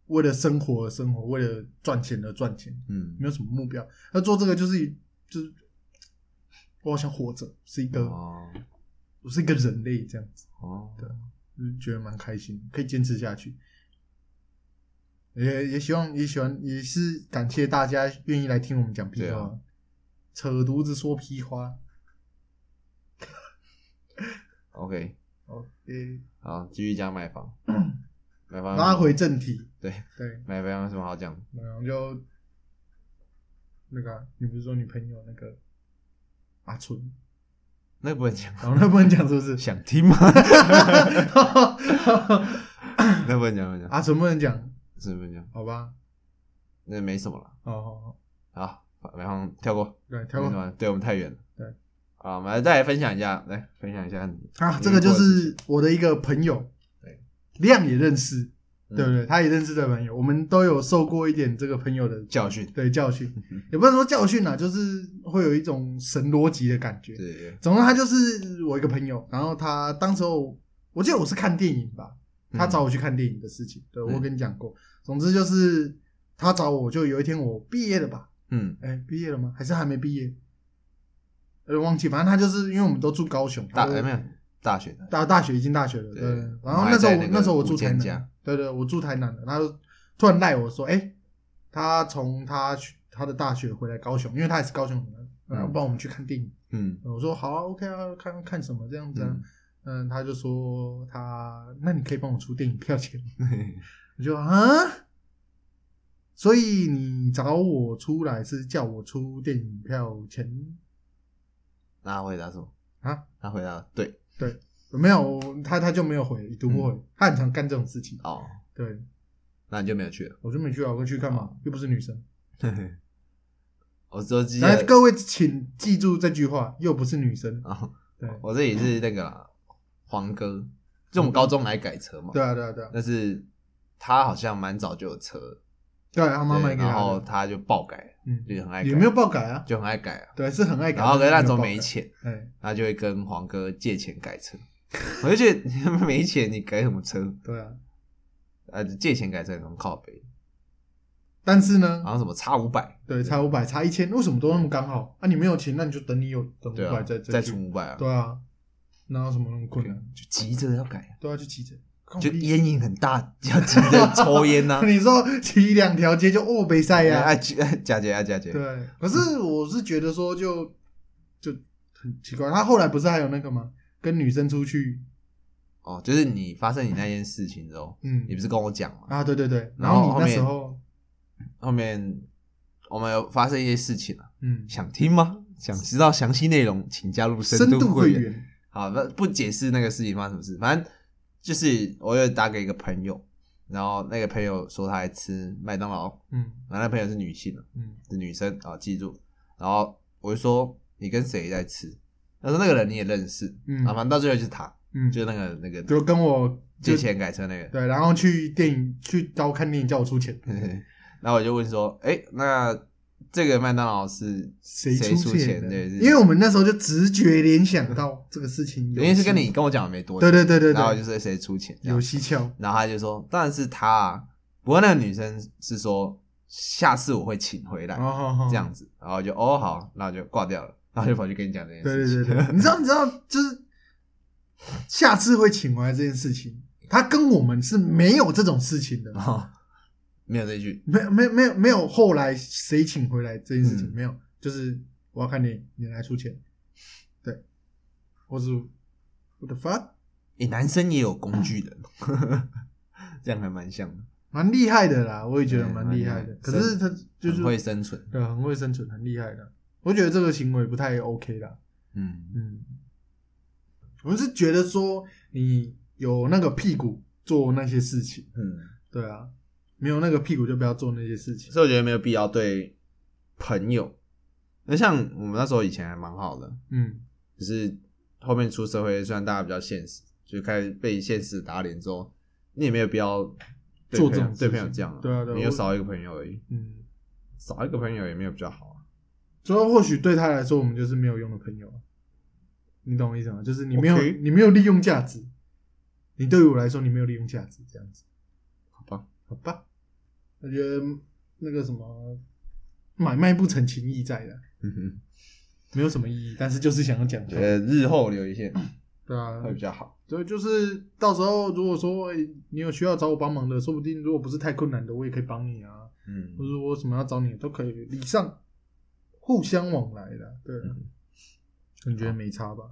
[SPEAKER 2] 为了生活而生活，为了赚钱而赚钱，
[SPEAKER 4] 嗯，
[SPEAKER 2] 没有什么目标。那做这个就是就是，我好像活着，是一个、
[SPEAKER 4] 哦
[SPEAKER 2] 我是一个人类这样子，
[SPEAKER 4] 哦，
[SPEAKER 2] 就是觉得蛮开心，可以坚持下去。也也希望也喜欢也是感谢大家愿意来听我们讲屁
[SPEAKER 4] 对
[SPEAKER 2] 话，
[SPEAKER 4] 啊
[SPEAKER 2] 扯犊子说屁话。
[SPEAKER 4] OK，
[SPEAKER 2] OK，
[SPEAKER 4] 好，继续讲买房，买房
[SPEAKER 2] 嗯拉回正题，
[SPEAKER 4] 对
[SPEAKER 2] 对，
[SPEAKER 4] 买房有什么好讲？
[SPEAKER 2] 然后就那个啊、你不是说你朋友那个阿纯？
[SPEAKER 4] 那不能讲，
[SPEAKER 2] 然后那不能讲是不是？
[SPEAKER 4] 想听吗？ 那不能讲，不能讲，
[SPEAKER 2] 阿纯不能讲，
[SPEAKER 4] 是不能讲，
[SPEAKER 2] 好吧？
[SPEAKER 4] 那没什么了。
[SPEAKER 2] 哦哦，
[SPEAKER 4] 好，买房跳过，
[SPEAKER 2] 对，
[SPEAKER 4] 没啊
[SPEAKER 2] 跳
[SPEAKER 4] 什
[SPEAKER 2] 过
[SPEAKER 4] 么，对我们太远了。
[SPEAKER 2] 对，
[SPEAKER 4] 啊，我们再来分享一下，来分享一下你，
[SPEAKER 2] 啊，这个就是我的一个朋友，
[SPEAKER 4] 对，
[SPEAKER 2] 亮也认识，
[SPEAKER 4] 嗯
[SPEAKER 2] 对不对？他也认识的朋友，我们都有受过一点这个朋友的
[SPEAKER 4] 教训。
[SPEAKER 2] 对教训，也不能说教训啊，就是会有一种神逻辑的感觉
[SPEAKER 4] 对。对，对
[SPEAKER 2] 总之，他就是我一个朋友，然后他当时候我记得我是看电影吧，他找我去看电影的事情，对我
[SPEAKER 4] 嗯
[SPEAKER 2] 跟你讲过。总之就是他找我，就有一天我毕业了吧，
[SPEAKER 4] 嗯，
[SPEAKER 2] 哎，毕业了吗？还是还没毕业？呃，忘记，反正他就是因为我们都住高雄，
[SPEAKER 4] 大
[SPEAKER 2] 他
[SPEAKER 4] 哎没有大学的，
[SPEAKER 2] 大大学已经大学了，
[SPEAKER 4] 对
[SPEAKER 2] 对。然
[SPEAKER 4] 我
[SPEAKER 2] 后
[SPEAKER 4] 还
[SPEAKER 2] 那时候
[SPEAKER 4] 在
[SPEAKER 2] 我
[SPEAKER 4] 那个
[SPEAKER 2] 那时候我住
[SPEAKER 4] 五
[SPEAKER 2] 台
[SPEAKER 4] 间
[SPEAKER 2] 南
[SPEAKER 4] 家，
[SPEAKER 2] 对对，我住台南的，他就突然赖我说，哎，他从他去他的大学回来高雄，因为他也是高雄人，然后
[SPEAKER 4] 嗯
[SPEAKER 2] 帮我们去看电影。
[SPEAKER 4] 嗯
[SPEAKER 2] 我说好啊，OK 啊，看看什么这样子啊
[SPEAKER 4] 嗯。，
[SPEAKER 2] 嗯，他就说他，那你可以帮我出电影票钱吗？
[SPEAKER 4] 嗯
[SPEAKER 2] 我就啊，所以你找我出来是叫我出电影票钱
[SPEAKER 4] 那他回答什么？
[SPEAKER 2] 啊？
[SPEAKER 4] 他回答对
[SPEAKER 2] 没有，他他就没有回，已读不回，
[SPEAKER 4] 嗯
[SPEAKER 2] 他很常干这种事情。啊
[SPEAKER 4] 哦，
[SPEAKER 2] 对，
[SPEAKER 4] 那你就没有去了。
[SPEAKER 2] 我就没去啊，我去干
[SPEAKER 4] 哦
[SPEAKER 2] 嘛？又不是女生。
[SPEAKER 4] 我周记
[SPEAKER 2] 来，各位请记住这句话，又不是女生。
[SPEAKER 4] 啊，
[SPEAKER 2] 对，
[SPEAKER 4] 我这里是那个啦黄哥，就我们高中来改车嘛，
[SPEAKER 2] 对啊，对啊，对啊，
[SPEAKER 4] 但是他好像蛮早就有车，
[SPEAKER 2] 对啊，他妈妈
[SPEAKER 4] 对
[SPEAKER 2] 也给
[SPEAKER 4] 然
[SPEAKER 2] 他
[SPEAKER 4] 后
[SPEAKER 2] 的，
[SPEAKER 4] 他就爆改，
[SPEAKER 2] 嗯，
[SPEAKER 4] 就很爱改，
[SPEAKER 2] 也没有爆改啊，
[SPEAKER 4] 就很爱改啊，
[SPEAKER 2] 对，是很爱改，
[SPEAKER 4] 然后可是那时
[SPEAKER 2] 时
[SPEAKER 4] 候
[SPEAKER 2] 候
[SPEAKER 4] 没，钱，
[SPEAKER 2] 哎，
[SPEAKER 4] 他就会跟黄哥借钱改车， 我就觉得你他妈没钱你改什么车？
[SPEAKER 2] 对啊，
[SPEAKER 4] 啊，借钱改车很靠北，
[SPEAKER 2] 但是呢，
[SPEAKER 4] 好像什么差五百，
[SPEAKER 2] 对，差五百，差一千，为什么都那么刚好？啊，你没有钱，那你就等你有等五
[SPEAKER 4] 对
[SPEAKER 2] 百
[SPEAKER 4] 啊，
[SPEAKER 2] 再
[SPEAKER 4] 再
[SPEAKER 2] 去
[SPEAKER 4] 出五百啊，
[SPEAKER 2] 对啊，哪有什么那么困难？
[SPEAKER 4] 就急着要改啊。
[SPEAKER 2] 对啊，就骑着，干
[SPEAKER 4] 就
[SPEAKER 2] 我屁
[SPEAKER 4] 烟瘾很大，要急着抽 烟呐、
[SPEAKER 2] 你说骑两条街就哦，北塞
[SPEAKER 4] 哎，
[SPEAKER 2] 呀，
[SPEAKER 4] 哎，佳姐，哎，佳姐，
[SPEAKER 2] 对。啊可是我是觉得说就就很奇怪，他后来不是还有那个吗？跟女生出去，
[SPEAKER 4] 哦，就是你发生你那件事情之后，
[SPEAKER 2] 嗯
[SPEAKER 4] 你不是跟我讲嘛？
[SPEAKER 2] 啊，对对对，然
[SPEAKER 4] 然后
[SPEAKER 2] 后你
[SPEAKER 4] 后
[SPEAKER 2] 那
[SPEAKER 4] 面
[SPEAKER 2] 时候，
[SPEAKER 4] 后面我们有发生一些事情啊，
[SPEAKER 2] 嗯，
[SPEAKER 4] 想听吗？想知道详细内容，请加入
[SPEAKER 2] 深
[SPEAKER 4] 度
[SPEAKER 2] 度会
[SPEAKER 4] 员。
[SPEAKER 2] 员，
[SPEAKER 4] 好，那不解释那个事情发生什么事，反正就是我有打给一个朋友，然后那个朋友说他还吃麦当劳，
[SPEAKER 2] 嗯
[SPEAKER 4] 然后那朋友是女性啊，
[SPEAKER 2] 嗯
[SPEAKER 4] 是女生啊，记住。然后我就说你跟谁在吃？他说那个人你也认识，
[SPEAKER 2] 嗯
[SPEAKER 4] 啊，反正到最后就是他，
[SPEAKER 2] 嗯，
[SPEAKER 4] 就是那个那个
[SPEAKER 2] 就跟我
[SPEAKER 4] 借钱改车那个。
[SPEAKER 2] 对，然后去电影去找我看电影，叫我出钱，
[SPEAKER 4] 然后我就问说，哎，那这个麦当劳是
[SPEAKER 2] 谁
[SPEAKER 4] 谁出
[SPEAKER 2] 钱
[SPEAKER 4] 钱？
[SPEAKER 2] 的？
[SPEAKER 4] 对，是
[SPEAKER 2] 因为我们那时候就直觉联想到这个事 情有蹊，
[SPEAKER 4] 因为是跟你跟我讲的没多久，
[SPEAKER 2] 对对对对
[SPEAKER 4] 然后
[SPEAKER 2] 对，
[SPEAKER 4] 就是谁出钱这样
[SPEAKER 2] 有，蹊 跷，
[SPEAKER 4] 然后他就说当然是他、啊，不过那个女生是说下次我会请回来、
[SPEAKER 2] 哦
[SPEAKER 4] 这样子，然后就哦好，然后就挂掉了，然后就跑去跟你讲这件
[SPEAKER 2] 对
[SPEAKER 4] 事情，
[SPEAKER 2] 对对对， 你知道你知道，就是下次会请回来这件事情，他跟我们是没有这种事 情的，
[SPEAKER 4] 然后没有这句，
[SPEAKER 2] 没有没有没有没有后来谁请回来这件事情、
[SPEAKER 4] 嗯
[SPEAKER 2] 没有，就是我要看你你来出钱，对，我是 what the fuck，
[SPEAKER 4] 诶，男生也有工具人，哦 这样还蛮像的，
[SPEAKER 2] 蛮厉害的啦，我也觉得
[SPEAKER 4] 对
[SPEAKER 2] 蛮
[SPEAKER 4] 蛮
[SPEAKER 2] 厉
[SPEAKER 4] 厉
[SPEAKER 2] 害
[SPEAKER 4] 害
[SPEAKER 2] 的，
[SPEAKER 4] 的
[SPEAKER 2] 可是他就是
[SPEAKER 4] 很会生存，
[SPEAKER 2] 对啊很会生存，很厉害的，我觉得这个行为不太 OK 啦，
[SPEAKER 4] 嗯
[SPEAKER 2] 嗯，我是觉得说你有那个屁股做那些事情。
[SPEAKER 4] 嗯，
[SPEAKER 2] 对啊，没有那个屁股就不要做那些事情。
[SPEAKER 4] 所以我觉得没有必要对朋友，那像我们那时候以前还蛮好的，
[SPEAKER 2] 嗯，
[SPEAKER 4] 只是后面出社会，虽然大家比较现实，就开始被现实打脸之后，你也没有必要对
[SPEAKER 2] 做
[SPEAKER 4] 朋友
[SPEAKER 2] 这种事
[SPEAKER 4] 对朋友
[SPEAKER 2] 情
[SPEAKER 4] 这样、
[SPEAKER 2] 对啊对啊
[SPEAKER 4] 你
[SPEAKER 2] 我
[SPEAKER 4] 就少一个朋友而已，
[SPEAKER 2] 嗯，
[SPEAKER 4] 少一个朋友也没有比 较好啊。
[SPEAKER 2] 所以或许对他来说，我们就是没有用的朋友啊，你懂我意思吗？就是你没有
[SPEAKER 4] OK
[SPEAKER 2] 你没有利用价值，你对于我来说，你没有利用价值，这样子，
[SPEAKER 4] 好吧，
[SPEAKER 2] 好吧？我觉得那个什么买卖不成情义在的，
[SPEAKER 4] 嗯哼，
[SPEAKER 2] 没有什么意义，但是就是想要讲出
[SPEAKER 4] 觉
[SPEAKER 2] 来，
[SPEAKER 4] 得日后留一线
[SPEAKER 2] 对啊，
[SPEAKER 4] 会比较好。
[SPEAKER 2] 所以就是到时候如果说、哎你有需要找我帮忙的，说不定如果不是太困难的，我也可以帮你啊。
[SPEAKER 4] 嗯
[SPEAKER 2] 或，者我有什么要找你都可以礼尚互相往来的，对啊，
[SPEAKER 4] 嗯
[SPEAKER 2] 你觉得没差吧？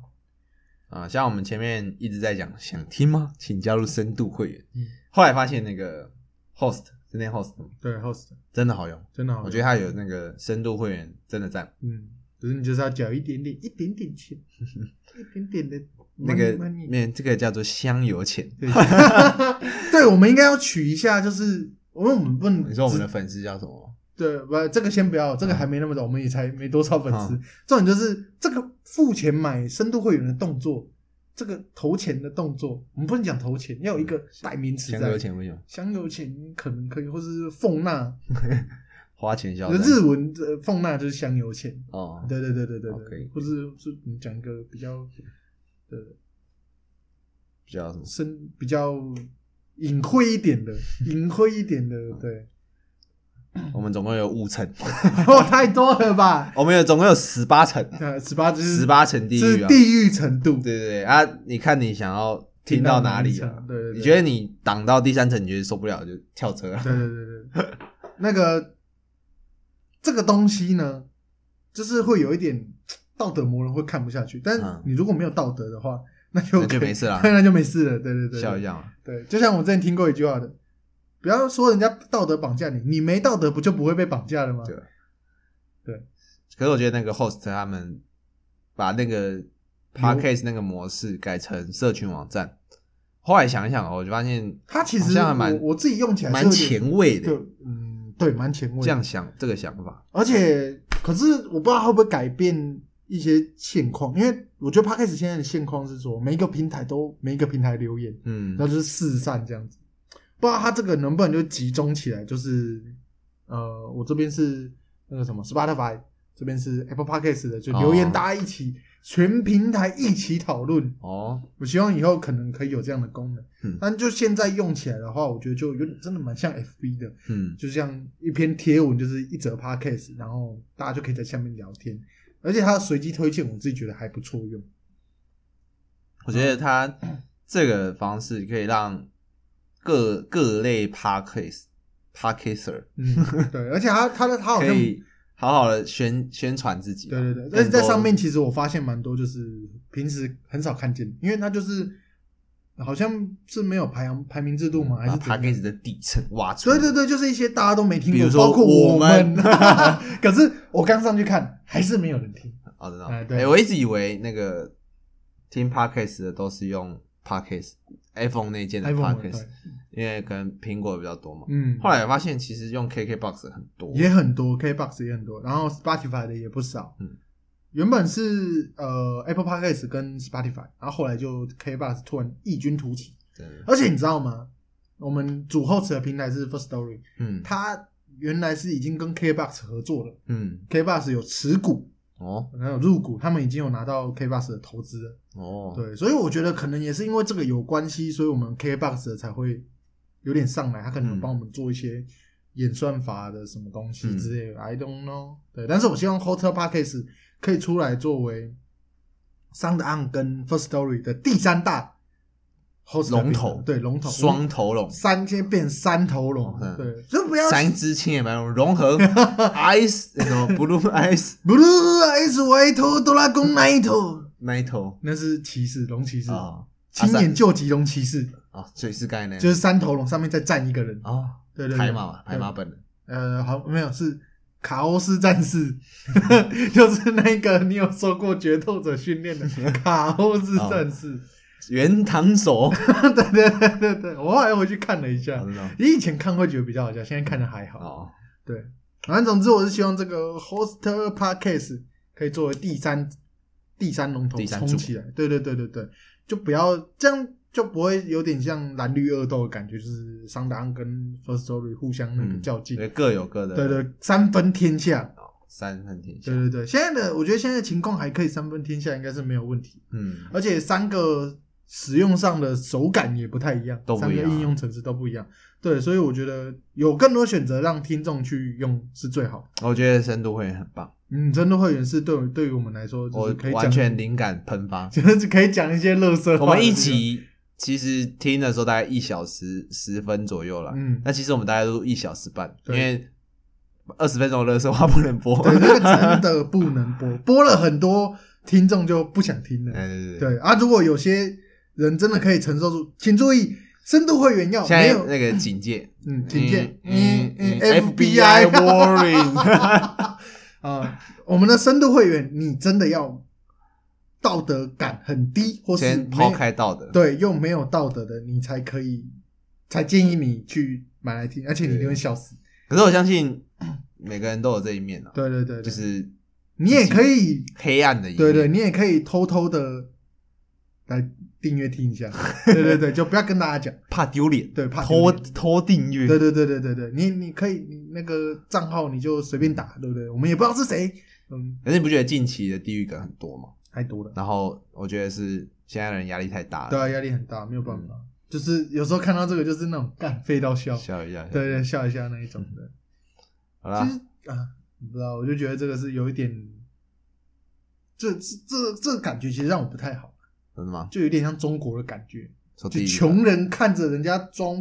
[SPEAKER 4] 啊，像我们前面一直在讲，想听吗？请加入深度会员。
[SPEAKER 2] 嗯
[SPEAKER 4] 后来发现那个 host，今天 host 吗
[SPEAKER 2] 对，host
[SPEAKER 4] 真的好用，
[SPEAKER 2] 真的好，
[SPEAKER 4] 我觉得它有那个深度会员真的赞。
[SPEAKER 2] 嗯，只是你就是要缴一点点、一点点钱， 一点点的
[SPEAKER 4] 那个
[SPEAKER 2] money- money
[SPEAKER 4] 面这个叫做香油钱，
[SPEAKER 2] 对， 对，我们应该要取一下，就是因为我们不能
[SPEAKER 4] 你说我们的
[SPEAKER 2] 只
[SPEAKER 4] 粉丝叫什么？
[SPEAKER 2] 对，不，这个先不
[SPEAKER 4] 嗯
[SPEAKER 2] 要，这个还没那么早，我们也才没多少粉丝
[SPEAKER 4] 啊。
[SPEAKER 2] 重点就是这个付钱买深度会员的动作，这个投钱的动作，我们不能讲投钱，要有一个代名词在。
[SPEAKER 4] 嗯香油钱不行吗，
[SPEAKER 2] 香油钱可能可以，或是奉纳，
[SPEAKER 4] 花钱消灾。
[SPEAKER 2] 日文呃奉纳就是香油钱，
[SPEAKER 4] 哦，
[SPEAKER 2] 对对对对对对
[SPEAKER 4] OK
[SPEAKER 2] 或是是你讲一个比较呃
[SPEAKER 4] 比较什么？
[SPEAKER 2] 深、比较隐晦一 点的，隐晦一点的，对，嗯
[SPEAKER 4] 我们总共有五层，
[SPEAKER 2] 哦，太多了吧？
[SPEAKER 4] 我们有总共有十八层，
[SPEAKER 2] 呃，十八就是
[SPEAKER 4] 十八层地
[SPEAKER 2] 是
[SPEAKER 4] 狱啊！
[SPEAKER 2] 地狱程度，
[SPEAKER 4] 对对对啊！你看你想要听到哪里
[SPEAKER 2] 听到哪一
[SPEAKER 4] 啊
[SPEAKER 2] 层？对对对
[SPEAKER 4] 你觉得你挡到第三层，你觉得受不了就跳车啊了。
[SPEAKER 2] 对对对对， 那个这个东西呢，就是会有一点道德魔人会看不下去，但
[SPEAKER 4] 嗯
[SPEAKER 2] 你如果没有道德的话，那就
[SPEAKER 4] 那就
[SPEAKER 2] 可以
[SPEAKER 4] 没事啦
[SPEAKER 2] 对，那就没事了。对对对，
[SPEAKER 4] 笑一
[SPEAKER 2] 下。
[SPEAKER 4] 下嘛。
[SPEAKER 2] 对，就像我之前听过一句话的，不要说人家道德绑架你，你没道德不就不会被绑架了吗？
[SPEAKER 4] 对
[SPEAKER 2] 对。
[SPEAKER 4] 可是我觉得那个 host 他们把那个 podcast 那个模式改成社群网站，后来想一想，我就发现
[SPEAKER 2] 它其
[SPEAKER 4] 好
[SPEAKER 2] 实
[SPEAKER 4] 像还
[SPEAKER 2] 我
[SPEAKER 4] 蛮
[SPEAKER 2] 我自己用起来
[SPEAKER 4] 蛮前卫
[SPEAKER 2] 对
[SPEAKER 4] 的，，
[SPEAKER 2] 嗯，对，蛮前卫的。
[SPEAKER 4] 这样想这个想法。
[SPEAKER 2] 而且，可是我不知道它会不会改变一些现况，因为我觉得 Podcast 现在的现况是说，每一个平台都每一个平台留言，
[SPEAKER 4] 嗯
[SPEAKER 2] 然后就是四散这样子。不知道它这个能不能就集中起来，就是呃，我这边是那个什么 Spotify，这边是 Apple Podcast 的，就留言
[SPEAKER 4] 哦
[SPEAKER 2] 大家一起、全平台一起讨论。
[SPEAKER 4] 哦，
[SPEAKER 2] 我希望以后可能可以有这样的功能，
[SPEAKER 4] 嗯
[SPEAKER 2] 但就现在用起来的话，我觉得就有点真的蛮像 FB 的，
[SPEAKER 4] 嗯，
[SPEAKER 2] 就像一篇贴文，就是一则 podcast，然后大家就可以在下面聊天，而且它的随机推荐，我自己觉得还不错用。
[SPEAKER 4] 我觉得他这个方式可以让各各类 podcast podcaster
[SPEAKER 2] 嗯， 对，而且它它的它好
[SPEAKER 4] 可
[SPEAKER 2] 像
[SPEAKER 4] 以好好的宣宣传自己吧。啊
[SPEAKER 2] 对对对，
[SPEAKER 4] 更多
[SPEAKER 2] 但是在上面其实我发现蛮多，就是平时很少看见，因为它就是好像是没有排行排名制度嘛，还
[SPEAKER 4] 把
[SPEAKER 2] 是怎么样
[SPEAKER 4] 嗯啊 podcast 的底层挖出来。
[SPEAKER 2] 对对对，就是一些大家都没听
[SPEAKER 4] 比
[SPEAKER 2] 过，
[SPEAKER 4] 如说
[SPEAKER 2] 包括我
[SPEAKER 4] 我们
[SPEAKER 2] 可是我刚上去看，还是没有人 听。
[SPEAKER 4] 哦，真的哦。
[SPEAKER 2] 哎
[SPEAKER 4] 哎、
[SPEAKER 2] 对
[SPEAKER 4] 我一直以为那个听 podcast 的都是用 podcast iPhone 那件的
[SPEAKER 2] iPhone 对
[SPEAKER 4] podcast，因为可能苹果比较多嘛。
[SPEAKER 2] 嗯，
[SPEAKER 4] 后来我发现其实用 KKBox 很多，
[SPEAKER 2] 也很多，KBox 也很多，然后 Spotify 的也不少。
[SPEAKER 4] 嗯，
[SPEAKER 2] 原本是呃 Apple Podcast 跟 Spotify，然后后来就 KBox 突然异军突起，
[SPEAKER 4] 真的，
[SPEAKER 2] 而且你知道吗？我们主后持的平台是 First Story，
[SPEAKER 4] 嗯
[SPEAKER 2] 它原来是已经跟 KBox 合作了
[SPEAKER 4] 嗯，
[SPEAKER 2] ，KBox 有持股，
[SPEAKER 4] 哦
[SPEAKER 2] 然后有入股，他们已经有拿到 KBox 的投资了。
[SPEAKER 4] 哦，
[SPEAKER 2] 对，所以我觉得可能也是因为这个有关系，所以我们 KBox 的才会有点上来，他可
[SPEAKER 4] 嗯
[SPEAKER 2] 能有帮我们做一些演算法的什么东西
[SPEAKER 4] 嗯
[SPEAKER 2] 之类的、i don't know。对，但是我希望 Hotel Podcast 可以出来作为 Sound On 跟 First Story 的第三大 host
[SPEAKER 4] 龙头
[SPEAKER 2] 对龙头
[SPEAKER 4] 双头龙，
[SPEAKER 2] 三千变三头龙，
[SPEAKER 4] 嗯
[SPEAKER 2] 对，就不要
[SPEAKER 4] 三只青眼白龙 融合 ice 那什么 blue ice
[SPEAKER 2] 不是一直歪头哆啦公那一头，
[SPEAKER 4] 那一头
[SPEAKER 2] 那是骑士龙骑士，
[SPEAKER 4] 啊，
[SPEAKER 2] 青
[SPEAKER 4] 啊
[SPEAKER 2] 眼救急龙骑士，
[SPEAKER 4] 三啊，所以是概念
[SPEAKER 2] 就是三头龙上面再站一个人，
[SPEAKER 4] 啊，
[SPEAKER 2] 对对对
[SPEAKER 4] 海马嘛，
[SPEAKER 2] 对
[SPEAKER 4] 海马本人，
[SPEAKER 2] 呃，好，没有是卡欧斯战士， 就是那个你有受过决斗者训练 的卡欧斯战士。
[SPEAKER 4] 原 堂手，
[SPEAKER 2] 对对对对对，我后来回去看了一下
[SPEAKER 4] 哦好，的哦
[SPEAKER 2] 你以前看会觉得比较好笑，现在看的还好。
[SPEAKER 4] 哦，
[SPEAKER 2] 对，反正总之我是希望这个 Hoster Podcast 可以作为第三第三龙头
[SPEAKER 4] 第三
[SPEAKER 2] 冲
[SPEAKER 4] 柱
[SPEAKER 2] 起来。对对对对对，就不要这样，就不会有点像蓝绿恶斗的感觉，就是桑达安跟 First Story 互相那个
[SPEAKER 4] 嗯
[SPEAKER 2] 较劲。
[SPEAKER 4] 对，各有各的，
[SPEAKER 2] 对，对，三分天下。
[SPEAKER 4] 三分天下
[SPEAKER 2] 对，对对，现在的我觉得现在情况还可以，三分天下应该是没有问题，
[SPEAKER 4] 嗯，
[SPEAKER 2] 而且三个使用上的手感也不太一样，
[SPEAKER 4] 都不
[SPEAKER 2] 三
[SPEAKER 4] 一
[SPEAKER 2] 个
[SPEAKER 4] 样
[SPEAKER 2] 应用程式都不一样。对，所以我觉得有更多选择让听众去用是最好的。
[SPEAKER 4] 我觉得深度会很棒，
[SPEAKER 2] 嗯，真的会员是对我对于我们来说，就
[SPEAKER 4] 我
[SPEAKER 2] 是可以
[SPEAKER 4] 完
[SPEAKER 2] 讲，，
[SPEAKER 4] 全灵感喷发
[SPEAKER 2] 就是可以讲一些乐色。
[SPEAKER 4] 我们一，集。其实听的时候大概一小时十分左右啦，
[SPEAKER 2] 嗯，
[SPEAKER 4] 那其实我们大概都一小时半，因
[SPEAKER 2] 对
[SPEAKER 4] 为二十分钟的热搜话不能播。哎
[SPEAKER 2] 对， 这个真的不能播，播了很多听众就不想 听了。
[SPEAKER 4] 哎对对对，
[SPEAKER 2] 对啊，如果有些人真的可以承受住，请注意，深度会员要
[SPEAKER 4] 现
[SPEAKER 2] 哦没
[SPEAKER 4] 在
[SPEAKER 2] 有，
[SPEAKER 4] 那个警戒，
[SPEAKER 2] 嗯，请见，嗯
[SPEAKER 4] 嗯
[SPEAKER 2] 嗯
[SPEAKER 4] 嗯
[SPEAKER 2] ，FBI
[SPEAKER 4] warning，
[SPEAKER 2] 啊，我们的深度会员，你真的要道德感很低，或是
[SPEAKER 4] 先
[SPEAKER 2] 没
[SPEAKER 4] 抛开道德，
[SPEAKER 2] 对又没有道德的，你才可以，才建议你去买来听，而且你一定会笑死。
[SPEAKER 4] 可是我相信每个人都有这一面啊，
[SPEAKER 2] 对对对，对
[SPEAKER 4] 就是
[SPEAKER 2] 你也可以，
[SPEAKER 4] 黑暗的一面。
[SPEAKER 2] 对对，你也可以偷偷的来订阅听一下。对对对，就不要跟大家讲。
[SPEAKER 4] 怕丢脸，
[SPEAKER 2] 对怕丢
[SPEAKER 4] 偷
[SPEAKER 2] 脸
[SPEAKER 4] 偷订阅，
[SPEAKER 2] 对对对对对对，你你可以，你那个账号你就随便打，对不对？我们也不知道是谁，嗯，
[SPEAKER 4] 可是你不觉得近期的地狱梗很多吗？
[SPEAKER 2] 太多了。
[SPEAKER 4] 然后我觉得是现在人压力太大了，
[SPEAKER 2] 对啊，压力很大，没有办法。嗯就是有时候看到这个，就是那种干废到笑，
[SPEAKER 4] 笑一下，
[SPEAKER 2] 对对，笑一下那一种的。
[SPEAKER 4] 好啦
[SPEAKER 2] 其，实啊，不知道，我就觉得这个是有一点，这这这这个感觉其实让我不太好，
[SPEAKER 4] 真的吗？
[SPEAKER 2] 就有点像中国的感觉，
[SPEAKER 4] 说
[SPEAKER 2] 就
[SPEAKER 4] 地狱梗
[SPEAKER 2] 穷人看着人家装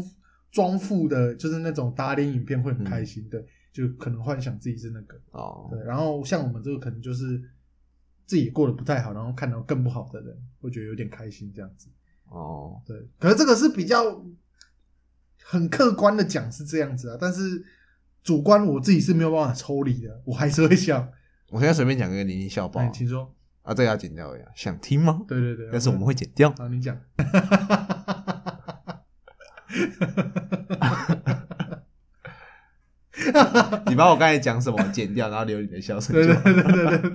[SPEAKER 2] 装富的，就是那种打脸影片会很开心，对，就可能幻想自己是那个，
[SPEAKER 4] 哦，
[SPEAKER 2] 对。然后像我们这个可能就是自己过得不太好，然后看到更不好的人，会觉得有点开心这样子。
[SPEAKER 4] 哦，
[SPEAKER 2] 对，可是这个是比较很客观的讲是这样子啊，但是主观我自己是没有办法抽离的，我还是会想，
[SPEAKER 4] 我现在随便讲一个零零笑爆
[SPEAKER 2] 哎，请说，
[SPEAKER 4] 啊，这个要剪掉呀，想听吗？
[SPEAKER 2] 对对对，
[SPEAKER 4] 但是我们会剪掉。
[SPEAKER 2] 好，你讲，
[SPEAKER 4] 你把我刚才讲什么剪掉，然后留你的笑声
[SPEAKER 2] 对
[SPEAKER 4] 就
[SPEAKER 2] 对
[SPEAKER 4] 好。
[SPEAKER 2] 对对对 对，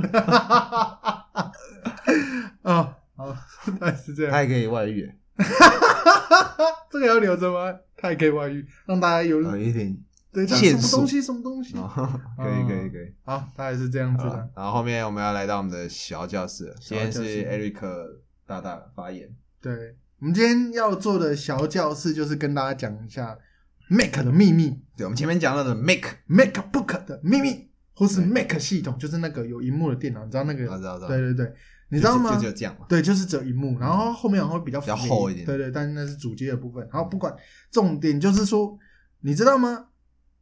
[SPEAKER 2] 啊，好，大概是这
[SPEAKER 4] 他
[SPEAKER 2] 样，
[SPEAKER 4] 还可以外遇，
[SPEAKER 2] 这个要留着吗？太 K 外遇，让大家有
[SPEAKER 4] 有一点
[SPEAKER 2] 对这样
[SPEAKER 4] 线
[SPEAKER 2] 什么
[SPEAKER 4] 索
[SPEAKER 2] 东西什么东西，
[SPEAKER 4] 呃哦， 可以可以可以。
[SPEAKER 2] 好，大概嗯是这样子
[SPEAKER 4] 好啊
[SPEAKER 2] 的
[SPEAKER 4] 了。，然后后面我们要来到我们的小教室了，今天
[SPEAKER 2] 小教室
[SPEAKER 4] 是 Eric 大大发言。
[SPEAKER 2] 对，我们今天要做的小教室就是跟大家讲一下 Mac 的秘密
[SPEAKER 4] 对，我们前面讲到的 Make，
[SPEAKER 2] ，MacBook 的秘密，或是 Mac 系统，就是那个有荧幕的电脑，你知道那个？
[SPEAKER 4] 啊知道知道
[SPEAKER 2] 对对对，你知道吗
[SPEAKER 4] 就？就就这样嘛。
[SPEAKER 2] 对，就是只有荧幕，然后后面好像会比较比
[SPEAKER 4] 较厚一点
[SPEAKER 2] 对对，但是那是主机的部分。然后不管，重点就是说，你知道吗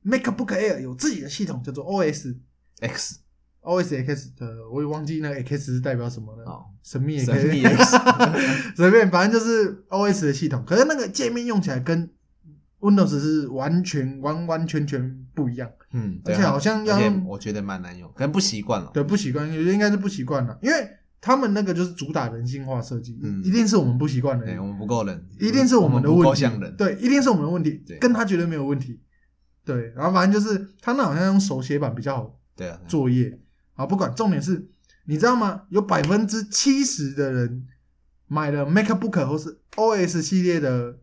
[SPEAKER 2] ？MacBook Air 有自己的系统，叫做 OS。
[SPEAKER 4] X
[SPEAKER 2] OS X 的，我也忘记那个 X 是代表什么了。
[SPEAKER 4] 哦，
[SPEAKER 2] 神秘也可以，
[SPEAKER 4] 神秘 X，
[SPEAKER 2] 随便，反正就是 OS 的系统。可是那个界面用起来跟 Windows 是完全完完全全不一样，
[SPEAKER 4] 嗯，
[SPEAKER 2] 而
[SPEAKER 4] 对
[SPEAKER 2] 且
[SPEAKER 4] 啊
[SPEAKER 2] 好像要
[SPEAKER 4] 而且
[SPEAKER 2] 用
[SPEAKER 4] 我觉得蛮难用，可能不习惯了。
[SPEAKER 2] 对，不习惯，有些应该是不习惯了，因为他们那个就是主打人性化设计，
[SPEAKER 4] 嗯
[SPEAKER 2] 一定是我们不习惯的，
[SPEAKER 4] 对，我们不够人，
[SPEAKER 2] 一定是
[SPEAKER 4] 我
[SPEAKER 2] 们的
[SPEAKER 4] 不
[SPEAKER 2] 问
[SPEAKER 4] 够
[SPEAKER 2] 题
[SPEAKER 4] 像人。，
[SPEAKER 2] 对，一定是我们的问题
[SPEAKER 4] 对，
[SPEAKER 2] 跟他绝对没有问题。对，然后反正就是他那好像用手写板比较好
[SPEAKER 4] 对啊，对啊
[SPEAKER 2] 作业啊，不管，重点是，你知道吗？有百分之七十的人买了 MacBook 或是 OS 系列的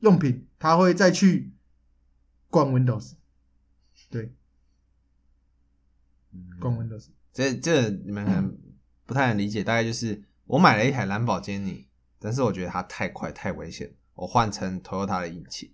[SPEAKER 2] 用品，他会再去逛 Windows，对，逛 Windows，
[SPEAKER 4] 这这你们可
[SPEAKER 2] 嗯
[SPEAKER 4] 能不太能理解，大概就是我买了一台兰博基尼，但是我觉得它太快太危险，我换成 Toyota 的引擎。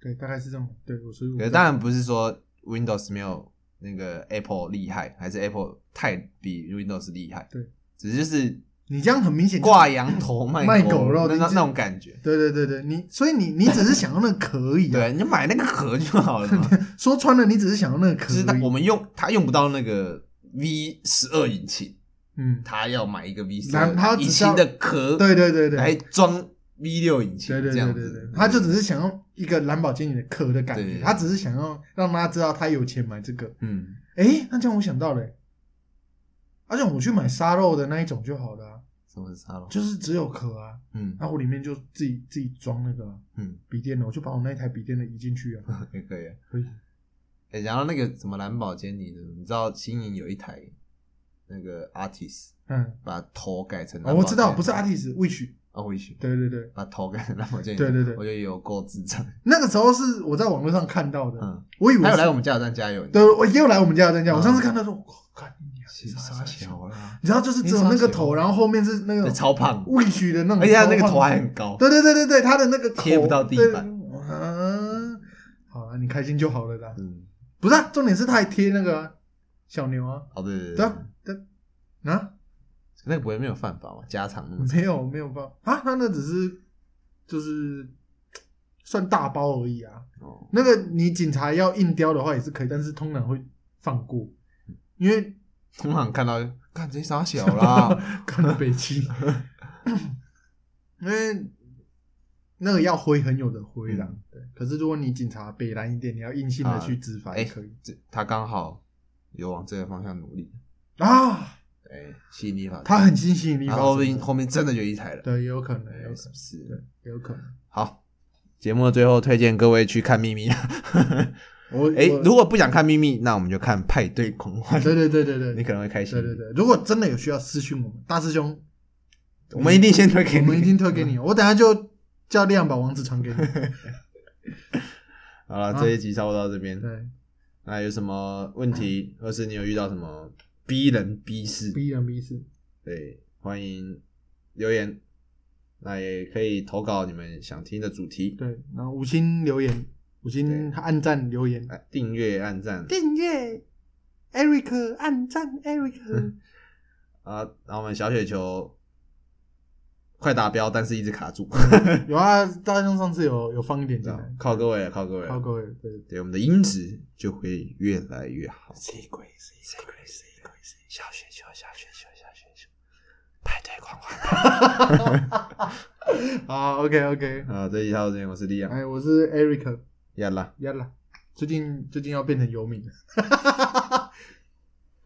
[SPEAKER 2] 对，大概是这种。对，我所以我
[SPEAKER 4] 可是当然不是说 Windows 没有那个 Apple 厉害，还是 Apple 太比 Windows 厉害，
[SPEAKER 2] 对，
[SPEAKER 4] 只是就是
[SPEAKER 2] 你这样很明显就是
[SPEAKER 4] 挂羊 头卖
[SPEAKER 2] 卖
[SPEAKER 4] 狗
[SPEAKER 2] 狗肉
[SPEAKER 4] 那那
[SPEAKER 2] 就是
[SPEAKER 4] 那种感觉。
[SPEAKER 2] 对对对对，你所以你你只是想要那个壳而已、啊。
[SPEAKER 4] 对，你就买那个壳就好 了嘛，
[SPEAKER 2] 说穿了，你只是想要那个壳
[SPEAKER 4] 就
[SPEAKER 2] 而已。
[SPEAKER 4] 是它我们用它用不到那个 V 十二引擎，
[SPEAKER 2] 嗯，
[SPEAKER 4] 他要买一个 V 十
[SPEAKER 2] 然后他
[SPEAKER 4] 二
[SPEAKER 2] 只
[SPEAKER 4] 引
[SPEAKER 2] 是要
[SPEAKER 4] 擎的壳，
[SPEAKER 2] 对对对对，
[SPEAKER 4] 来装 V 六引擎
[SPEAKER 2] 对对
[SPEAKER 4] 这
[SPEAKER 2] 对
[SPEAKER 4] 样
[SPEAKER 2] 对对
[SPEAKER 4] 子，，
[SPEAKER 2] 他就只是想要一个兰博基尼的壳的感
[SPEAKER 4] 对
[SPEAKER 2] 觉，他只是想要让大家知道他有钱买这个。
[SPEAKER 4] 嗯，
[SPEAKER 2] 诶，那这样我想到了、而且我去买沙漏的那一种就好了啊、
[SPEAKER 4] 什么是沙漏？
[SPEAKER 2] 就是只有壳啊，
[SPEAKER 4] 嗯
[SPEAKER 2] 那我里面就自己自己装那个啊
[SPEAKER 4] 嗯，
[SPEAKER 2] 笔电的，我就把我那一台笔电的移进去啊，
[SPEAKER 4] 也可以啊。
[SPEAKER 2] 可以。
[SPEAKER 4] 诶然后那个什么蓝宝坚尼的，你知道新颖有一台那个 artist
[SPEAKER 2] 嗯，
[SPEAKER 4] 把头改成蓝
[SPEAKER 2] 哦，
[SPEAKER 4] 宝
[SPEAKER 2] 我知道，
[SPEAKER 4] 坚尼
[SPEAKER 2] 不是 artist wish，
[SPEAKER 4] 哦，我也许
[SPEAKER 2] 对对对，
[SPEAKER 4] 把头改成蓝宝坚尼，
[SPEAKER 2] 对对对
[SPEAKER 4] 我觉得有够智障。
[SPEAKER 2] 那个时候是我在网络上看到的，
[SPEAKER 4] 嗯，
[SPEAKER 2] 我以为
[SPEAKER 4] 他有
[SPEAKER 2] 是
[SPEAKER 4] 来我们加油站加油，你知
[SPEAKER 2] 对
[SPEAKER 4] 道吗，
[SPEAKER 2] 我又来我们家的这样，我上次看到说，我看你啊，
[SPEAKER 4] 其实傻小啦，
[SPEAKER 2] 你知道就是只有那个头，
[SPEAKER 4] 你
[SPEAKER 2] 然后后面是那
[SPEAKER 4] 对
[SPEAKER 2] 个
[SPEAKER 4] 超胖，
[SPEAKER 2] 未许的那种，
[SPEAKER 4] 而且他哎那个头还，很高，
[SPEAKER 2] 对对对对对，他的那个口
[SPEAKER 4] 贴不到地板。
[SPEAKER 2] 对啊，好了，你开心就好了啦。
[SPEAKER 4] 嗯，
[SPEAKER 2] 不是、啊，重点是他还贴那个啊、小牛啊，
[SPEAKER 4] 哦对对
[SPEAKER 2] 对
[SPEAKER 4] 对，
[SPEAKER 2] 啊，对啊，
[SPEAKER 4] 那个不会没有犯法嘛？加长那么长
[SPEAKER 2] 没有没有包啊，他那只是就是算大包而已啊。
[SPEAKER 4] 哦，
[SPEAKER 2] 那个你警察要硬雕的话也是可以，但是通常会放过，因为
[SPEAKER 4] 通常看到就干这傻小啦，
[SPEAKER 2] 看到北京，因为那个要灰很有的灰啦。
[SPEAKER 4] 嗯
[SPEAKER 2] 对，可是如果你警察北蓝一点，你要硬性的去执法
[SPEAKER 4] 哎
[SPEAKER 2] 也可以
[SPEAKER 4] 这他刚好有往这个方向努力，
[SPEAKER 2] 啊。
[SPEAKER 4] 哎，吸引力法则，
[SPEAKER 2] 他很新吸引力
[SPEAKER 4] 他
[SPEAKER 2] 法
[SPEAKER 4] 后
[SPEAKER 2] 则，
[SPEAKER 4] 面后面真的就一台了，
[SPEAKER 2] 对，也有可能，也有
[SPEAKER 4] 哎，
[SPEAKER 2] 可
[SPEAKER 4] 是不
[SPEAKER 2] 能，
[SPEAKER 4] 是？
[SPEAKER 2] 也有可能。
[SPEAKER 4] 好，节目的最后推荐各位去看《秘密》，
[SPEAKER 2] 我
[SPEAKER 4] 哎，
[SPEAKER 2] 我
[SPEAKER 4] 如果不想看《秘密》，那我们就看《派对狂欢》，
[SPEAKER 2] 对对对对对，
[SPEAKER 4] 你可能会开心
[SPEAKER 2] 对。对对，如果真的有需要私讯我们，大师兄，
[SPEAKER 4] 我们一定先推给
[SPEAKER 2] 我
[SPEAKER 4] 你，
[SPEAKER 2] 们一定推给你。我等下就叫亮把网址传给你。
[SPEAKER 4] 好了，
[SPEAKER 2] 啊
[SPEAKER 4] 这一集差不多到这边。
[SPEAKER 2] 对，
[SPEAKER 4] 那有什么问题，或是你有遇到什么逼人逼事？
[SPEAKER 2] 逼人逼事，
[SPEAKER 4] 对，欢迎留言，那也可以投稿你们想听的主题，
[SPEAKER 2] 对，然后五星留言，五星按赞留言。
[SPEAKER 4] 哎订阅、按赞
[SPEAKER 2] 订阅 Eric 暗赞 Eric，
[SPEAKER 4] 啊，然后我们小雪球快达标，但是一直卡住，
[SPEAKER 2] 有啊，大象上次有有放一点进来，
[SPEAKER 4] 靠各位了，靠各位
[SPEAKER 2] 嗯好
[SPEAKER 4] 了，
[SPEAKER 2] 各位，对
[SPEAKER 4] 对，我们的音质就会越来越好。
[SPEAKER 3] 谁鬼谁鬼谁鬼谁？小雪球，小雪球，小雪球，派对狂欢。
[SPEAKER 2] 好，OK OK，
[SPEAKER 4] 啊，这一套这边我是力量，
[SPEAKER 2] 哎，我是 Eric，
[SPEAKER 4] 呀啦。
[SPEAKER 2] 呀啦，最近最近要变成游民了。